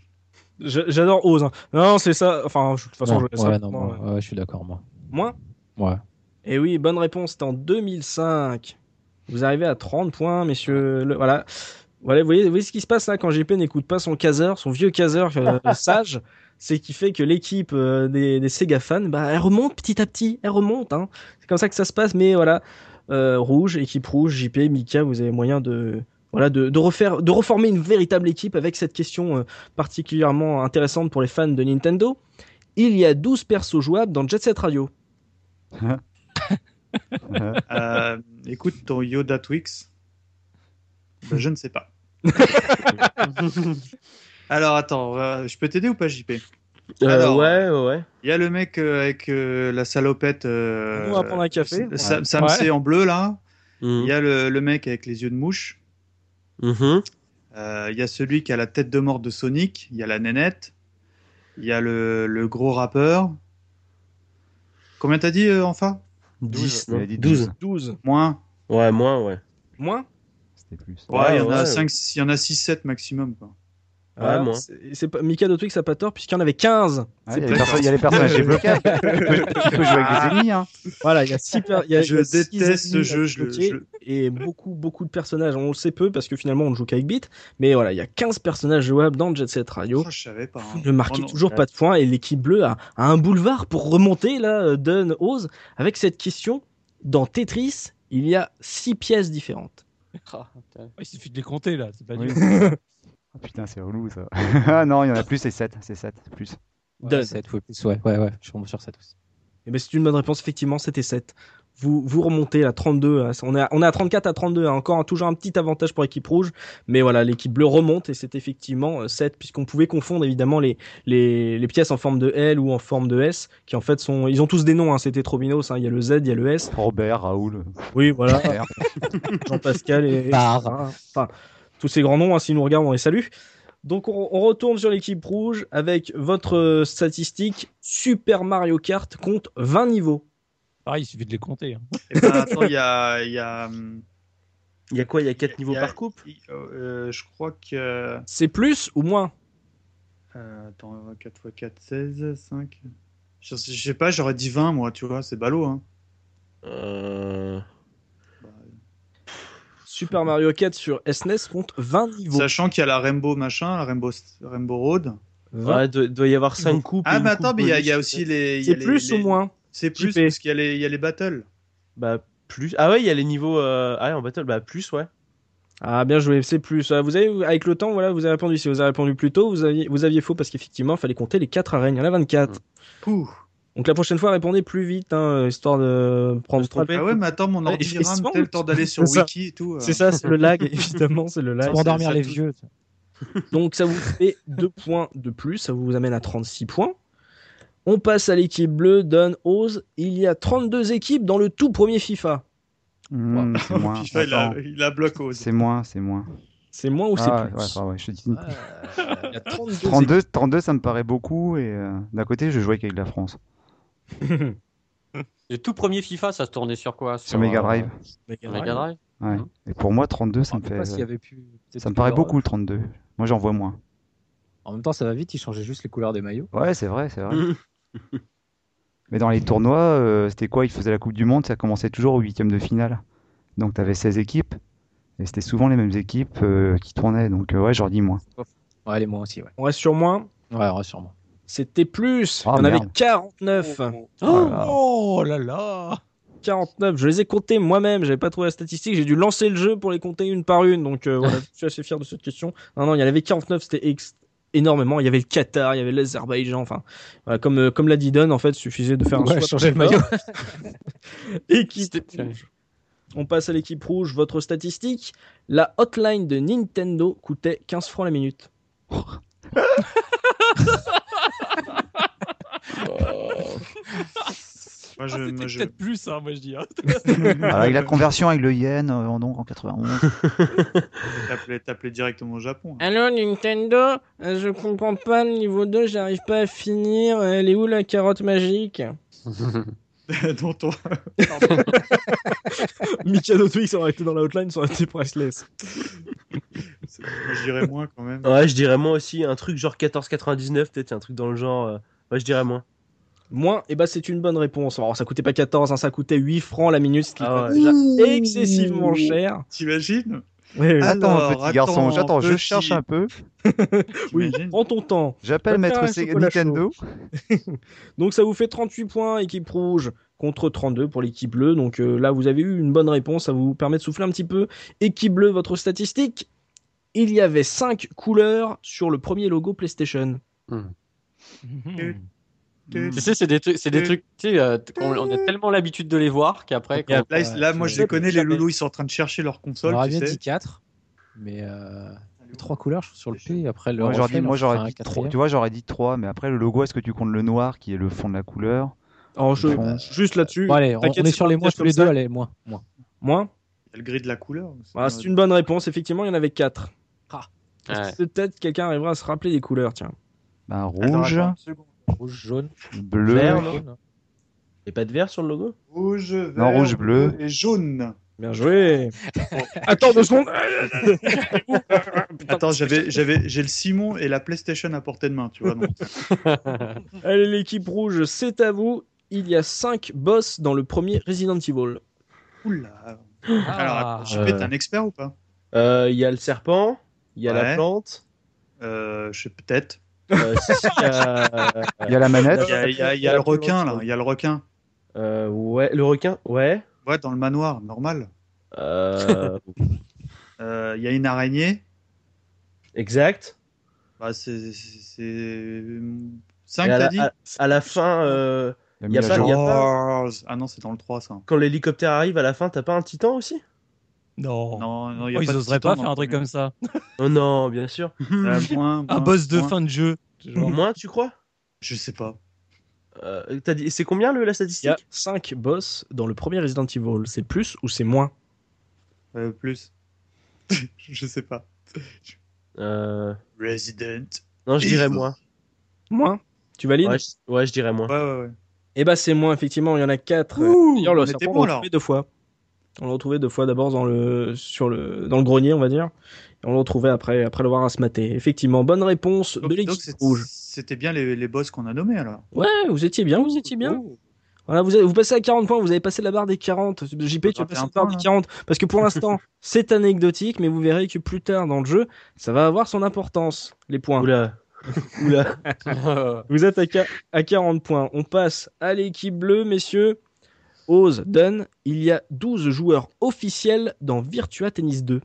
Speaker 1: Je- J'adore Oz. hein. Non, c'est ça. Enfin, je- de toute façon, je
Speaker 6: Non,
Speaker 1: laisse
Speaker 6: ouais,
Speaker 1: ça.
Speaker 6: non,
Speaker 1: Non,
Speaker 6: moi, ouais, je suis d'accord, moi.
Speaker 1: Moins
Speaker 6: Ouais.
Speaker 1: Et Eh oui, bonne réponse. C'était en 2005. Vous arrivez à 30 points, messieurs. Le- voilà. Voilà, vous voyez, vous voyez ce qui se passe là quand JP n'écoute pas son caseur, son vieux caseur euh, sage, c'est qui fait que l'équipe euh, des, des Sega fans, bah, elle remonte petit à petit, elle remonte. hein. C'est comme ça que ça se passe, mais voilà, euh, rouge, équipe rouge, JP, Mika, vous avez moyen de voilà de, de refaire, de reformer une véritable équipe avec cette question euh, particulièrement intéressante pour les fans de Nintendo. Il y a 12 persos jouables dans Jet Set Radio.
Speaker 2: <laughs> Euh, écoute ton Yoda Twix. Ben, je ne sais
Speaker 1: <laughs>
Speaker 2: pas. Alors attends, euh, je peux t'aider ou pas JP
Speaker 7: Euh,
Speaker 2: Alors-
Speaker 7: ouais, ouais, ouais.
Speaker 2: Il y a le mec euh, avec euh, la salopette. euh,
Speaker 1: Nous, on va prendre un café.
Speaker 2: Sa- Sam,
Speaker 4: Ouais.
Speaker 2: C en bleu là. Il
Speaker 7: Mhm.
Speaker 2: y a le, le mec avec les yeux de mouche.
Speaker 7: Mhm.
Speaker 2: Euh, Il y a celui qui a la tête de mort de Sonic. Il y a la nénette. Il y a le, le gros rappeur. Combien t'as dit euh, enfin
Speaker 7: 10,
Speaker 5: Il
Speaker 7: non
Speaker 5: a dit
Speaker 7: 12.
Speaker 5: 12.
Speaker 1: 12.
Speaker 2: Moins.
Speaker 7: Ouais, moins, ouais.
Speaker 1: Moins
Speaker 5: C'était plus.
Speaker 2: Ouais, il y en
Speaker 7: ouais.
Speaker 2: a cinq- il y en a 6-7 maximum. Quoi.
Speaker 7: Ouais,
Speaker 1: Ah,
Speaker 7: moins.
Speaker 1: c'est- c'est pas, Mika de Twix a pas tort puisqu'il y en avait 15.
Speaker 5: Ah,
Speaker 2: C'est
Speaker 5: il, y a
Speaker 2: plus.
Speaker 5: les perso- il y a les personnages
Speaker 1: <laughs>
Speaker 5: débloqués. tu, peux, tu peux jouer avec des ennemis. Hein.
Speaker 1: Ah. Voilà, il y a 6
Speaker 2: Je déteste ce jeu, je le- je le-
Speaker 1: Et beaucoup, beaucoup de personnages. On le sait peu parce que finalement on ne joue qu'avec Beat. Mais voilà, il y a 15 personnages jouables dans Jet Set Radio.
Speaker 2: Oh, je savais pas. hein.
Speaker 1: Ne marquez
Speaker 2: Oh, non.
Speaker 1: toujours pas de points et l'équipe bleue a, a un boulevard pour remonter là, euh, Dunn, Oz, avec cette question. Dans Tetris, il y a 6 pièces différentes.
Speaker 3: Ah, putain.
Speaker 4: Il suffit de les compter là, c'est pas
Speaker 5: Oui.
Speaker 4: dur.
Speaker 5: Ah, putain, c'est relou ça. <laughs> ah non, il y en a plus, c'est 7. C'est 7. Plus.
Speaker 1: Donne.
Speaker 6: Ouais, 7, ouais, plus, ouais, ouais, ouais, je remonte sur 7 aussi.
Speaker 1: Et ben c'est une bonne réponse, effectivement, c'était 7. Vous, vous remontez à 32, hein. on est à, on est à 34 à 32, hein. encore un- toujours un petit avantage pour l'équipe rouge, mais voilà, l'équipe bleue remonte et c'est effectivement euh, 7, puisqu'on pouvait confondre évidemment les, les, les pièces en forme de L ou en forme de S, qui en fait sont, ils ont tous des noms, hein. c'était Trobinos, hein. il y a le Z, il y a le S,
Speaker 5: Robert, Raoul.
Speaker 1: oui voilà,
Speaker 5: Pierre.
Speaker 1: <laughs> Jean-Pascal et... hein.
Speaker 6: Par.
Speaker 1: Enfin, tous ces grands noms, hein, s'ils nous regardent, on les salue. Donc on, on retourne sur l'équipe rouge avec votre euh, statistique, Super Mario Kart compte 20 niveaux.
Speaker 4: Pareil, il suffit de les compter. hein.
Speaker 2: Eh ben, attends, il y a, il y a, hum,
Speaker 7: Il y a quoi Il y a 4
Speaker 2: Il y
Speaker 7: niveaux
Speaker 2: a-
Speaker 7: par coupe
Speaker 2: il- euh, je crois que.
Speaker 1: C'est plus ou moins
Speaker 2: euh, attends, 4 x 4, 16, 5. Je, sais- je sais pas, j'aurais dit 20, moi, tu vois, c'est ballot. Hein. Bah, euh,
Speaker 7: Euh,
Speaker 1: Super Mario Kart sur SNES compte 20 niveaux.
Speaker 2: Sachant qu'il y a la Rainbow machin, la Rainbow, Rainbow Road.
Speaker 1: 20.
Speaker 7: Ouais, doit, doit y avoir 5 coupes. et
Speaker 2: Ah,
Speaker 7: une
Speaker 2: mais attends,
Speaker 7: coupe
Speaker 2: mais il y a- il
Speaker 7: bonus.
Speaker 2: y, a aussi les. il y a
Speaker 1: C'est
Speaker 2: les-
Speaker 1: plus
Speaker 2: les-
Speaker 1: ou moins
Speaker 2: C'est plus
Speaker 1: JP.
Speaker 2: parce qu'il y, a les- il y a les battles.
Speaker 7: Bah, plus. Ah, ouais, il y a les niveaux. euh, Ah, en battle, bah, plus, ouais.
Speaker 1: Ah bien joué, c'est plus. Ah, Vous avez avec le temps, voilà, vous avez répondu. Si vous avez répondu plus tôt, vous aviez, vous aviez faux parce qu'effectivement, il fallait compter les 4 arènes. Il y en a 24.
Speaker 2: Pouh.
Speaker 1: Donc la prochaine fois, répondez plus vite, hein, histoire de prendre.
Speaker 7: tromper.
Speaker 2: Ah ouais, mais attends, mon
Speaker 1: Ouais,
Speaker 2: ordi
Speaker 1: ils se
Speaker 2: rame,
Speaker 1: vendent.
Speaker 2: tel temps d'aller sur
Speaker 1: C'est ça.
Speaker 2: Wiki et tout. euh.
Speaker 1: C'est ça, c'est le lag. <laughs> Évidemment, c'est le lag.
Speaker 4: Pour endormir
Speaker 2: ça
Speaker 4: les
Speaker 2: touche.
Speaker 4: vieux. ça.
Speaker 1: <laughs> Donc ça vous fait 2 points de plus, ça vous amène à 36 points. On passe à l'équipe bleue, Don Oz. Il y a 32 équipes dans le tout premier FIFA.
Speaker 2: Mmh,
Speaker 5: Hmm,
Speaker 7: <laughs>
Speaker 5: c'est moins.
Speaker 2: FIFA, il a,
Speaker 5: Attends.
Speaker 2: il a bloqué aux-
Speaker 5: C'est moins, c'est moins.
Speaker 1: C'est moins ou c'est
Speaker 5: Ah,
Speaker 1: plus
Speaker 5: ouais, enfin, ouais, je te dis.
Speaker 1: Il y a 32 équipes.
Speaker 5: 32, 32, ça me paraît beaucoup. Et euh, d'un côté, je jouais qu'avec la France.
Speaker 3: <laughs> Le tout premier FIFA, ça se tournait sur quoi
Speaker 5: Sur Mega
Speaker 3: euh,
Speaker 5: Drive.
Speaker 3: sur Mega Drive
Speaker 5: Ouais.
Speaker 3: Mhm.
Speaker 5: Et pour moi, 32, ça me
Speaker 6: Je sais pas s'il
Speaker 5: fait.
Speaker 6: y avait plus- peut-être euh.
Speaker 5: Ça me
Speaker 6: plus
Speaker 5: paraît
Speaker 6: leur-
Speaker 5: beaucoup, le 32. Moi, j'en vois moins.
Speaker 6: En même temps, ça va vite, ils changeaient juste les couleurs des maillots.
Speaker 5: Ouais, c'est vrai, c'est vrai.
Speaker 7: Mhm.
Speaker 6: Mmh.
Speaker 5: <laughs> Mais dans les tournois, euh, c'était quoi Ils faisaient la Coupe du Monde, ça commençait toujours au huitième de finale. Donc, tu avais 16 équipes. Et c'était souvent les mêmes équipes euh, qui tournaient. Donc, euh, ouais, j'en dis <laughs> moins.
Speaker 6: Ouais, les moins aussi, ouais.
Speaker 1: On reste sur moins.
Speaker 6: Ouais, ouais, sûrement.
Speaker 1: C'était plus.
Speaker 5: Oh,
Speaker 6: Ah,
Speaker 1: Il y en avait
Speaker 5: merde.
Speaker 1: 49.
Speaker 5: Oh
Speaker 4: Oh,
Speaker 5: là là.
Speaker 4: là là
Speaker 1: 49. Je les ai comptés moi-même. J'avais pas trouvé la statistique. J'ai dû lancer le jeu pour les compter une par une. Donc euh, voilà,
Speaker 6: <laughs>
Speaker 1: je suis assez fier de cette question. Non, non, il y en avait 49. C'était ex- énormément. Il y avait le Qatar, il y avait l'Azerbaïdjan. Enfin, voilà, comme, euh, comme l'a dit Don, en fait, suffisait de faire un
Speaker 6: Ouais,
Speaker 1: swap
Speaker 6: changer le
Speaker 1: de
Speaker 6: maillot.
Speaker 1: <laughs> Équipe
Speaker 3: C'était-
Speaker 1: rouge. On passe à l'équipe rouge. Votre statistique la hotline de Nintendo coûtait 15 francs la minute.
Speaker 2: Moi, je,
Speaker 4: Ah,
Speaker 2: moi,
Speaker 4: C'était
Speaker 2: je-
Speaker 4: peut-être plus, hein, moi je dis. hein.
Speaker 5: Voilà, avec la conversion avec le yen euh, en, donc, en 91. <laughs>
Speaker 2: t'appelais- t'appelais directement au Japon.
Speaker 1: <laughs>
Speaker 2: hein.
Speaker 8: Allô Nintendo, Euh, je comprends pas le niveau 2, j'arrive pas à finir, elle est où la carotte
Speaker 1: <laughs>
Speaker 8: magique
Speaker 2: Dans ton-
Speaker 1: Mikado Twix aurait été dans la hotline, ça aurait été priceless.
Speaker 2: c'est- Moi, je dirais moins quand même.
Speaker 7: Ouais, je dirais moins aussi. Un truc genre 14,99, peut-être un truc dans le genre. euh, Ouais, je dirais moins.
Speaker 1: Moins, et bah c'est une bonne réponse. Alors ça coûtait pas 14, hein, ça coûtait 8 francs la minute, ce qui
Speaker 7: Ah ouais.
Speaker 1: était déjà excessivement cher.
Speaker 2: T'imagines
Speaker 1: Ouais, ouais.
Speaker 5: Attends,
Speaker 2: Alors,
Speaker 5: petit garçon,
Speaker 2: attends,
Speaker 5: j'attends, je
Speaker 2: petit.
Speaker 5: cherche un peu.
Speaker 1: <laughs> oui,
Speaker 2: T'imagines
Speaker 1: prends ton temps.
Speaker 5: J'appelle
Speaker 1: Va faire
Speaker 5: maître
Speaker 1: un
Speaker 5: Se-
Speaker 1: chocolat chaud. <laughs>
Speaker 5: Nintendo.
Speaker 1: Donc ça vous fait 38 points, équipe rouge contre 32 pour l'équipe bleue. Donc euh, là, vous avez eu une bonne réponse, ça vous permet de souffler un petit peu. Équipe bleue, votre statistique il y avait 5 couleurs sur le premier logo PlayStation.
Speaker 3: Hmm. Tu sais, c'est des trucs, c'est des trucs, tu sais, euh, on, on a tellement l'habitude de les voir qu'après, quand- euh,
Speaker 2: Là, ils- là, moi, je les connais, les
Speaker 1: Jamais.
Speaker 2: loulous, ils sont en train de chercher leur console.
Speaker 6: On aurait
Speaker 2: tu
Speaker 6: bien
Speaker 2: sais.
Speaker 6: dit 4, mais euh, trois couleurs je trouve, sur le P. Après, le
Speaker 5: Moi j'aurais
Speaker 6: reflet,
Speaker 5: dit,
Speaker 6: il en
Speaker 5: moi,
Speaker 6: fait un
Speaker 5: j'aurais dit trois,
Speaker 6: quatrième.
Speaker 5: tu vois, j'aurais dit 3, mais après le logo, est-ce que tu comptes le noir qui est le fond de la couleur
Speaker 1: Alors je,
Speaker 5: Bon.
Speaker 1: juste là-dessus,
Speaker 6: Bon, allez, on,
Speaker 1: T'inquiète,
Speaker 6: on est
Speaker 1: c'est
Speaker 6: sur
Speaker 1: pas
Speaker 6: les
Speaker 1: un
Speaker 6: moins
Speaker 1: piège
Speaker 6: tous les
Speaker 1: comme
Speaker 6: deux,
Speaker 1: ça.
Speaker 6: allez, moins. moins.
Speaker 1: moins.
Speaker 2: Il y a le gris de la couleur. aussi.
Speaker 1: Voilà, c'est une bonne réponse, effectivement, il y en avait 4.
Speaker 6: Ah.
Speaker 3: Ouais.
Speaker 1: Peut-être quelqu'un arrivera à se rappeler des couleurs, tiens.
Speaker 5: ben,
Speaker 1: Ah,
Speaker 2: Attends,
Speaker 5: Rouge,
Speaker 2: attends.
Speaker 4: Rouge, jaune,
Speaker 5: bleu.
Speaker 7: Vert, non
Speaker 4: jaune.
Speaker 7: Et pas de vert sur le logo
Speaker 2: Rouge, vert,
Speaker 5: Non, rouge, bleu.
Speaker 2: et jaune.
Speaker 1: Bien joué. <laughs> Attends deux secondes.
Speaker 2: <laughs> Attends, j'avais, j'avais, j'ai le Simon et la PlayStation à portée de main, tu vois.
Speaker 1: <laughs>
Speaker 2: donc.
Speaker 1: Allez, l'équipe rouge, c'est à vous. Il y a 5 boss dans le premier Resident Evil.
Speaker 2: Oula.
Speaker 4: Ah,
Speaker 2: Alors, attends, je suis
Speaker 6: euh.
Speaker 2: un expert ou pas
Speaker 7: Euh, Il y a le serpent, il y a la
Speaker 2: Ouais.
Speaker 7: plante.
Speaker 2: euh, Je sais peut-être.
Speaker 7: euh, si, si, il
Speaker 2: <laughs>
Speaker 7: y a-
Speaker 5: Il y a la manette.
Speaker 7: Il y a- il y a-
Speaker 2: Il y a le requin là, il y a le requin.
Speaker 7: Euh, ouais, le requin, ouais.
Speaker 2: Ouais, dans le manoir, normal.
Speaker 7: Euh,
Speaker 2: <laughs> Euh, Il y a une araignée.
Speaker 7: exact.
Speaker 2: Bah, c'est, c'est- c'est 5
Speaker 7: Et à,
Speaker 2: t'as
Speaker 7: la,
Speaker 2: dit
Speaker 7: à- à la fin, euh,
Speaker 5: Il y a
Speaker 7: pas-
Speaker 5: la
Speaker 7: il y
Speaker 5: jaune.
Speaker 7: a pas-
Speaker 2: Jaws. Ah non, c'est dans le 3 ça.
Speaker 7: quand l'hélicoptère arrive, à la fin, t'as pas un titan aussi
Speaker 4: Non.
Speaker 2: Non, non, il y a
Speaker 4: Oh,
Speaker 2: pas
Speaker 4: ils
Speaker 2: de
Speaker 4: oseraient
Speaker 2: titan
Speaker 4: pas
Speaker 2: dans
Speaker 4: faire
Speaker 2: le
Speaker 4: un truc
Speaker 2: premier.
Speaker 4: comme ça.
Speaker 7: Oh non, bien sûr.
Speaker 2: <laughs>
Speaker 4: <laughs>
Speaker 2: Euh, moins,
Speaker 4: Un
Speaker 2: moins,
Speaker 4: boss de
Speaker 2: moins.
Speaker 4: fin de jeu. Genre,
Speaker 7: Moins, tu crois
Speaker 2: Je sais pas.
Speaker 7: Euh, t'as dit- C'est combien le, la
Speaker 1: Il y a
Speaker 7: statistique
Speaker 1: 5 boss dans le premier Resident Evil. C'est plus ou c'est moins
Speaker 2: Euh, plus. <laughs> je sais pas.
Speaker 7: Euh,
Speaker 2: Resident.
Speaker 7: Non, je dirais moins.
Speaker 1: Moins Tu valides
Speaker 7: Ouais, je- ouais, je dirais moins.
Speaker 2: Ouais, ouais, ouais.
Speaker 1: Eh bah c'est moins, effectivement. Il y en a 4.
Speaker 2: Ouh,
Speaker 1: D'ailleurs,
Speaker 2: on
Speaker 1: le
Speaker 2: était
Speaker 1: serpent,
Speaker 2: bon,
Speaker 1: on l'a
Speaker 2: alors.
Speaker 1: retrouvé deux fois. On l'a retrouvé deux fois d'abord dans le, sur le, dans le grenier, on va dire. Et on l'a retrouvé après, après l'avoir à se mater. Effectivement, bonne réponse
Speaker 2: Donc-
Speaker 1: de
Speaker 2: donc,
Speaker 1: l'équipe
Speaker 2: c'est-
Speaker 1: rouge.
Speaker 2: C'était bien les, les boss qu'on a nommés alors.
Speaker 1: Ouais, vous étiez bien, vous étiez bien.
Speaker 7: Oh.
Speaker 1: Voilà, vous, avez- vous passez à 40 points, vous avez passé la barre des 40. JP, tu as
Speaker 2: 41
Speaker 1: passé la barre
Speaker 2: points,
Speaker 1: des
Speaker 2: là.
Speaker 1: 40. Parce que pour
Speaker 7: <laughs>
Speaker 1: l'instant, c'est anecdotique, mais vous verrez que plus tard dans le jeu, ça va avoir son importance, les points. <laughs>
Speaker 7: Oula. Oula.
Speaker 1: Vous êtes à, qua- à 40 points. On passe à l'équipe bleue, messieurs. Ose, Dunn, il y a 12 joueurs officiels dans Virtua Tennis 2.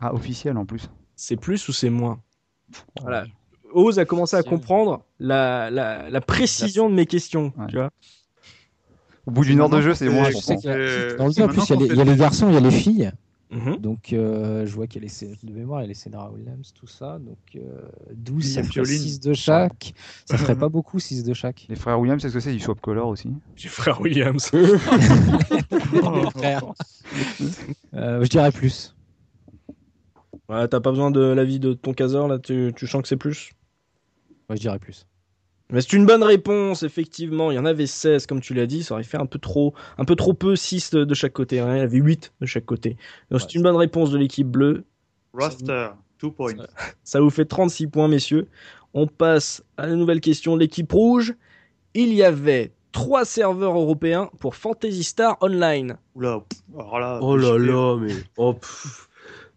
Speaker 5: Ah, officiel en plus.
Speaker 1: C'est plus ou c'est moins Voilà. Ose a commencé à
Speaker 3: Officiel.
Speaker 1: comprendre la, la- la précision de mes questions.
Speaker 5: Ouais.
Speaker 1: Tu vois
Speaker 5: Au bout d'une heure de
Speaker 2: maintenant
Speaker 5: jeu,
Speaker 2: que
Speaker 5: c'est
Speaker 2: c'est-
Speaker 5: moins. je
Speaker 6: Je sais
Speaker 5: comprends.
Speaker 6: qu'il y a-
Speaker 2: Euh,
Speaker 6: Dans le
Speaker 2: c'est
Speaker 6: jeu, en plus, il y a
Speaker 2: maintenant
Speaker 6: les-
Speaker 2: qu'on
Speaker 6: il y
Speaker 2: fait
Speaker 6: a les
Speaker 2: des-
Speaker 6: garçons, il y a les filles.
Speaker 1: Mhm.
Speaker 6: Donc, euh, je vois qu'il y a les scén- de mémoire, il y a les scénarios Williams, tout ça. Donc, euh, 12,
Speaker 2: Il y a
Speaker 6: ça ferait
Speaker 2: Pioline.
Speaker 6: 6 de chaque. Ça ferait
Speaker 5: <laughs>
Speaker 6: pas beaucoup, 6 de chaque.
Speaker 5: Les frères Williams, c'est ce que c'est du swap color aussi
Speaker 1: J'ai frère Williams. <laughs>
Speaker 6: <laughs> Euh, je dirais plus.
Speaker 1: Ouais, t'as pas besoin de l'avis de ton caseur, là, tu, tu sens que c'est plus
Speaker 6: Moi, je dirais plus.
Speaker 1: Mais c'est une bonne réponse, effectivement. Il y en avait 16, comme tu l'as dit. Ça aurait fait un peu trop, un peu trop peu, 6 de de chaque côté. hein. Il y en avait 8 de chaque côté. Donc
Speaker 6: Ouais,
Speaker 1: c'est une bonne réponse de l'équipe bleue.
Speaker 2: Roster, 2 points.
Speaker 1: Ça vous fait 36 points, messieurs. On passe à la nouvelle question de l'équipe rouge. Il y avait 3 serveurs européens pour Fantasy Star Online.
Speaker 2: Oula, pff, alors là.
Speaker 7: Oh là
Speaker 2: Ah, je-
Speaker 7: là, mais. Oh, pff.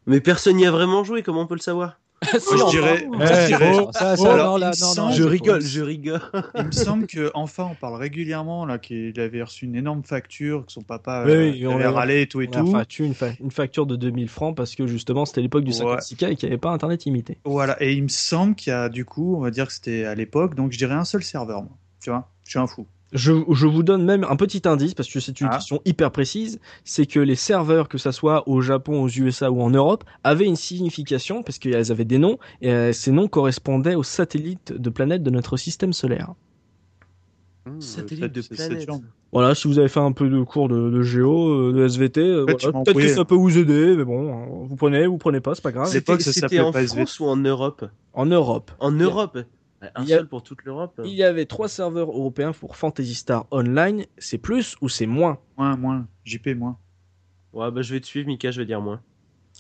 Speaker 7: Mais personne n'y a vraiment joué, comment on peut le
Speaker 4: <laughs>
Speaker 7: savoir
Speaker 4: Ah,
Speaker 2: Je dirais. je
Speaker 1: Eh,
Speaker 2: dirais-
Speaker 4: Eh, oh,
Speaker 2: Oh,
Speaker 6: Alors, ça, ça,
Speaker 2: alors,
Speaker 6: non, là,
Speaker 2: il
Speaker 6: non,
Speaker 2: me
Speaker 6: non,
Speaker 2: semble-
Speaker 6: c'est faux.
Speaker 7: rigole.
Speaker 2: Il me semble que enfin on parle régulièrement là qu'il avait reçu une énorme facture, que son papa
Speaker 1: Oui,
Speaker 2: euh,
Speaker 1: oui, on
Speaker 2: avait
Speaker 1: l'a-
Speaker 2: râlé et tout et
Speaker 1: On a
Speaker 2: tout.
Speaker 1: fatu une, fa- une facture de 2000 francs parce que justement c'était l'époque du
Speaker 2: Ouais.
Speaker 1: 56K et qu'il n'y avait pas internet limité.
Speaker 2: Voilà, et il me semble qu'il y a du coup, on va dire que c'était à l'époque, donc je dirais un seul serveur, moi. Tu vois, je suis un <laughs> fou.
Speaker 1: Je, je vous donne même un petit indice parce que c'est une
Speaker 2: Ah.
Speaker 1: question hyper précise, c'est que les serveurs, que ça soit au Japon, aux USA ou en Europe, avaient une signification parce qu'elles avaient des noms et euh, ces noms correspondaient aux satellites de planètes de notre système solaire.
Speaker 7: Satellite de
Speaker 2: Hmm, C'est- c'est
Speaker 7: planète.
Speaker 2: sûr.
Speaker 1: Voilà, si vous avez fait un peu de cours de, de géo, euh, de SVT, euh,
Speaker 2: fait, tu
Speaker 1: voilà,
Speaker 2: m'as
Speaker 1: peut-être que
Speaker 2: embrouillé.
Speaker 1: ça peut vous aider, mais bon, hein, vous prenez, vous prenez pas, c'est pas grave.
Speaker 2: C'est- l'époque,
Speaker 7: C'était
Speaker 2: ça
Speaker 7: c'était
Speaker 2: s'appelait
Speaker 7: en
Speaker 2: pas SVT.
Speaker 7: France ou en Europe
Speaker 1: En Europe,
Speaker 7: En
Speaker 1: y a-
Speaker 7: Europe Bah, Un
Speaker 1: il y a-
Speaker 7: seul pour toute l'Europe
Speaker 1: il y avait trois serveurs européens pour Fantasy Star Online. C'est plus ou c'est moins
Speaker 2: Moins, moins. JP, moins.
Speaker 7: Ouais, bah je vais te suivre, Mika, je vais dire moins.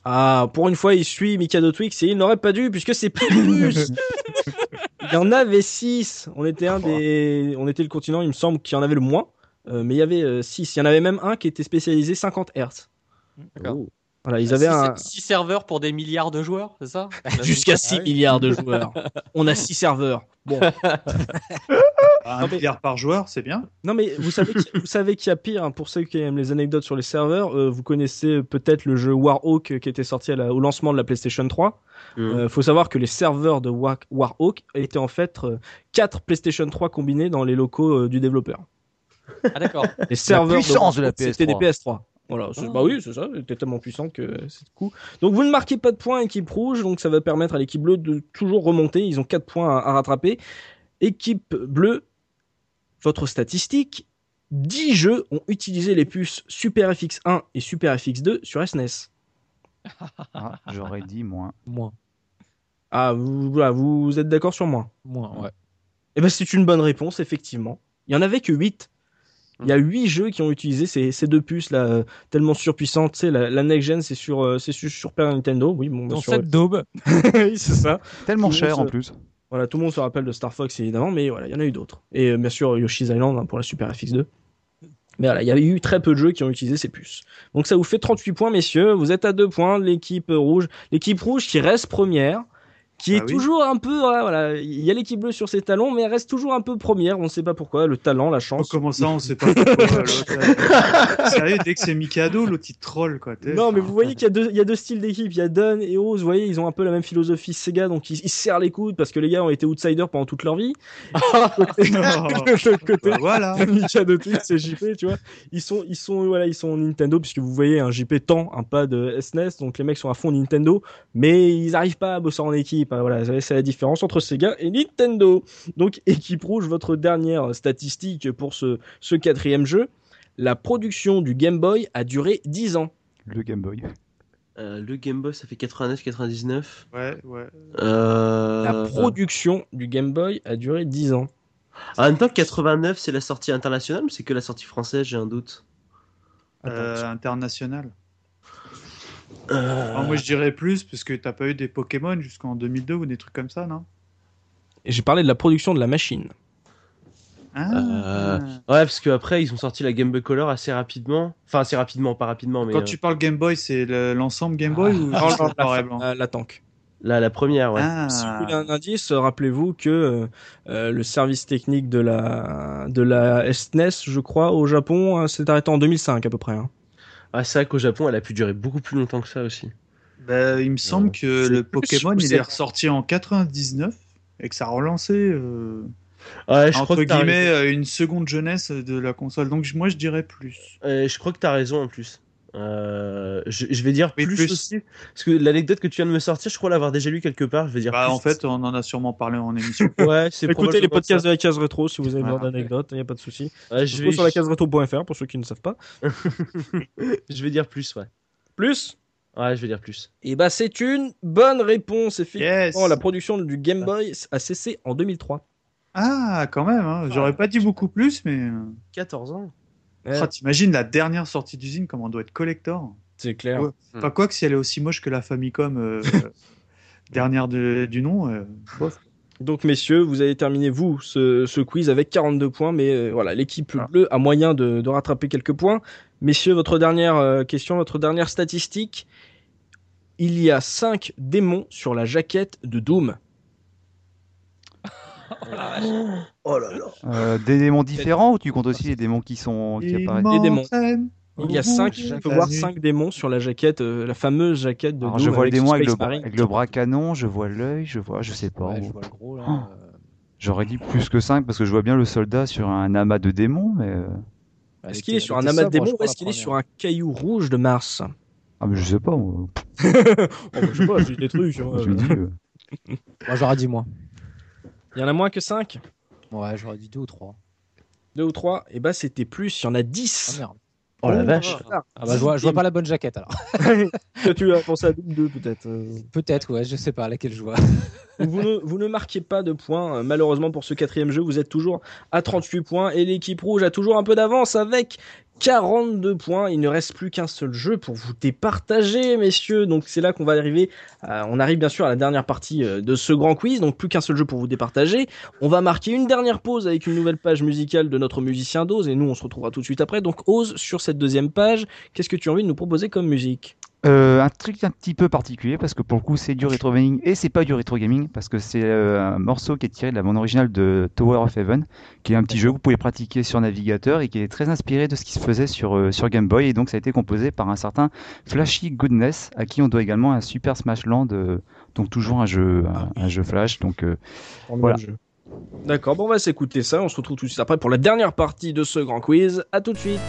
Speaker 1: Ah, pour une fois, il suit Mikado Twix et il n'aurait pas dû puisque c'est
Speaker 2: <laughs>
Speaker 1: plus. il y en avait six. On était un des, on était le continent, il me semble, qui en avait le moins. Euh, mais il y avait euh, six. Il y en avait même un qui était spécialisé 50 Hz.
Speaker 5: D'accord.
Speaker 1: Oh. Voilà, ils avaient un
Speaker 3: 6 serveurs pour des milliards de joueurs, Ah, bah, c'est ça
Speaker 1: jusqu'à 6 milliards
Speaker 3: <laughs>
Speaker 1: de <laughs> joueurs. On a 6 serveurs. Bon.
Speaker 2: Ah,
Speaker 1: Non,
Speaker 2: un
Speaker 1: mais-
Speaker 2: milliard par joueur, c'est bien.
Speaker 1: Non mais vous savez qu'il y, vous savez qu'il y a pire hein, pour ceux qui aiment les anecdotes sur les serveurs. euh, vous connaissez peut-être le jeu Warhawk euh, qui était sorti à la- au lancement de la PlayStation 3.
Speaker 7: Mm.
Speaker 1: Euh, faut savoir que les serveurs de Wa- Warhawk étaient en fait 4 PlayStation 3 combinés dans les locaux euh, du développeur.
Speaker 3: Ah d'accord.
Speaker 1: Les serveurs
Speaker 5: puissance de la
Speaker 1: Warhawk, c'était des
Speaker 5: PS3.
Speaker 1: PS3. Voilà, c'est- bah oui, c'est ça, c'était tellement puissant que c'est le coup. Donc vous ne marquez pas de points à l'équipe rouge, donc ça va permettre à l'équipe bleue de toujours remonter, ils ont 4 points à, à rattraper. Équipe bleue, votre statistique, 10 jeux ont utilisé les puces Super FX1 et Super FX2 sur E SNES.
Speaker 5: Ah, J'aurais dit moins.
Speaker 6: Moins.
Speaker 1: Ah, vous, voilà, vous êtes d'accord sur moi
Speaker 6: Moins, ouais.
Speaker 1: Eh ben c'est une bonne réponse, effectivement. Il y en avait que 8. Il y a 8 jeux qui ont utilisé ces, ces deux puces là, euh, tellement surpuissantes. Tu sais, la, la next gen, c'est sur, euh, c'est sur Super Nintendo. Oui, bon, bah,
Speaker 4: Dans
Speaker 1: sur-
Speaker 4: cette
Speaker 1: <laughs>
Speaker 4: daube,
Speaker 1: Oui, c'est ça.
Speaker 5: Tellement
Speaker 1: Tout le
Speaker 5: cher en
Speaker 1: monde
Speaker 5: plus.
Speaker 1: Voilà, tout le monde se rappelle de Star Fox évidemment, mais voilà, il y en a eu d'autres. Et euh, bien sûr, Yoshi's Island hein, pour la Super FX2. Mais voilà, il y a eu très peu de jeux qui ont utilisé ces puces. Donc ça vous fait 38 points, messieurs. Vous êtes à 2 points de l'équipe rouge. L'équipe rouge qui reste première, qui
Speaker 2: Ah
Speaker 1: est
Speaker 2: oui.
Speaker 1: toujours un peu. voilà, Voilà, il y a l'équipe bleue sur ses talons, mais elle reste toujours un peu première. On ne sait pas pourquoi. Le talent, la
Speaker 2: Oh,
Speaker 1: chance.
Speaker 2: comment ça, on sait pas pourquoi. l'autre,
Speaker 1: <laughs>
Speaker 2: euh, Sérieux, dès que c'est Mikado, l'autre il troll quoi. t'es-
Speaker 1: Non, mais vous voyez qu'il y a deux, il y a deux styles d'équipe. Il y a Dunn et Rose. Vous voyez, ils ont un peu la même philosophie Sega, donc ils, ils se serrent les coudes parce que les gars ont été outsiders pendant toute
Speaker 2: <laughs>
Speaker 1: leur vie.
Speaker 2: Bah,
Speaker 1: <laughs> De l'autre côté,
Speaker 2: voilà.
Speaker 1: Mika de Twitch, c'est JP, tu vois. Ils sont, ils sont, voilà, ils sont Nintendo, puisque vous voyez, un JP tend un pas de SNES, donc les mecs sont à fond Nintendo, mais ils arrivent pas à bosser en équipe. hein, voilà, c'est c'est la différence entre Sega et Nintendo. Donc, équipe rouge, votre dernière statistique pour ce, ce quatrième jeu. La production du Game Boy a duré 10 ans.
Speaker 5: Le Game Boy.
Speaker 7: Euh, le Game Boy, ça fait 89-99.
Speaker 2: Ouais, ouais.
Speaker 7: Euh...
Speaker 1: La production du Game Boy a duré 10 ans.
Speaker 7: Ah, En même temps, 89, c'est la sortie internationale ou c'est que la sortie française, j'ai un doute
Speaker 2: Euh, international.
Speaker 7: Euh,
Speaker 2: Alors, moi je dirais plus, parce que t'as pas eu des Pokémon jusqu'en 2002 ou des trucs comme ça, non
Speaker 1: Et j'ai parlé de la production de la machine. Euh,
Speaker 2: Ah.
Speaker 7: Euh, Ouais, parce qu'après, ils ont sorti la Game Boy Color assez rapidement. Enfin, assez rapidement, pas rapidement, mais
Speaker 2: Quand
Speaker 7: euh,
Speaker 2: tu parles Game Boy, c'est le- l'ensemble Game Boy ou
Speaker 1: Ah,
Speaker 2: juste le
Speaker 1: <laughs> la,
Speaker 2: noir et blanc
Speaker 1: euh, la tank.
Speaker 7: la, la première, ouais.
Speaker 2: Ah.
Speaker 1: Si vous voulez un indice, euh, rappelez-vous que euh, euh, le service technique de la, de la SNES, je crois, au Japon, euh, s'est arrêté en 2005 à peu près. hein.
Speaker 7: Ah, c'est vrai qu'au Japon, elle a pu durer beaucoup plus longtemps que ça aussi.
Speaker 2: Bah, il me semble que
Speaker 1: c'est
Speaker 2: le
Speaker 1: plus
Speaker 2: Pokémon
Speaker 1: ou
Speaker 2: il
Speaker 1: c'est-
Speaker 2: est ressorti en 99 et que ça a relancé euh,
Speaker 7: Ouais, je crois
Speaker 2: entre
Speaker 7: que t'as
Speaker 2: guillemets euh, une seconde jeunesse de la console. Donc j- moi je dirais plus.
Speaker 7: raison. Euh, je crois que t'as raison en plus. Euh, je, je vais dire
Speaker 2: Oui,
Speaker 7: plus,
Speaker 2: plus.
Speaker 7: aussi. Parce que l'anecdote que tu viens de me sortir, je crois l'avoir déjà lu quelque part. Je vais dire
Speaker 2: Bah,
Speaker 7: plus.
Speaker 2: en fait, on en a sûrement parlé en
Speaker 7: <laughs>
Speaker 2: émission.
Speaker 7: Ouais, c'est
Speaker 1: Écoutez les
Speaker 7: probablement ça.
Speaker 1: podcasts de la case rétro si vous avez besoin
Speaker 2: Voilà.
Speaker 1: d'anecdotes, il n'y a pas de souci.
Speaker 7: Ouais,
Speaker 1: Je
Speaker 7: je,
Speaker 1: trouve
Speaker 7: vais,
Speaker 1: sur la case rétro.fr pour ceux qui ne savent pas.
Speaker 7: <laughs> je vais dire plus, ouais.
Speaker 1: Plus
Speaker 7: Ouais, je vais dire plus.
Speaker 1: Et bah c'est une bonne réponse, effectivement.
Speaker 2: yes.
Speaker 1: La production du Game Boy a cessé en 2003.
Speaker 2: Ah, quand même. hein. J'aurais pas dit beaucoup plus, mais euh,
Speaker 7: 14 ans
Speaker 1: Ouais,
Speaker 2: ah, t'imagines la dernière sortie d'usine comment on doit être collector.
Speaker 1: c'est clair.
Speaker 2: Ouais. Enfin quoi que si elle est aussi moche que la Famicom
Speaker 1: <laughs>
Speaker 2: euh, dernière de- du nom. euh, bof.
Speaker 1: Donc, messieurs, vous avez terminé, vous, ce, ce quiz avec 42 points, mais euh, voilà, l'équipe
Speaker 5: Ah.
Speaker 1: bleue a moyen de, de rattraper quelques points. Messieurs, votre dernière euh, question, votre dernière statistique. Il y a 5 démons sur la jaquette de Doom.
Speaker 7: Oh là là
Speaker 5: <laughs> Euh, des démons différents ou tu comptes aussi les démons qui sont qui apparaissent
Speaker 1: Les démons.
Speaker 2: m'entraîne
Speaker 1: Il y a
Speaker 7: Oh,
Speaker 2: au bout
Speaker 1: 5,
Speaker 2: de
Speaker 1: on peut
Speaker 2: la
Speaker 1: voir
Speaker 2: nuit.
Speaker 1: 5 démons sur la jaquette, euh, la fameuse jaquette de
Speaker 5: Alors,
Speaker 1: Doom.
Speaker 5: je vois le démon avec le,
Speaker 1: Space
Speaker 5: bras,
Speaker 1: Marine.
Speaker 5: avec le bras canon, je vois l'œil, je vois, je sais pas.
Speaker 6: Ouais, je
Speaker 5: où.
Speaker 6: vois le gros, là.
Speaker 5: Oh.
Speaker 6: euh,
Speaker 5: J'aurais dit plus que 5 parce que je vois bien le soldat sur un amas de démons, mais. euh,
Speaker 6: elle
Speaker 1: Est-ce qu'il est
Speaker 6: était-
Speaker 1: sur
Speaker 6: elle
Speaker 1: un
Speaker 6: était
Speaker 1: amas de
Speaker 6: sobre, je
Speaker 1: démons ou
Speaker 6: crois,
Speaker 1: est-ce
Speaker 6: la
Speaker 1: qu'il est
Speaker 6: première.
Speaker 1: sur un caillou rouge de Mars
Speaker 5: Ah, mais je sais pas. moi.
Speaker 1: <laughs> Oh, bah, Je sais pas, j'ai des trucs. hein.
Speaker 5: <laughs> Je me dis. euh,
Speaker 1: <laughs>
Speaker 6: Moi, j'aurais dit moins.
Speaker 1: Il y en a moins que 5
Speaker 6: Ouais, j'aurais dit deux ou trois.
Speaker 1: deux ou trois, et bah c'était plus, il y en a
Speaker 6: Ah,
Speaker 1: 10.
Speaker 6: merde.
Speaker 2: Oh la vache.
Speaker 6: Ah bah, je vois, je vois pas la bonne jaquette alors.
Speaker 1: <laughs> Toi, tu as pensé à Doom 2 peut-être. euh.
Speaker 6: Peut-être, ouais, je sais pas laquelle je vois.
Speaker 1: Donc, vous, ne, vous ne marquez pas de points, euh, malheureusement, pour ce quatrième jeu. Vous êtes toujours à 38 points et l'équipe rouge a toujours un peu d'avance avec 42 points. Il ne reste plus qu'un seul jeu pour vous départager, messieurs. Donc, c'est là qu'on va arriver. à- on arrive bien sûr à la dernière partie euh, de ce grand quiz. Donc, plus qu'un seul jeu pour vous départager. On va marquer une dernière pause avec une nouvelle page musicale de notre musicien d'Oz et nous, on se retrouvera tout de suite après. Donc, Oz, sur cette deuxième page, qu'est-ce que tu as envie de nous proposer comme musique
Speaker 5: Euh, un truc un petit peu particulier parce que pour le coup c'est du rétro gaming et c'est pas du rétro gaming parce que c'est euh, un morceau qui est tiré de la bande originale de Tower of Heaven qui est un petit jeu que vous pouvez pratiquer sur navigateur et qui est très inspiré de ce qui se faisait sur, euh, sur Game Boy et donc ça a été composé par un certain Flashy Goodness à qui on doit également un Super Smash Land euh, donc toujours un jeu, un, un jeu Flash donc euh, Voilà.
Speaker 1: D'accord, bon, on va s'écouter ça. On se retrouve tout de suite après pour la dernière partie de ce grand quiz. À tout de suite.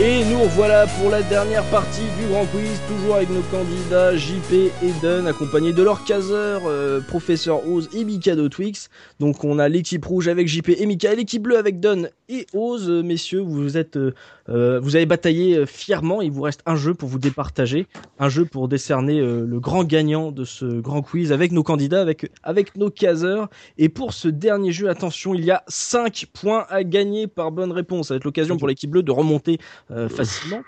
Speaker 1: Et nous revoilà pour la dernière partie du Grand Quiz, toujours avec nos candidats JP et Dunn, accompagnés de leur caseur, euh, Professeur Oz et Mikado Twix. Donc on a l'équipe rouge avec JP et Mika, et l'équipe bleue avec Dunn et Oz. Euh, messieurs, vous êtes, euh, euh, vous avez bataillé euh, fièrement, il vous reste un jeu pour vous départager, un jeu pour décerner euh, le grand gagnant de ce Grand Quiz avec nos candidats, avec, avec nos caseurs. Et pour ce dernier jeu, attention, il y a 5 points à gagner par bonne réponse. Ça va être l'occasion pour l'équipe bleue de remonter euh, facilement.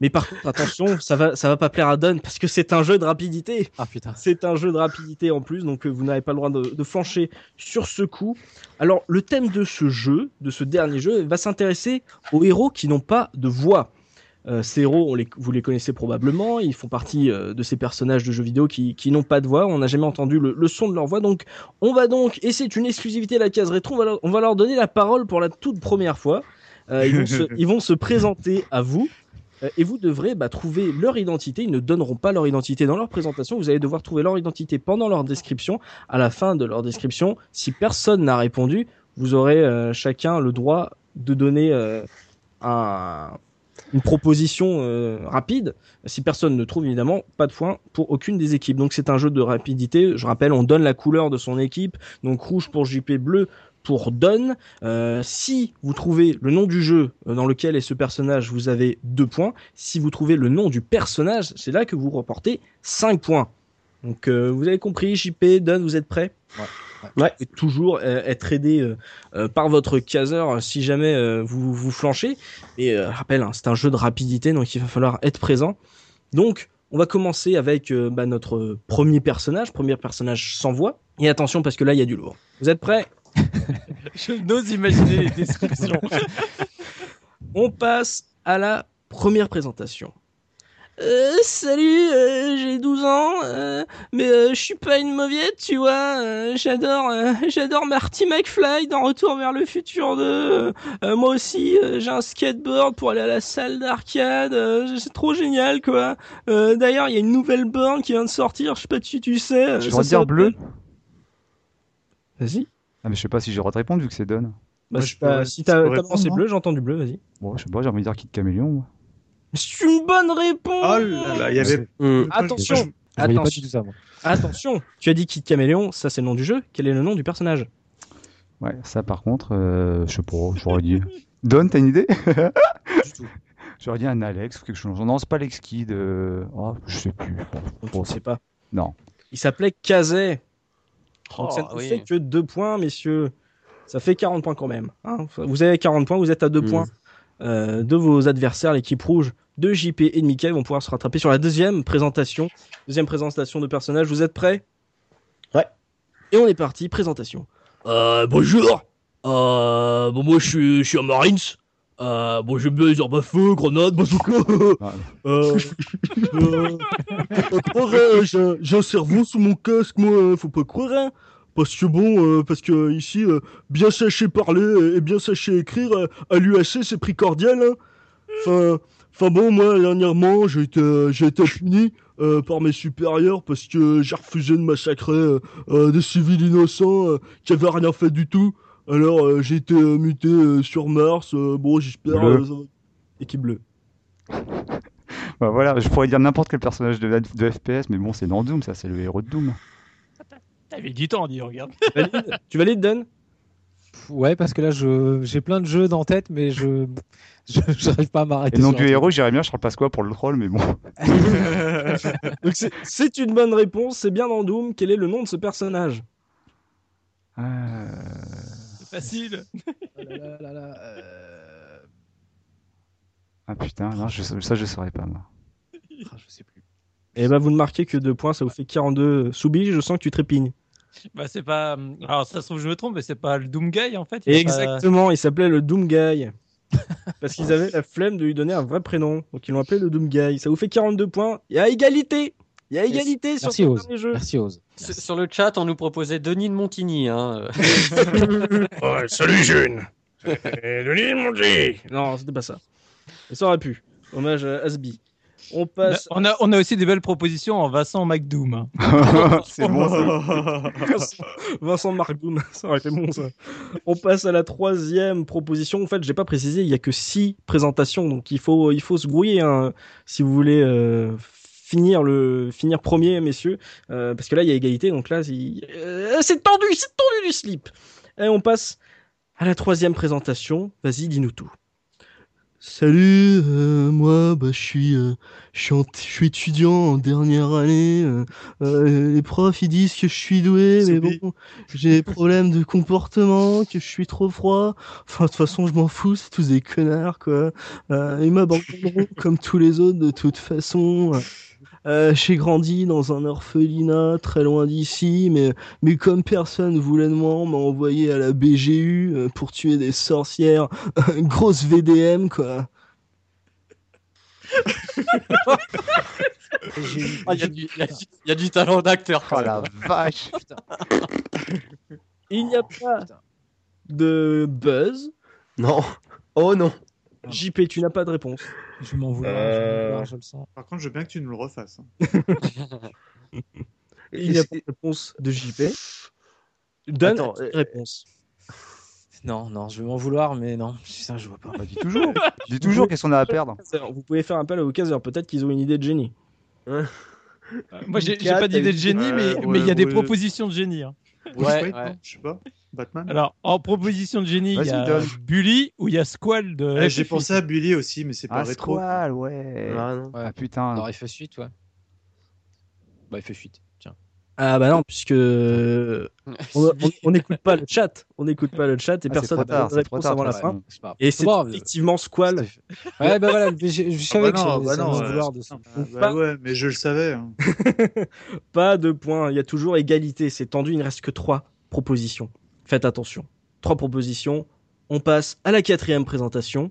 Speaker 1: Mais par contre,
Speaker 6: <laughs>
Speaker 1: attention, ça va, ça va pas plaire à Don parce que c'est un jeu de rapidité.
Speaker 6: Ah putain.
Speaker 1: C'est un jeu de rapidité en plus, donc euh, vous n'avez pas le droit de, de flancher sur ce coup. Alors, le thème de ce jeu, de ce dernier jeu, va s'intéresser aux héros qui n'ont pas de voix. Euh, ces héros, on les- vous les connaissez probablement, ils font partie euh, de ces personnages de jeux vidéo qui, qui n'ont pas de voix, on n'a jamais entendu le, le son de leur voix, donc on va donc, et c'est une exclusivité à la case rétro, on va, leur, on va leur donner la parole pour la toute première fois. Euh, ils, vont
Speaker 6: <laughs>
Speaker 1: se, ils vont se présenter à vous. Euh, et vous devrez bah, trouver leur identité. Ils ne donneront pas leur identité dans leur présentation. Vous allez devoir trouver leur identité pendant leur description. À la fin de leur description, si personne n'a répondu, vous aurez euh, chacun le droit de donner euh, un- une proposition euh, rapide. Si personne ne trouve, évidemment, pas de points pour aucune des équipes. Donc c'est un jeu de rapidité. Je rappelle, on donne la couleur de son équipe. Donc rouge pour JP, bleu pour Don. Euh, si vous trouvez le nom du jeu euh, dans lequel est ce personnage, vous avez deux points. Si vous trouvez le nom du personnage, c'est là que vous remportez 5 points. Donc euh, vous avez compris, JP, Don, vous êtes prêts
Speaker 7: Ouais.
Speaker 1: Et toujours euh, être aidé euh, euh, par votre caseur euh, si jamais euh, vous vous flanchez. Et euh, rappel, hein, c'est un jeu de rapidité, donc il va falloir être présent. Donc on va commencer avec euh, bah, notre euh, premier personnage, premier personnage sans voix. Et attention parce que là il y a du lourd. Vous êtes prêts
Speaker 3: Je n'ose imaginer les descriptions.
Speaker 1: <laughs> On passe à la première présentation. Euh, salut, euh, j'ai 12 ans, euh, mais euh, je suis pas une mauviette, tu vois. euh, j'adore, euh, <laughs> j'adore Marty McFly dans Retour vers le futur 2. euh, euh, moi aussi, euh, j'ai un skateboard pour aller à la salle d'arcade. euh, c'est trop génial, quoi. Euh, D'ailleurs, il y a une nouvelle borne qui vient de sortir. Je sais pas si tu sais. euh,
Speaker 5: je
Speaker 1: ça
Speaker 5: vais dire
Speaker 1: s'appelle-
Speaker 5: bleu
Speaker 1: Vas-y.
Speaker 5: ah, mais je sais pas si j'ai le droit de répondre vu que c'est Don
Speaker 1: Bah,
Speaker 2: Moi, je peux- je peux répondre, hein.
Speaker 1: bleu, j'entends du bleu. Vas-y.
Speaker 5: bon je sais pas j'ai envie de dire Kid Caméléon moi.
Speaker 1: C'est une bonne réponse.
Speaker 2: Oh là là, il y avait.
Speaker 7: Hmm.
Speaker 1: Attention,
Speaker 6: Mm. Je voyais pas
Speaker 1: Attention.
Speaker 6: du tout ça, moi.
Speaker 1: attention. Tu as dit Kid Caméléon, ça c'est le nom du jeu. Quel est le nom du personnage
Speaker 5: Ouais, ça par contre, euh, je sais pas, j'aurais
Speaker 1: <laughs>
Speaker 5: dit. Don, t'as une idée
Speaker 1: Du tout.
Speaker 5: J'aurais dit un Alex ou quelque chose. Non, c'est pas Alex Kid. euh, oh, je sais plus.
Speaker 1: Donc, je ne sais pas.
Speaker 5: Non.
Speaker 1: Il s'appelait Kazé.
Speaker 3: Oh,
Speaker 1: Donc ça ne
Speaker 3: oui.
Speaker 1: fait que 2 points, messieurs. Ça fait 40 points quand même. hein. Enfin, Vous avez 40 points, vous êtes à 2
Speaker 7: Mm.
Speaker 1: points euh, de vos adversaires, l'équipe rouge de JP et de Mickaël vont pouvoir se rattraper sur la deuxième présentation. Deuxième présentation de personnages, vous êtes prêts
Speaker 7: Ouais.
Speaker 1: Et on est parti, présentation.
Speaker 9: Euh, bonjour. Euh, bon, moi, je suis, je suis un Marines. Euh, bon, j'aime bien les armes à feu, grenades, bazooka.
Speaker 5: Ah.
Speaker 9: euh, euh, faut pas croire, hein, j'ai- j'ai un cerveau sous mon casque, moi, hein, faut pas croire. hein. Parce que bon, euh, parce que euh, ici, euh, bien sachez parler et bien sachez écrire, euh, à l'UHC, c'est prix cordial. hein. Enfin, enfin bon, moi, dernièrement, j'ai été, j'ai été puni euh, par mes supérieurs parce que j'ai refusé de massacrer euh, euh, des civils innocents euh, qui avaient rien fait du tout. Alors, euh, j'ai été euh, muté euh, sur Mars. euh, bon, j'espère.
Speaker 5: Bleu.
Speaker 9: euh, ça va-
Speaker 1: Équipe bleue.
Speaker 5: Bah voilà, je pourrais dire n'importe quel personnage de, de FPS, mais bon, c'est dans Doom, ça, c'est le héros de Doom.
Speaker 4: T'avais du temps, dis, regarde.
Speaker 1: Tu
Speaker 2: Bah,
Speaker 4: <laughs>
Speaker 1: valides, tu valides, Dan
Speaker 6: Pff, Ouais, parce que là, je- j'ai plein de jeux en tête, mais je <laughs> n'arrive pas à m'arrêter.
Speaker 5: Et non
Speaker 6: sur
Speaker 5: du
Speaker 6: un
Speaker 5: héros, j'irais bien Charles Pasqua pour le troll, mais bon.
Speaker 1: <laughs> Donc c'est- c'est une bonne réponse, c'est bien dans Doom. Quel est le nom de ce personnage
Speaker 5: Euh,
Speaker 4: C'est facile.
Speaker 6: truc. Oh Là, là, là, là, euh,
Speaker 5: Ah putain, non, je, ça, je saurais pas, moi.
Speaker 6: ah, je sais plus.
Speaker 1: Eh ben vous ne marquez que 2 points, ça vous fait 42. Soubi, je sens que tu trépignes.
Speaker 4: Bah, c'est pas. Alors, ça se trouve, je me trompe, mais c'est pas le Doom Guy, en fait. il a pas-
Speaker 1: Exactement, il s'appelait le Doom
Speaker 6: <laughs>
Speaker 1: Guy. Parce qu'ils avaient la flemme de lui donner un vrai prénom. Donc ils l'ont appelé le Doom Guy. Ça vous fait 42 points. Il y a égalité. Il y a égalité sur
Speaker 6: Merci,
Speaker 1: ce
Speaker 6: Oz.
Speaker 1: dernier jeu.
Speaker 6: Merci, Oz.
Speaker 3: Sur sur le chat, on nous proposait Denis de Montigny. <laughs> Hein.
Speaker 9: Ouais, salut,
Speaker 3: <laughs>
Speaker 9: jeune. Eh, Denis, mon Dieu.
Speaker 1: Non, c'était pas ça. Mais Ça aurait pu. Hommage à Asby. On passe.
Speaker 4: Bah, On a, on a aussi des belles propositions en Vincent McDoom. hein.
Speaker 5: <laughs> c'est bon, ça.
Speaker 1: Vincent, Vincent Margoum, <laughs> ça aurait été bon ça. On passe à la troisième proposition. En fait, j'ai pas précisé, il y a que six présentations, donc il faut, il faut se grouiller hein, si vous voulez euh, finir le finir premier, messieurs, Euh, parce que là il y a égalité, donc là il- euh, c'est tendu, c'est tendu du slip. Et on passe à la troisième présentation. Vas-y, dis-nous tout.
Speaker 9: Salut, euh, moi, bah, je suis, euh, je suis, en- je suis étudiant en dernière année. euh, euh, les profs, ils disent que je suis doué, mais
Speaker 2: Soupy.
Speaker 9: bon, j'ai des problèmes de comportement, que je suis trop froid. Enfin, de toute façon, je m'en fous, c'est tous des connards, quoi. Euh, ils m'abandonneront comme tous les autres, de toute façon. Euh, j'ai grandi dans un orphelinat très loin d'ici, mais, mais comme personne voulait de moi, on m'a envoyé à la BGU euh, pour tuer des sorcières. <laughs> Grosse VDM, quoi.
Speaker 2: <laughs>
Speaker 3: Ah, Il y, a du- y a du- y a du talent d'acteur.
Speaker 5: Oh
Speaker 3: quand même.
Speaker 5: la
Speaker 1: <laughs>
Speaker 5: vache
Speaker 1: Il n'y a pas de buzz.
Speaker 7: Non. Oh non.
Speaker 1: JP, tu n'as pas de réponse.
Speaker 6: Je m'en vouloir,
Speaker 7: je vais m'en
Speaker 6: je
Speaker 7: Euh, vouloir,
Speaker 6: je le sens.
Speaker 2: Par contre, je veux bien que tu nous le refasses. hein.
Speaker 1: Il n'y a pas de réponse de JP. Donne
Speaker 7: Attends,
Speaker 1: une
Speaker 7: euh,
Speaker 1: réponse.
Speaker 6: Non, non, je vais m'en vouloir, mais non, putain, je vois pas.
Speaker 5: Bah, Dis toujours, dis toujours qu'est-ce qu'on a à perdre.
Speaker 1: Alors, Vous pouvez faire appel aux caseurs, peut-être qu'ils ont une idée de génie.
Speaker 7: Hein
Speaker 4: Moi, j'ai j'ai
Speaker 1: Kat,
Speaker 4: pas d'idée de génie,
Speaker 2: euh,
Speaker 4: mais mais il
Speaker 2: ouais,
Speaker 4: y a des
Speaker 2: ouais.
Speaker 4: propositions de génie. hein.
Speaker 2: Bruce
Speaker 3: Ouais,
Speaker 2: Wayne,
Speaker 3: ouais.
Speaker 2: non Je sais pas. Batman.
Speaker 4: Alors, en proposition de génie, il y a
Speaker 5: Vas-y, donne.
Speaker 4: Bully ou il y a Squall de.
Speaker 2: Euh, J'ai
Speaker 4: FFI.
Speaker 2: pensé à Bully aussi, mais c'est pas
Speaker 5: Ah,
Speaker 2: rétro.
Speaker 5: Squall, ouais.
Speaker 7: Ah, non.
Speaker 5: Ah putain.
Speaker 6: Alors, il fait suite, ouais. Bah, il fait suite, tiens.
Speaker 1: Ah bah non,
Speaker 6: <laughs>
Speaker 1: puisque euh, on on- on n'écoute pas le chat. On n'écoute pas le chat et
Speaker 5: Ah, c'est
Speaker 1: personne
Speaker 5: trop
Speaker 1: n'a
Speaker 5: tard,
Speaker 1: de
Speaker 5: c'est trop
Speaker 1: réponse
Speaker 5: tard.
Speaker 1: avant la
Speaker 5: ouais,
Speaker 1: fin.
Speaker 5: bon.
Speaker 6: C'est pas grave.
Speaker 1: Et
Speaker 6: C'est
Speaker 1: c'est
Speaker 6: pas grave.
Speaker 1: effectivement Squall.
Speaker 6: Ouais, bah voilà, mais je, je
Speaker 2: bah
Speaker 6: savais que
Speaker 2: non,
Speaker 6: j'allais-
Speaker 2: bah
Speaker 6: j'allais
Speaker 2: non,
Speaker 6: me
Speaker 2: euh,
Speaker 6: vouloir de ça.
Speaker 2: Ah, bah
Speaker 1: Pas-
Speaker 2: ouais, mais je le savais. hein.
Speaker 1: <laughs> Pas de points. Il y a toujours égalité. C'est tendu. Il ne reste que trois propositions. Faites attention. Trois propositions. On passe à la quatrième présentation.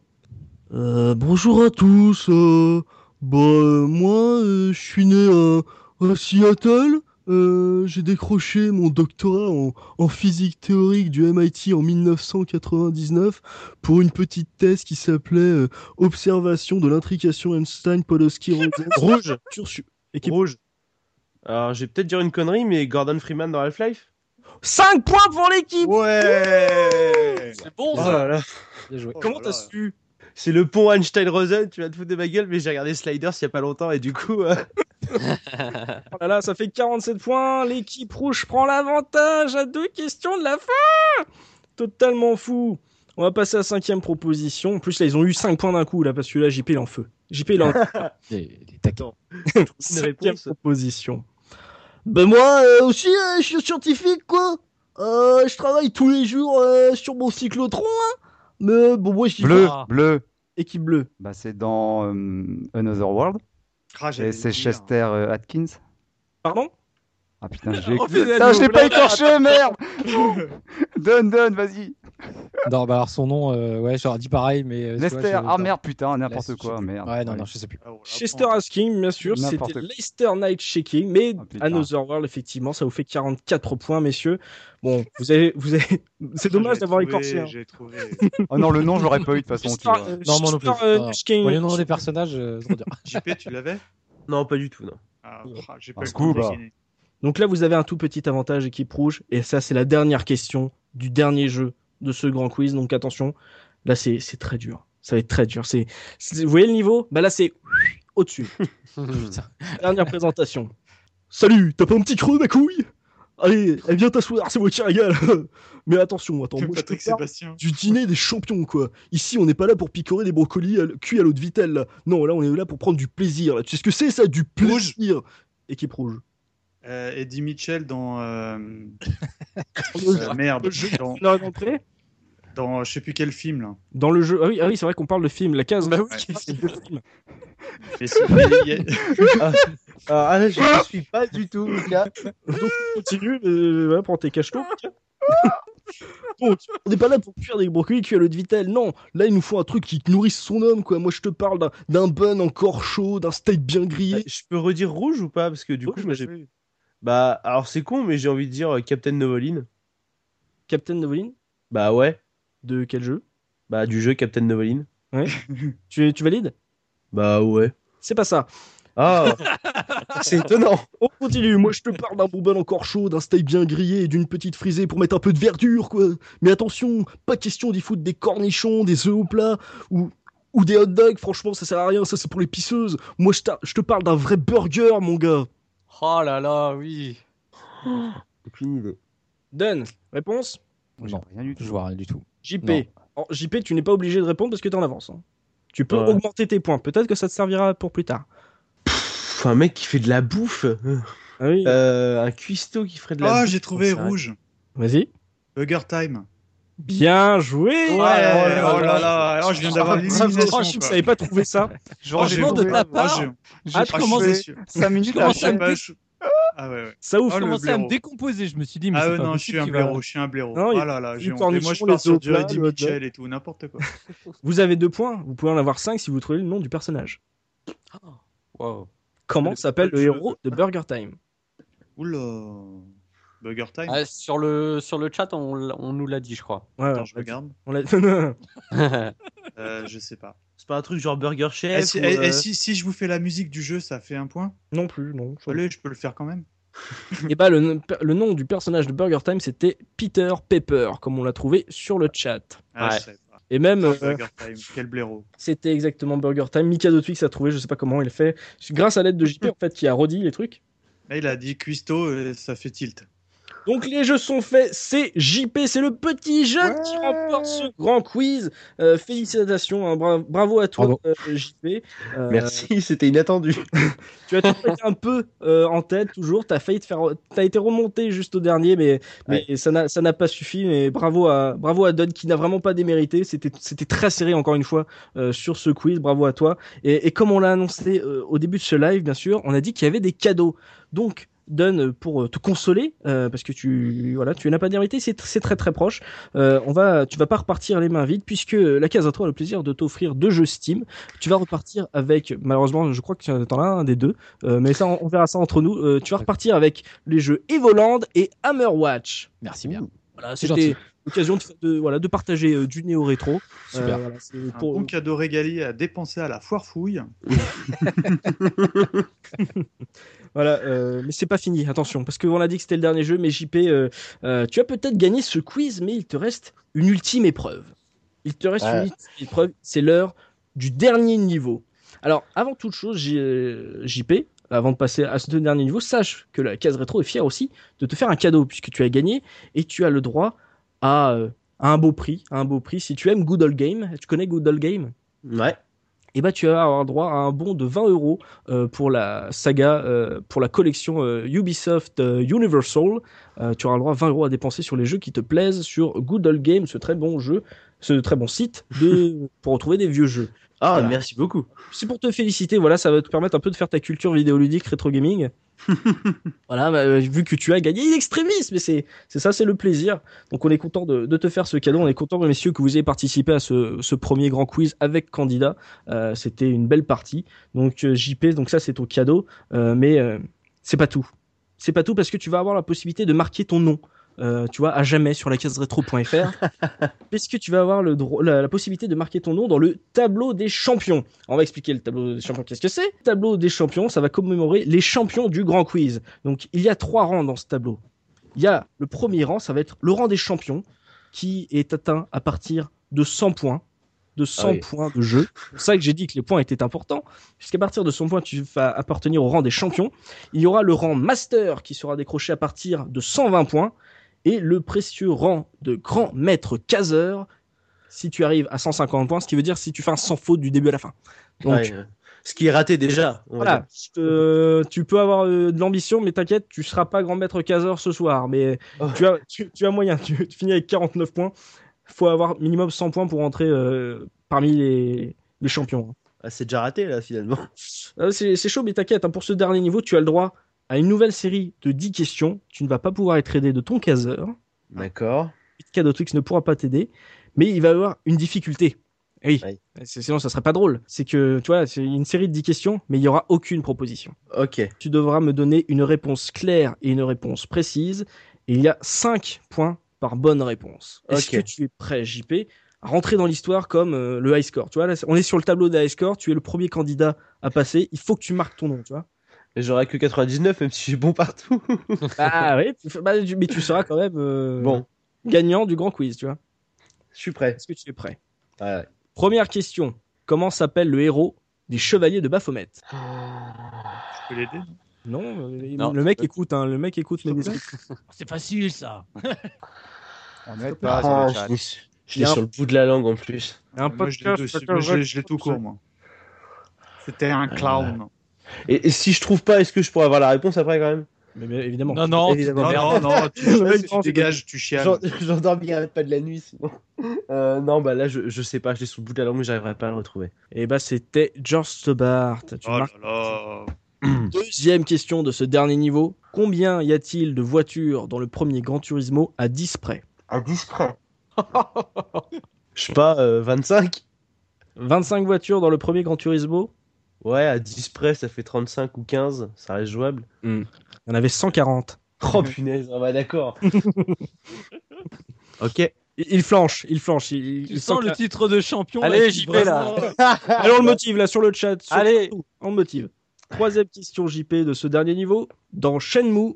Speaker 9: Euh, bonjour à tous. euh, bah, euh, moi, euh, je suis né euh, à Seattle. Euh, J'ai décroché mon doctorat en, en physique théorique du MIT en 1999 pour une petite thèse qui s'appelait euh, Observation de l'intrication Einstein-Podolsky-Rosen.
Speaker 7: Rouge.
Speaker 9: Cursus-
Speaker 7: Rouge. Alors, je vais peut-être dire une connerie, mais Gordon Freeman dans Half-Life
Speaker 1: 5 points pour l'équipe.
Speaker 2: Ouais
Speaker 3: C'est bon,
Speaker 7: Oh
Speaker 3: ça.
Speaker 7: là là.
Speaker 6: Bien joué.
Speaker 2: Oh
Speaker 1: Comment
Speaker 2: là
Speaker 1: t'as
Speaker 2: là.
Speaker 1: su
Speaker 7: c'est le pont Einstein-Rosen, tu vas te foutre de ma gueule, mais j'ai regardé Sliders il y a pas longtemps et du coup.
Speaker 1: <laughs>
Speaker 7: euh,
Speaker 1: Oh là là, ça fait 47 points. L'équipe rouge prend l'avantage à deux questions de la fin. Totalement fou. On va passer à la cinquième proposition. En plus, là, ils ont eu 5 points d'un coup, là, parce que là, JP, il est en feu. JP,
Speaker 6: <laughs>
Speaker 1: il est en
Speaker 2: <laughs>
Speaker 6: Les, les taquets.
Speaker 1: Cinquième
Speaker 7: réponse.
Speaker 1: proposition.
Speaker 9: Ben moi euh, aussi, euh, je suis scientifique, quoi. Euh, je travaille tous les jours euh, sur mon cyclotron, hein. Mais bon, moi, je dis
Speaker 5: Bleu,
Speaker 4: Ah.
Speaker 5: bleu.
Speaker 1: Équipe bleue.
Speaker 5: Bah, c'est dans euh, Another World.
Speaker 2: Ah, j'allais
Speaker 5: Et
Speaker 2: le
Speaker 5: c'est
Speaker 2: dire.
Speaker 5: Chester euh, Atkins.
Speaker 1: Pardon
Speaker 5: Ah
Speaker 4: <laughs>
Speaker 5: putain, je l'ai
Speaker 1: Oh, putain,
Speaker 5: Putain, je l'ai
Speaker 1: nous, là,
Speaker 5: pas écorché, merde Donne, donne, vas-y.
Speaker 6: Non, bah alors son nom, euh, ouais, j'aurais dit pareil, mais. euh, tu vois,
Speaker 5: Lester,
Speaker 6: je-
Speaker 5: ah merde, putain, n'importe
Speaker 6: Lester, je
Speaker 5: quoi,
Speaker 6: sais plus.
Speaker 5: merde.
Speaker 6: Ouais, non, non, je sais plus.
Speaker 2: Ah, voilà,
Speaker 1: Chester
Speaker 2: bon.
Speaker 1: Asking, bien sûr.
Speaker 5: N'importe
Speaker 1: C'était
Speaker 5: quoi.
Speaker 1: Leicester Night Shaking. Mais
Speaker 5: Oh, putain.
Speaker 1: Another World, effectivement, ça vous fait 44 points, messieurs. Bon, vous avez. <laughs> Vous avez... C'est dommage
Speaker 2: J'ai
Speaker 1: <laughs> d'avoir
Speaker 2: trouvé,
Speaker 1: écorché. hein.
Speaker 2: J'ai trouvé.
Speaker 5: Oh non, le nom, je l'aurais pas eu de toute façon. tu
Speaker 1: Star-
Speaker 5: vois.
Speaker 1: euh,
Speaker 6: Non, moi non plus.
Speaker 1: Star, euh,
Speaker 6: Ah.
Speaker 1: Night Shaking.
Speaker 6: Voyez le nom des personnages, euh, c'est
Speaker 7: <laughs>
Speaker 6: trop dur.
Speaker 2: JP, tu l'avais
Speaker 7: Non, pas du tout, non.
Speaker 2: ah,
Speaker 1: Ouais.
Speaker 2: ah, J'ai
Speaker 5: Un
Speaker 2: pas eu le
Speaker 5: scoop,
Speaker 2: temps de
Speaker 5: bah.
Speaker 2: dégainer.
Speaker 1: Donc là, vous avez un tout petit avantage, équipe rouge. Et ça, c'est la dernière question du dernier jeu de ce grand quiz. Donc attention, là, c'est c'est très dur. Ça va être très dur. C'est, c'est- vous voyez le niveau Bah là, c'est
Speaker 7: <laughs>
Speaker 1: au-dessus. dernière présentation.
Speaker 9: Salut, t'as pas un petit creux, ma couille Allez, eh bien t'asseoir, c'est moi qui régale. <laughs> Mais attention, attends, moi je te
Speaker 2: Patrick
Speaker 9: parle
Speaker 2: Sébastien.
Speaker 9: du dîner des champions, quoi. Ici, on n'est pas là pour picorer des brocolis à l- cuits à l'eau de vitelle, là. Non, là, on est là pour prendre du plaisir. Là. Tu sais ce que c'est, ça, du plaisir Équipe rouge.
Speaker 2: Euh, Eddie Mitchell dans.
Speaker 1: <laughs>
Speaker 2: euh, euh, merde. Dans,
Speaker 1: On a rencontré
Speaker 2: dans je sais plus quel film là.
Speaker 1: dans le jeu. Ah oui, ah oui, c'est vrai qu'on parle de film. La
Speaker 7: Bah
Speaker 1: <laughs> case.
Speaker 2: oui,
Speaker 1: c'est le film.
Speaker 2: Mais c'est- il y a-
Speaker 7: Ah, ah, là, je ne suis pas du tout, Mika.
Speaker 1: Continue. euh, voilà, prends tes cache
Speaker 9: <laughs> Donc, on n'est pas là pour cuire des brocolis cuits à l'eau de vitelle, non. Là, il nous faut un truc qui nourrisse son homme, quoi. Moi, je te parle d'un- d'un bun encore chaud, d'un steak bien grillé.
Speaker 7: Je peux redire rouge ou pas Parce que du coup,
Speaker 1: Rouge,
Speaker 7: moi, j'ai. Bah, alors c'est con, mais j'ai envie de dire euh, Captain Novoline.
Speaker 1: Captain Noveline
Speaker 7: Bah ouais,
Speaker 1: De quel jeu
Speaker 7: bah du jeu Captain Novoline.
Speaker 1: tu, tu valides
Speaker 7: Bah ouais.
Speaker 1: C'est pas ça. <laughs>
Speaker 7: Ah,
Speaker 9: <laughs>
Speaker 7: c'est étonnant.
Speaker 9: On continue. Moi, je te parle d'un bon bun encore chaud, d'un steak bien grillé et d'une petite frisée pour mettre un peu de verdure, quoi. Mais attention, pas question d'y foutre des cornichons, des œufs au plat ou, ou des hot dogs. Franchement, ça sert à rien. Ça, c'est pour les pisseuses. Moi, je, t'a- je te parle d'un vrai burger, mon gars.
Speaker 3: Oh là là,
Speaker 6: <gasps>
Speaker 3: oui.
Speaker 7: Aucune idée.
Speaker 1: Donne. Réponse
Speaker 5: J'ai
Speaker 6: Non.
Speaker 5: rien du tout.
Speaker 6: Je vois rien du tout.
Speaker 1: JP.
Speaker 6: Non.
Speaker 1: En- JP, tu n'es pas obligé de répondre parce que t'es en avance. hein. Tu peux
Speaker 7: Ouais.
Speaker 1: augmenter tes points. Peut-être que ça te servira pour plus tard.
Speaker 7: Pff, un mec qui fait de la bouffe.
Speaker 1: Ah oui.
Speaker 7: Euh, un cuistot qui ferait de la
Speaker 2: Ah,
Speaker 7: bouffe.
Speaker 2: j'ai trouvé
Speaker 7: c'est vrai.
Speaker 2: rouge.
Speaker 1: Vas-y.
Speaker 2: Burger Time.
Speaker 1: Bien joué.
Speaker 2: Ouais, oh
Speaker 1: là
Speaker 2: là là, alors je viens d'avoir une élimination,
Speaker 1: Franchement, je
Speaker 2: quoi.
Speaker 1: savais pas trouver ça.
Speaker 2: Oh, j'ai
Speaker 3: Franchement, de
Speaker 2: trouvé.
Speaker 3: ta
Speaker 2: Ah,
Speaker 3: part,
Speaker 2: j'ai-
Speaker 4: J'ai
Speaker 2: ah, je suis
Speaker 4: commencé,
Speaker 2: déçu.
Speaker 1: <laughs>
Speaker 5: 5 minutes
Speaker 4: commence
Speaker 5: après.
Speaker 4: à-
Speaker 2: Bah, je- Ah ouais, ouais.
Speaker 1: Ça ouf.
Speaker 2: Oh, le
Speaker 4: commencé à me
Speaker 2: blaireau.
Speaker 4: décomposer. Je me suis dit, mais
Speaker 2: Ah
Speaker 4: c'est
Speaker 2: ouais,
Speaker 4: pas
Speaker 2: non, je
Speaker 4: possible
Speaker 2: suis un
Speaker 4: qu'il va-
Speaker 2: blaireau, je suis un blaireau.
Speaker 1: Non, il-
Speaker 2: ah là là,
Speaker 1: il
Speaker 2: j'ai honte.
Speaker 1: cornichon,
Speaker 2: Et Moi, je
Speaker 1: les
Speaker 2: pars sur
Speaker 1: œufs
Speaker 2: du
Speaker 1: plats,
Speaker 2: Eddie
Speaker 1: le hot dog.
Speaker 2: Mitchell et tout, n'importe quoi.
Speaker 1: Vous avez deux points. Vous pouvez en avoir cinq si vous trouvez le nom du personnage.
Speaker 3: Wow.
Speaker 1: Comment
Speaker 2: Le-
Speaker 1: s'appelle
Speaker 2: le
Speaker 1: le
Speaker 2: jeu.
Speaker 1: héros de Burger Time
Speaker 2: Oh Oula. Burger Time.
Speaker 3: Ah, sur, le, sur le chat, on, l'a- on nous l'a dit, je crois.
Speaker 1: Ouais,
Speaker 2: Attends,
Speaker 1: on
Speaker 2: je
Speaker 1: l'a <laughs> dit.
Speaker 2: regarde.
Speaker 1: On
Speaker 3: <laughs>
Speaker 1: l'a-
Speaker 2: Euh, je sais pas.
Speaker 7: C'est pas un truc genre Burger
Speaker 2: Eh,
Speaker 7: Chef.
Speaker 2: si,
Speaker 7: ou,
Speaker 2: eh,
Speaker 7: euh,
Speaker 2: eh, si, si je vous fais la musique du jeu, ça fait un point.
Speaker 1: non plus, non. je-
Speaker 2: Allez, je peux le faire quand même.
Speaker 1: Et bah, le, le nom du personnage de Burger Time, c'était Peter Pepper, comme on l'a trouvé sur le chat.
Speaker 2: Ah,
Speaker 3: Ouais.
Speaker 2: je savais pas.
Speaker 1: Et même, euh,
Speaker 2: Burger Time, quel blaireau.
Speaker 1: c'était exactement Burger Time. Mikado Twix a trouvé, je sais pas comment il fait, grâce à l'aide de JP, en fait, qui a redit les trucs.
Speaker 2: Là, il a dit cuistot, euh, ça fait tilt.
Speaker 1: Donc, les jeux sont faits, c'est JP, c'est le petit jeune qui remporte ce grand quiz. Euh, félicitations, hein, bra- bravo à toi,
Speaker 6: Bravo.
Speaker 1: euh, JP. Euh,
Speaker 7: Merci, <laughs> c'était inattendu.
Speaker 1: <laughs> Tu as toujours été un peu euh, en tête, toujours. T'as failli te faire, t'as été remonté juste au dernier, mais, mais ça n'a ça n'a pas suffi. Mais bravo à bravo à Don qui n'a vraiment pas démérité. C'était c'était très serré encore une fois euh, sur ce quiz. Bravo à toi. Et, et comme on l'a annoncé euh, au début de ce live, bien sûr, on a dit qu'il y avait des cadeaux. Donc Don, euh, pour euh, te consoler, euh, parce que tu voilà, tu n'as pas démérité, c'est tr- c'est très très proche. Euh, on va, tu vas pas repartir les mains vides, puisque la case à toi a le plaisir de t'offrir deux jeux Steam. Tu vas repartir avec, malheureusement, je crois que tu en as un des deux, euh, mais ça, on, on verra ça entre nous. Euh, tu vas repartir avec les jeux Evoland et Hammerwatch.
Speaker 6: Merci bien.
Speaker 1: Voilà,
Speaker 6: C'est
Speaker 1: c'était
Speaker 6: gentil.
Speaker 1: l'occasion de, de- voilà, de partager euh, du Euh, néo rétro.
Speaker 6: Super.
Speaker 2: Un bon cadeau régalé à dépenser à la foire fouille.
Speaker 1: Voilà, euh, mais c'est pas fini, attention, parce qu'on a dit que c'était le dernier jeu, mais JP, euh, euh, tu as peut-être gagné ce quiz, mais il te reste une ultime épreuve. Il te reste
Speaker 6: Ouais.
Speaker 1: une ultime épreuve, c'est l'heure du dernier niveau. Alors, avant toute chose, J- euh, JP, avant de passer à ce dernier niveau, sache que la case rétro est fière aussi de te faire un cadeau, puisque tu as gagné et tu as le droit à, euh, à un beau prix. à un beau prix. Si tu aimes Good Old Game, tu connais Good Old Game
Speaker 7: Ouais.
Speaker 1: et bah tu vas avoir droit à un bon de 20 euros euh, pour la saga, euh, pour la collection euh, Ubisoft euh, Universal. Euh, tu auras le droit à 20 euros à dépenser sur les jeux qui te plaisent sur Good Old Game, ce très bon jeu, ce très bon site
Speaker 7: <laughs>
Speaker 1: de, pour retrouver des vieux jeux.
Speaker 7: Ah,
Speaker 1: Voilà.
Speaker 7: merci beaucoup.
Speaker 1: C'est pour te féliciter, voilà, ça va te permettre un peu de faire ta culture vidéoludique, rétro gaming. voilà, bah, euh, vu que tu as gagné in extremis, mais c'est c'est ça, c'est le plaisir. Donc on est content de, de te faire ce cadeau, on est content, messieurs, que vous ayez participé à ce, ce premier grand quiz avec Candida. Euh, C'était une belle partie. Donc euh, JP, donc ça c'est ton cadeau, Euh, mais euh, c'est pas tout. C'est pas tout parce que tu vas avoir la possibilité de marquer ton nom. euh, tu vois, à jamais sur la case rétro.fr, puisque tu vas avoir le dro- la- la possibilité de marquer ton nom dans le tableau des champions. On va expliquer le tableau des champions. Qu'est-ce que c'est Le tableau des champions, ça va commémorer les champions du grand quiz. Donc il y a trois rangs dans ce tableau. Il y a le premier rang, ça va être le rang des champions, qui est atteint à partir de 100 points. De 100
Speaker 6: Ah oui.
Speaker 1: points de jeu. C'est pour ça que j'ai dit que les points étaient importants, puisqu'à partir de 100 points, tu vas appartenir au rang des champions. Il y aura le rang master qui sera décroché à partir de 120 points. Et le précieux rang de grand maître caseur, si tu arrives à 150 points, ce qui veut dire si tu fais un sans faute du début à la fin. Donc,
Speaker 7: Ouais, euh, Ce qui est raté déjà. on va
Speaker 1: voilà,
Speaker 7: dire.
Speaker 1: euh, tu peux avoir euh, de l'ambition, mais t'inquiète, tu seras pas grand maître caseur ce soir. Mais
Speaker 7: Oh.
Speaker 1: tu, as, tu, tu as moyen, tu, tu finis avec 49 points. faut avoir minimum 100 points pour entrer euh, parmi les, les champions.
Speaker 7: Ah, c'est déjà raté là finalement.
Speaker 1: Euh, C'est c'est chaud, mais t'inquiète, hein, pour ce dernier niveau, tu as le droit à une nouvelle série de 10 questions. Tu ne vas pas pouvoir être aidé de ton caseur.
Speaker 7: D'accord.
Speaker 1: Cadeau Twix ne pourra pas t'aider, mais il va y avoir une difficulté. Eh Oui,
Speaker 7: Oui.
Speaker 1: C'est- sinon ça serait pas drôle. C'est que, tu vois, c'est une série de 10 questions, mais il y aura aucune proposition.
Speaker 7: Ok.
Speaker 1: Tu devras me donner une réponse claire et une réponse précise, et il y a 5 points par bonne réponse. Est-ce
Speaker 7: Ok.
Speaker 1: que tu es prêt, JP, à rentrer dans l'histoire comme euh, le high score Tu vois, là, c'est- on est sur le tableau des high score, tu es le premier candidat à passer, il faut que tu marques ton nom,
Speaker 7: <laughs>
Speaker 1: tu vois.
Speaker 7: Mais J'aurais que 99 même si je suis bon partout.
Speaker 1: Ah oui, tu fais- bah, tu- mais tu seras quand même euh,
Speaker 7: bon,
Speaker 1: gagnant du grand quiz, tu vois.
Speaker 7: je suis prêt.
Speaker 1: Est-ce que tu es prêt
Speaker 7: Ouais, ouais.
Speaker 1: Première question. Comment s'appelle le héros des Chevaliers de Baphomet
Speaker 2: Je peux l'aider.
Speaker 1: Non, euh, il-
Speaker 3: Non,
Speaker 1: le mec écoute, hein, le mec écoute mes descriptions.
Speaker 4: <laughs> C'est facile ça.
Speaker 5: On n'aide pas sur
Speaker 7: Ah,
Speaker 5: le
Speaker 7: je
Speaker 5: chat.
Speaker 7: l'ai su- je
Speaker 1: Il y
Speaker 7: l'ai
Speaker 1: a un-
Speaker 7: sur le bout de la langue en plus.
Speaker 1: Un
Speaker 2: Moi, je l'ai dessus. Moi, je l'ai- je l'ai tout court, moi. C'était un clown.
Speaker 7: Et, et si je trouve pas, est-ce que je pourrais avoir la réponse après quand même
Speaker 1: Mais bien évidemment.
Speaker 4: Non, non, tu te
Speaker 7: Évidemment.
Speaker 2: Non,
Speaker 4: démerdes.
Speaker 2: non, non,
Speaker 7: <laughs>
Speaker 2: tu,
Speaker 1: Le mec
Speaker 2: chiales, tu
Speaker 1: pense que-
Speaker 2: dégages, tu chiales.
Speaker 7: J'en- <laughs> J'endormirai pas de la nuit sinon. Euh, non, bah là je, je sais pas, je l'ai sous le bout de la langue, mais j'arriverai pas à le retrouver.
Speaker 1: Et bah c'était George Stobart. Tu
Speaker 2: Oh là
Speaker 1: marques.
Speaker 2: là.
Speaker 1: Euh, Deuxième question de ce dernier niveau. Combien y a-t-il de voitures dans le premier Gran Turismo à 10 près
Speaker 7: À 10 près. <laughs> je sais pas, euh, 25
Speaker 1: 25 voitures dans le premier Gran Turismo
Speaker 7: Ouais, à 10 près ça fait 35 ou 15, ça reste jouable.
Speaker 1: Il y en avait 140.
Speaker 7: <laughs>
Speaker 1: <laughs>
Speaker 7: Oh punaise, ah bah d'accord. ok.
Speaker 1: Il, il flanche, il flanche. Il, il-
Speaker 4: Tu
Speaker 1: il
Speaker 4: sens
Speaker 1: sent
Speaker 4: le
Speaker 1: que-
Speaker 4: titre de champion.
Speaker 3: Allez,
Speaker 4: là,
Speaker 3: j'y
Speaker 4: qui
Speaker 3: vais,
Speaker 4: vraiment-
Speaker 1: <laughs>
Speaker 4: euh,
Speaker 1: Allez, on le motive là sur le chat. sur-
Speaker 3: Allez.
Speaker 1: on le motive. Troisième question JP de ce dernier niveau. Dans Shenmue,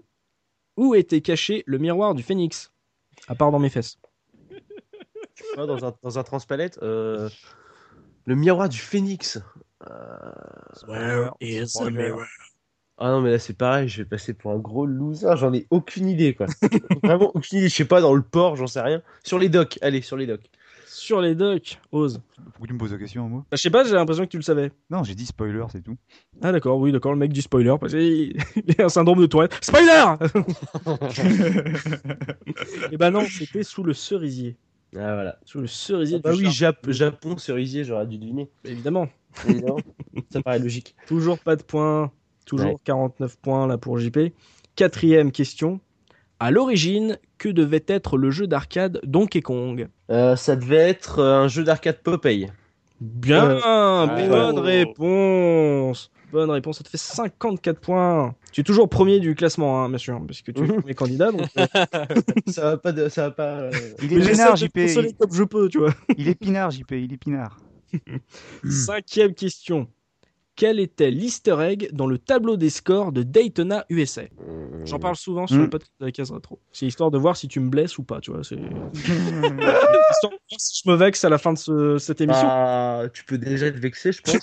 Speaker 1: où était caché le miroir du phénix À part dans mes fesses.
Speaker 7: Ah, dans, un, dans un transpalette, euh, le miroir du phénix. Euh, Ah non, mais là c'est pareil, je vais passer pour un gros loser, j'en ai aucune idée
Speaker 1: <laughs>
Speaker 7: quoi. Vraiment aucune idée, je sais pas, dans le port, j'en sais rien. Sur les docks, allez, sur les docks.
Speaker 1: Sur les docks, Ose.
Speaker 5: Pourquoi tu me poses la question, moi
Speaker 1: Bah, je sais pas, j'ai l'impression que tu le savais.
Speaker 5: Non, j'ai dit spoiler, c'est tout.
Speaker 1: Ah d'accord, oui, d'accord, le mec du spoiler, parce qu'il <laughs> il a un syndrome de Tourette. Spoiler <laughs> Et bah non, c'était sous le cerisier.
Speaker 7: Ah voilà.
Speaker 1: Sous le cerisier
Speaker 7: Ah bah
Speaker 1: du
Speaker 7: oui,
Speaker 1: char-
Speaker 7: Jap- Japon, cerisier, j'aurais dû deviner.
Speaker 1: évidemment.
Speaker 7: Évidemment. ça paraît logique.
Speaker 1: Toujours pas de points, toujours
Speaker 7: Ouais.
Speaker 1: 49 points là pour JP. Quatrième question. À l'origine, que devait être le jeu d'arcade Donkey Kong
Speaker 7: Euh, ça devait être euh, un jeu d'arcade Popeye. Euh,
Speaker 1: Bien,
Speaker 5: Ah.
Speaker 7: ouais.
Speaker 1: Euh, bonne
Speaker 2: Oh.
Speaker 1: réponse. Bonne réponse, ça te fait 54 points. Tu es toujours premier du classement, hein, bien sûr, parce que
Speaker 7: <laughs>
Speaker 1: tu es le premier candidat. Donc, euh,
Speaker 7: <laughs> ça va pas. De, ça va pas euh,
Speaker 5: Il est
Speaker 1: mais j'essaie
Speaker 5: pinard,
Speaker 1: de te
Speaker 5: JP.
Speaker 1: consoler
Speaker 5: Il
Speaker 1: comme
Speaker 5: <laughs>
Speaker 1: je peux, tu vois.
Speaker 5: il est pinard, JP. Il est pinard.
Speaker 1: Cinquième question. Quel était l'easter egg dans le tableau des scores de Daytona USA J'en parle souvent sur
Speaker 5: Mm.
Speaker 1: le podcast de la case rétro. C'est histoire de voir si tu me blesses ou pas, tu vois.
Speaker 5: <laughs>
Speaker 1: C'est histoire de voir si je me vexe à la fin de ce- cette émission.
Speaker 7: Ah, tu peux déjà te vexer, je <laughs> pense.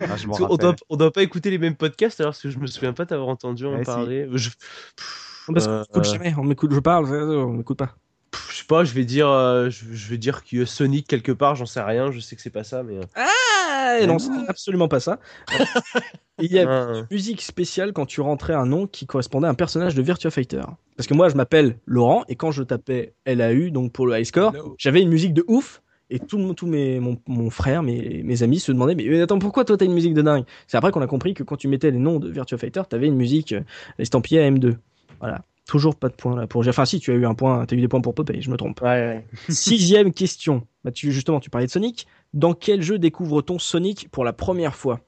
Speaker 5: Ah, je m'en
Speaker 7: Parce qu'on doit,
Speaker 5: rappelle.
Speaker 7: on doit pas écouter les mêmes podcasts alors parce que je me souviens pas t'avoir entendu en
Speaker 5: Eh, si.
Speaker 7: parler. Je... Pff,
Speaker 1: Parce qu'on
Speaker 7: euh,
Speaker 1: m'écoute jamais, on m'écoute, je parle, on m'écoute pas.
Speaker 7: pff, je sais pas, je vais dire, euh, je, je vais dire que Sonic quelque part, j'en sais rien, je sais que c'est pas ça, mais. euh,
Speaker 1: Ah, non,
Speaker 5: Hmm.
Speaker 1: c'est absolument pas ça. Il y a
Speaker 7: hein.
Speaker 1: musique spéciale quand tu rentrais un nom qui correspondait à un personnage de Virtua Fighter. Parce que moi, je m'appelle Laurent et quand je tapais LAU, donc pour le high score,
Speaker 3: Hello.
Speaker 1: j'avais une musique de ouf. Et tout le monde, tous mes, mon, mon frère, mes, mes amis se demandaient, mais euh, attends, pourquoi toi t'as une musique de dingue C'est après qu'on a compris que quand tu mettais les noms de Virtua Fighter, t'avais une musique euh, estampillée à M2. Voilà. Toujours pas de point là pour. Enfin, si, tu as eu un point, t'as eu des points pour Popeye, je me trompe. <laughs> Sixième question. Mathieu, justement, tu parlais de Sonic. Dans quel jeu découvre-t-on Sonic pour la première fois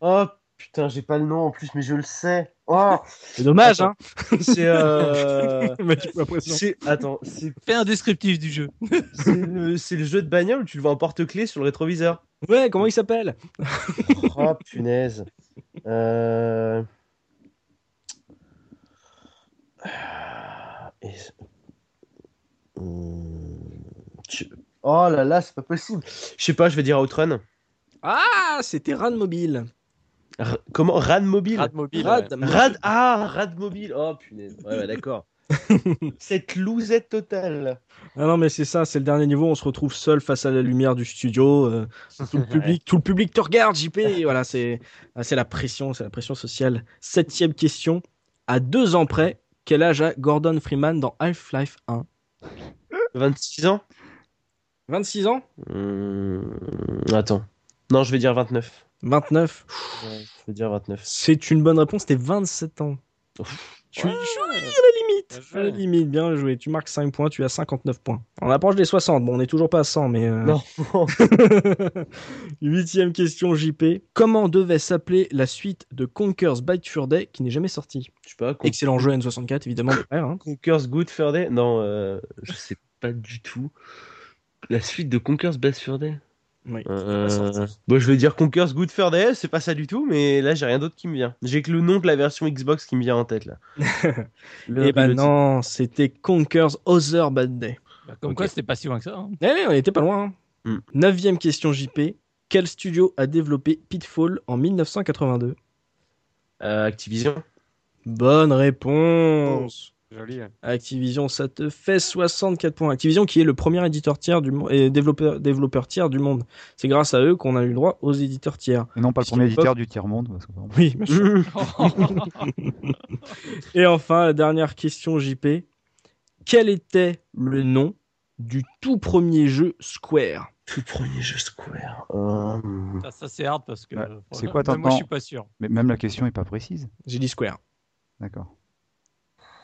Speaker 7: Oh putain, j'ai pas le nom en plus, mais je le sais. Oh, <laughs>
Speaker 1: C'est dommage, hein
Speaker 7: c'est. <laughs>
Speaker 1: <laughs>
Speaker 7: euh,
Speaker 1: Mathieu, la pression.
Speaker 7: <laughs> c'est- Attends, c'est
Speaker 4: Fais un descriptif du jeu.
Speaker 7: c'est le, c'est le jeu de bagnole où tu le vois en porte-clés sur le rétroviseur.
Speaker 1: Ouais, comment il s'appelle
Speaker 7: Oh punaise. Euh... Et- Hum, tu- Oh là là, c'est pas possible. Je sais pas, je vais dire Outrun.
Speaker 1: Ah, c'était Rad Mobile.
Speaker 7: R- Comment Rad mobile.
Speaker 3: Rad mobile.
Speaker 1: Rad,
Speaker 3: ouais.
Speaker 7: Rad- ah Rad mobile. Oh punaise. Ouais, ouais, d'accord. Cette lousette totale.
Speaker 1: Ah non, mais c'est ça, c'est le dernier niveau. On se retrouve seul face à la lumière du studio. euh, tout le public, tout le public te regarde, JP. et Voilà, c'est, ah, c'est la pression, c'est la pression sociale. Septième question. À deux ans près, quel âge a Gordon Freeman dans Half-Life 1
Speaker 7: 26 ans.
Speaker 1: 26 ans
Speaker 7: Hum, Attends. Non, je vais dire 29.
Speaker 1: 29
Speaker 7: Ouais, je vais dire 29.
Speaker 1: C'est une bonne réponse, t'es 27 ans. Tu es
Speaker 3: Bien
Speaker 1: à la
Speaker 3: joué.
Speaker 1: limite, bien joué. Tu marques 5 points, tu as 59 points. On approche des 60, bon, on n'est toujours pas à 100, mais. euh,
Speaker 7: Non.
Speaker 1: <laughs> Huitième question, JP. Comment devait s'appeler la suite de Conker's Bite Fur Day qui n'est jamais sortie
Speaker 7: Je sais pas. con-
Speaker 1: Excellent jeu N64, évidemment. de frère, hein.
Speaker 7: Conker's Good Fur Day Non, euh, je sais pas du tout. La suite de Conker's Bad Fur Day
Speaker 1: Oui.
Speaker 7: Euh, Bon, je vais dire Conker's Good Fur Day, c'est pas ça du tout, mais là j'ai rien d'autre qui me vient. J'ai que le nom de la version Xbox qui me vient en tête
Speaker 1: <laughs>
Speaker 7: là. <coughs> Le-
Speaker 1: Eh ben
Speaker 7: le-
Speaker 1: non, c'était Conker's Other Bad Day.
Speaker 4: Bah, comme
Speaker 1: Ok.
Speaker 4: quoi, c'était pas si loin que ça. hein.
Speaker 1: Eh oui, on était pas loin. hein.
Speaker 7: Hmm.
Speaker 1: Neuvième question, JP. Quel studio a développé Pitfall en 1982
Speaker 7: Euh, Activision.
Speaker 1: Bonne réponse.
Speaker 3: Joli. hein.
Speaker 1: Activision, ça te fait 64 points. Activision qui est le premier éditeur tiers du monde et développeur, développeur tiers du monde. C'est grâce à eux qu'on a eu le droit aux éditeurs tiers.
Speaker 5: Et non pas le
Speaker 1: Puisqu'il
Speaker 5: premier
Speaker 1: y a pas-
Speaker 5: éditeur du tiers-monde. parce que, bon,
Speaker 1: Oui, bien sûr.
Speaker 7: <laughs>
Speaker 1: Et enfin, la dernière question, JP. Quel était le nom du tout premier jeu Square
Speaker 7: Tout premier jeu Square. Euh,
Speaker 4: Ah, Ça, ça, c'est hard parce que.
Speaker 5: Ouais.
Speaker 4: euh,
Speaker 5: C'est quoi,
Speaker 4: même Moi,
Speaker 5: t'entends
Speaker 4: je suis pas sûr.
Speaker 5: Mais même la question est pas précise.
Speaker 1: J'ai dit Square,
Speaker 5: D'accord.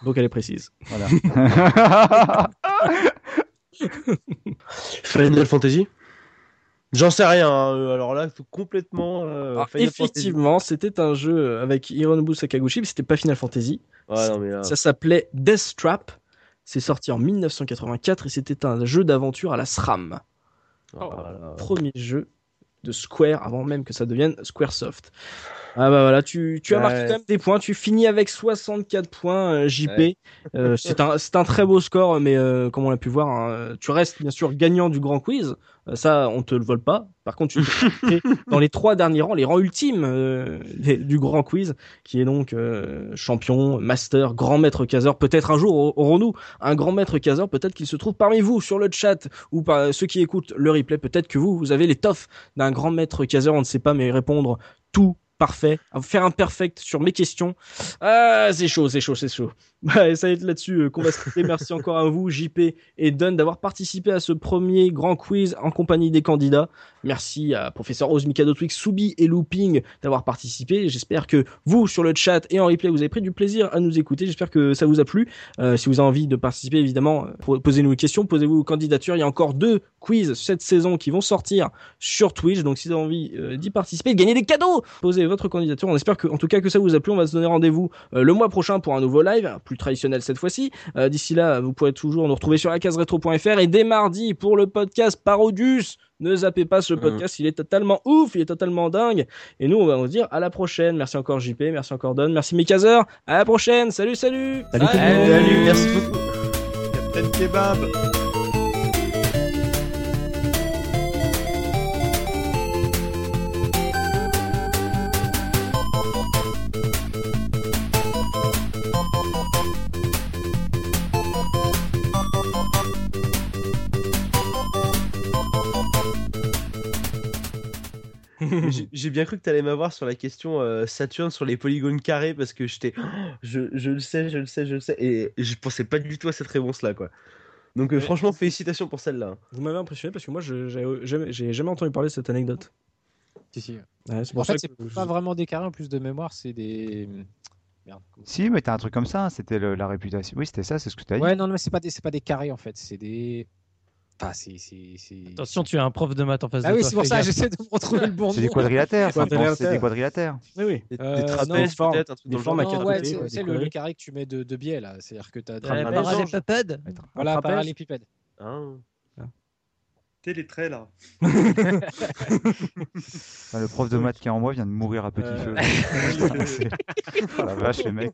Speaker 1: donc elle est précise.
Speaker 5: Voilà. <laughs>
Speaker 7: <laughs> Final Fantasy. J'en sais rien. hein, euh, Alors là, tout complètement. euh,
Speaker 1: Alors,
Speaker 7: Final Fantasy.
Speaker 1: Ah, effectivement, c'était un jeu euh, avec Hironobu Sakaguchi, mais c'était pas Final Fantasy.
Speaker 7: Ouais, non, mais euh, là,
Speaker 1: Ça s'appelait Death Trap. C'est sorti en 1984 et c'était un jeu d'aventure à la SRAM.
Speaker 7: Ah, bah, voilà.
Speaker 1: Premier jeu de Square avant même que ça devienne Squaresoft. Ah bah voilà, tu, tu as marqué
Speaker 7: Ouais.
Speaker 1: quand même des points. Tu finis avec 64 points, euh, JP.
Speaker 7: Ouais.
Speaker 1: Euh, c'est un, c'est un très beau score, mais euh, comme on l'a pu voir, hein, tu restes bien sûr gagnant du grand quiz. Euh, ça, on te le vole pas. Par contre, tu t'es classé dans les trois derniers rangs, les rangs ultimes euh, des- du grand quiz, qui est donc euh, champion, master, grand maître caseur. Peut-être un jour au- aurons-nous un grand maître caseur. Peut-être qu'il se trouve parmi vous sur le chat ou par euh, ceux qui écoutent le replay. Peut-être que vous, vous avez les toffes d'un grand maître caseur. On ne sait pas, mais répondre tout parfait, faire un perfect sur mes questions. Ah, c'est chaud, c'est chaud, c'est chaud. <laughs> Bah, et ça va être là-dessus euh, qu'on va se quitter. Merci encore à vous, JP et Don, d'avoir participé à ce premier grand quiz en compagnie des candidats. Merci à Professeur Oz, Mikado Twix, Soubi et Looping d'avoir participé. J'espère que vous, sur le chat et en replay, vous avez pris du plaisir à nous écouter. J'espère que ça vous a plu. Euh, si vous avez envie de participer, évidemment, euh, po- posez-nous une question, posez-vous vos candidatures. Il y a encore deux quiz cette saison qui vont sortir sur Twitch. Donc, si vous avez envie euh, d'y participer, de gagner des cadeaux, posez votre candidature. On espère que, en tout cas, que ça vous a plu. On va se donner rendez-vous euh, le mois prochain pour un nouveau live, hein, plus traditionnel cette fois-ci. Euh, D'ici là, vous pourrez toujours nous retrouver sur lacaseretro.fr et dès mardi pour le podcast Parodius Ne zappez pas ce
Speaker 7: Mhm.
Speaker 1: podcast, il est totalement ouf, il est totalement dingue. Et nous, on va vous dire à la prochaine. Merci encore JP, merci encore Don, merci Mikazer. À la prochaine, salut, salut.
Speaker 6: Salut tout le monde.
Speaker 7: Salut, merci beaucoup.
Speaker 2: Captain Kebab.
Speaker 7: Mais j'ai- J'ai bien cru que t'allais m'avoir sur la question euh, Saturne sur les polygones carrés parce que j'étais, <gasps> je, je le sais, je le sais, je le sais, et je pensais pas du tout à cette réponse-là, quoi. Donc euh, franchement, félicitations pour celle-là. hein.
Speaker 1: Vous m'avez impressionné parce que moi, je- j'ai jamais, j'ai jamais entendu parler de cette anecdote.
Speaker 6: Si, si.
Speaker 1: Ouais, c'est pour
Speaker 6: En
Speaker 1: ça
Speaker 6: fait,
Speaker 1: que
Speaker 6: c'est
Speaker 1: je-
Speaker 6: pas vraiment des carrés en plus de mémoire, c'est des. Merde. comment-
Speaker 5: Si, mais t'as un truc comme ça, hein, c'était le- la réputation. Oui, c'était ça, c'est ce que t'as dit.
Speaker 6: Ouais, non, non, mais c'est pas des, c'est pas des carrés en fait, c'est des. Enfin, c'est, c'est, c'est-
Speaker 4: Attention, tu as un prof de maths en face
Speaker 6: Ah
Speaker 4: de
Speaker 6: oui,
Speaker 4: toi.
Speaker 6: c'est pour
Speaker 4: fais
Speaker 6: ça,
Speaker 4: gaffe.
Speaker 6: j'essaie de me retrouver le bon
Speaker 5: C'est
Speaker 6: nom.
Speaker 5: des quadrilatères, ça, je pense,
Speaker 1: Quadrilatères.
Speaker 5: c'est des quadrilatères.
Speaker 1: Oui, oui.
Speaker 7: Des, des
Speaker 6: Euh,
Speaker 1: non,
Speaker 7: trapèzes
Speaker 1: forme-
Speaker 7: peut-être, un truc
Speaker 1: des
Speaker 7: dans le
Speaker 1: formes à
Speaker 7: genre.
Speaker 1: quatre
Speaker 6: Non, ouais,
Speaker 1: côtés,
Speaker 6: c'est,
Speaker 1: ouais,
Speaker 6: c'est
Speaker 1: des
Speaker 6: le,
Speaker 1: carrés.
Speaker 6: le carré que tu mets de, de biais là, c'est-à-dire que t'as.
Speaker 4: Euh,
Speaker 6: t'as-
Speaker 4: parallépipède.
Speaker 6: Voilà,
Speaker 1: Un trapèze.
Speaker 6: parallépipède.
Speaker 7: Hein.
Speaker 2: T'es les traits là.
Speaker 5: Enfin, Bah, le prof de maths qui est en moi vient de mourir à petit
Speaker 1: Euh,
Speaker 5: feu. C'est- oh la vache, les mecs.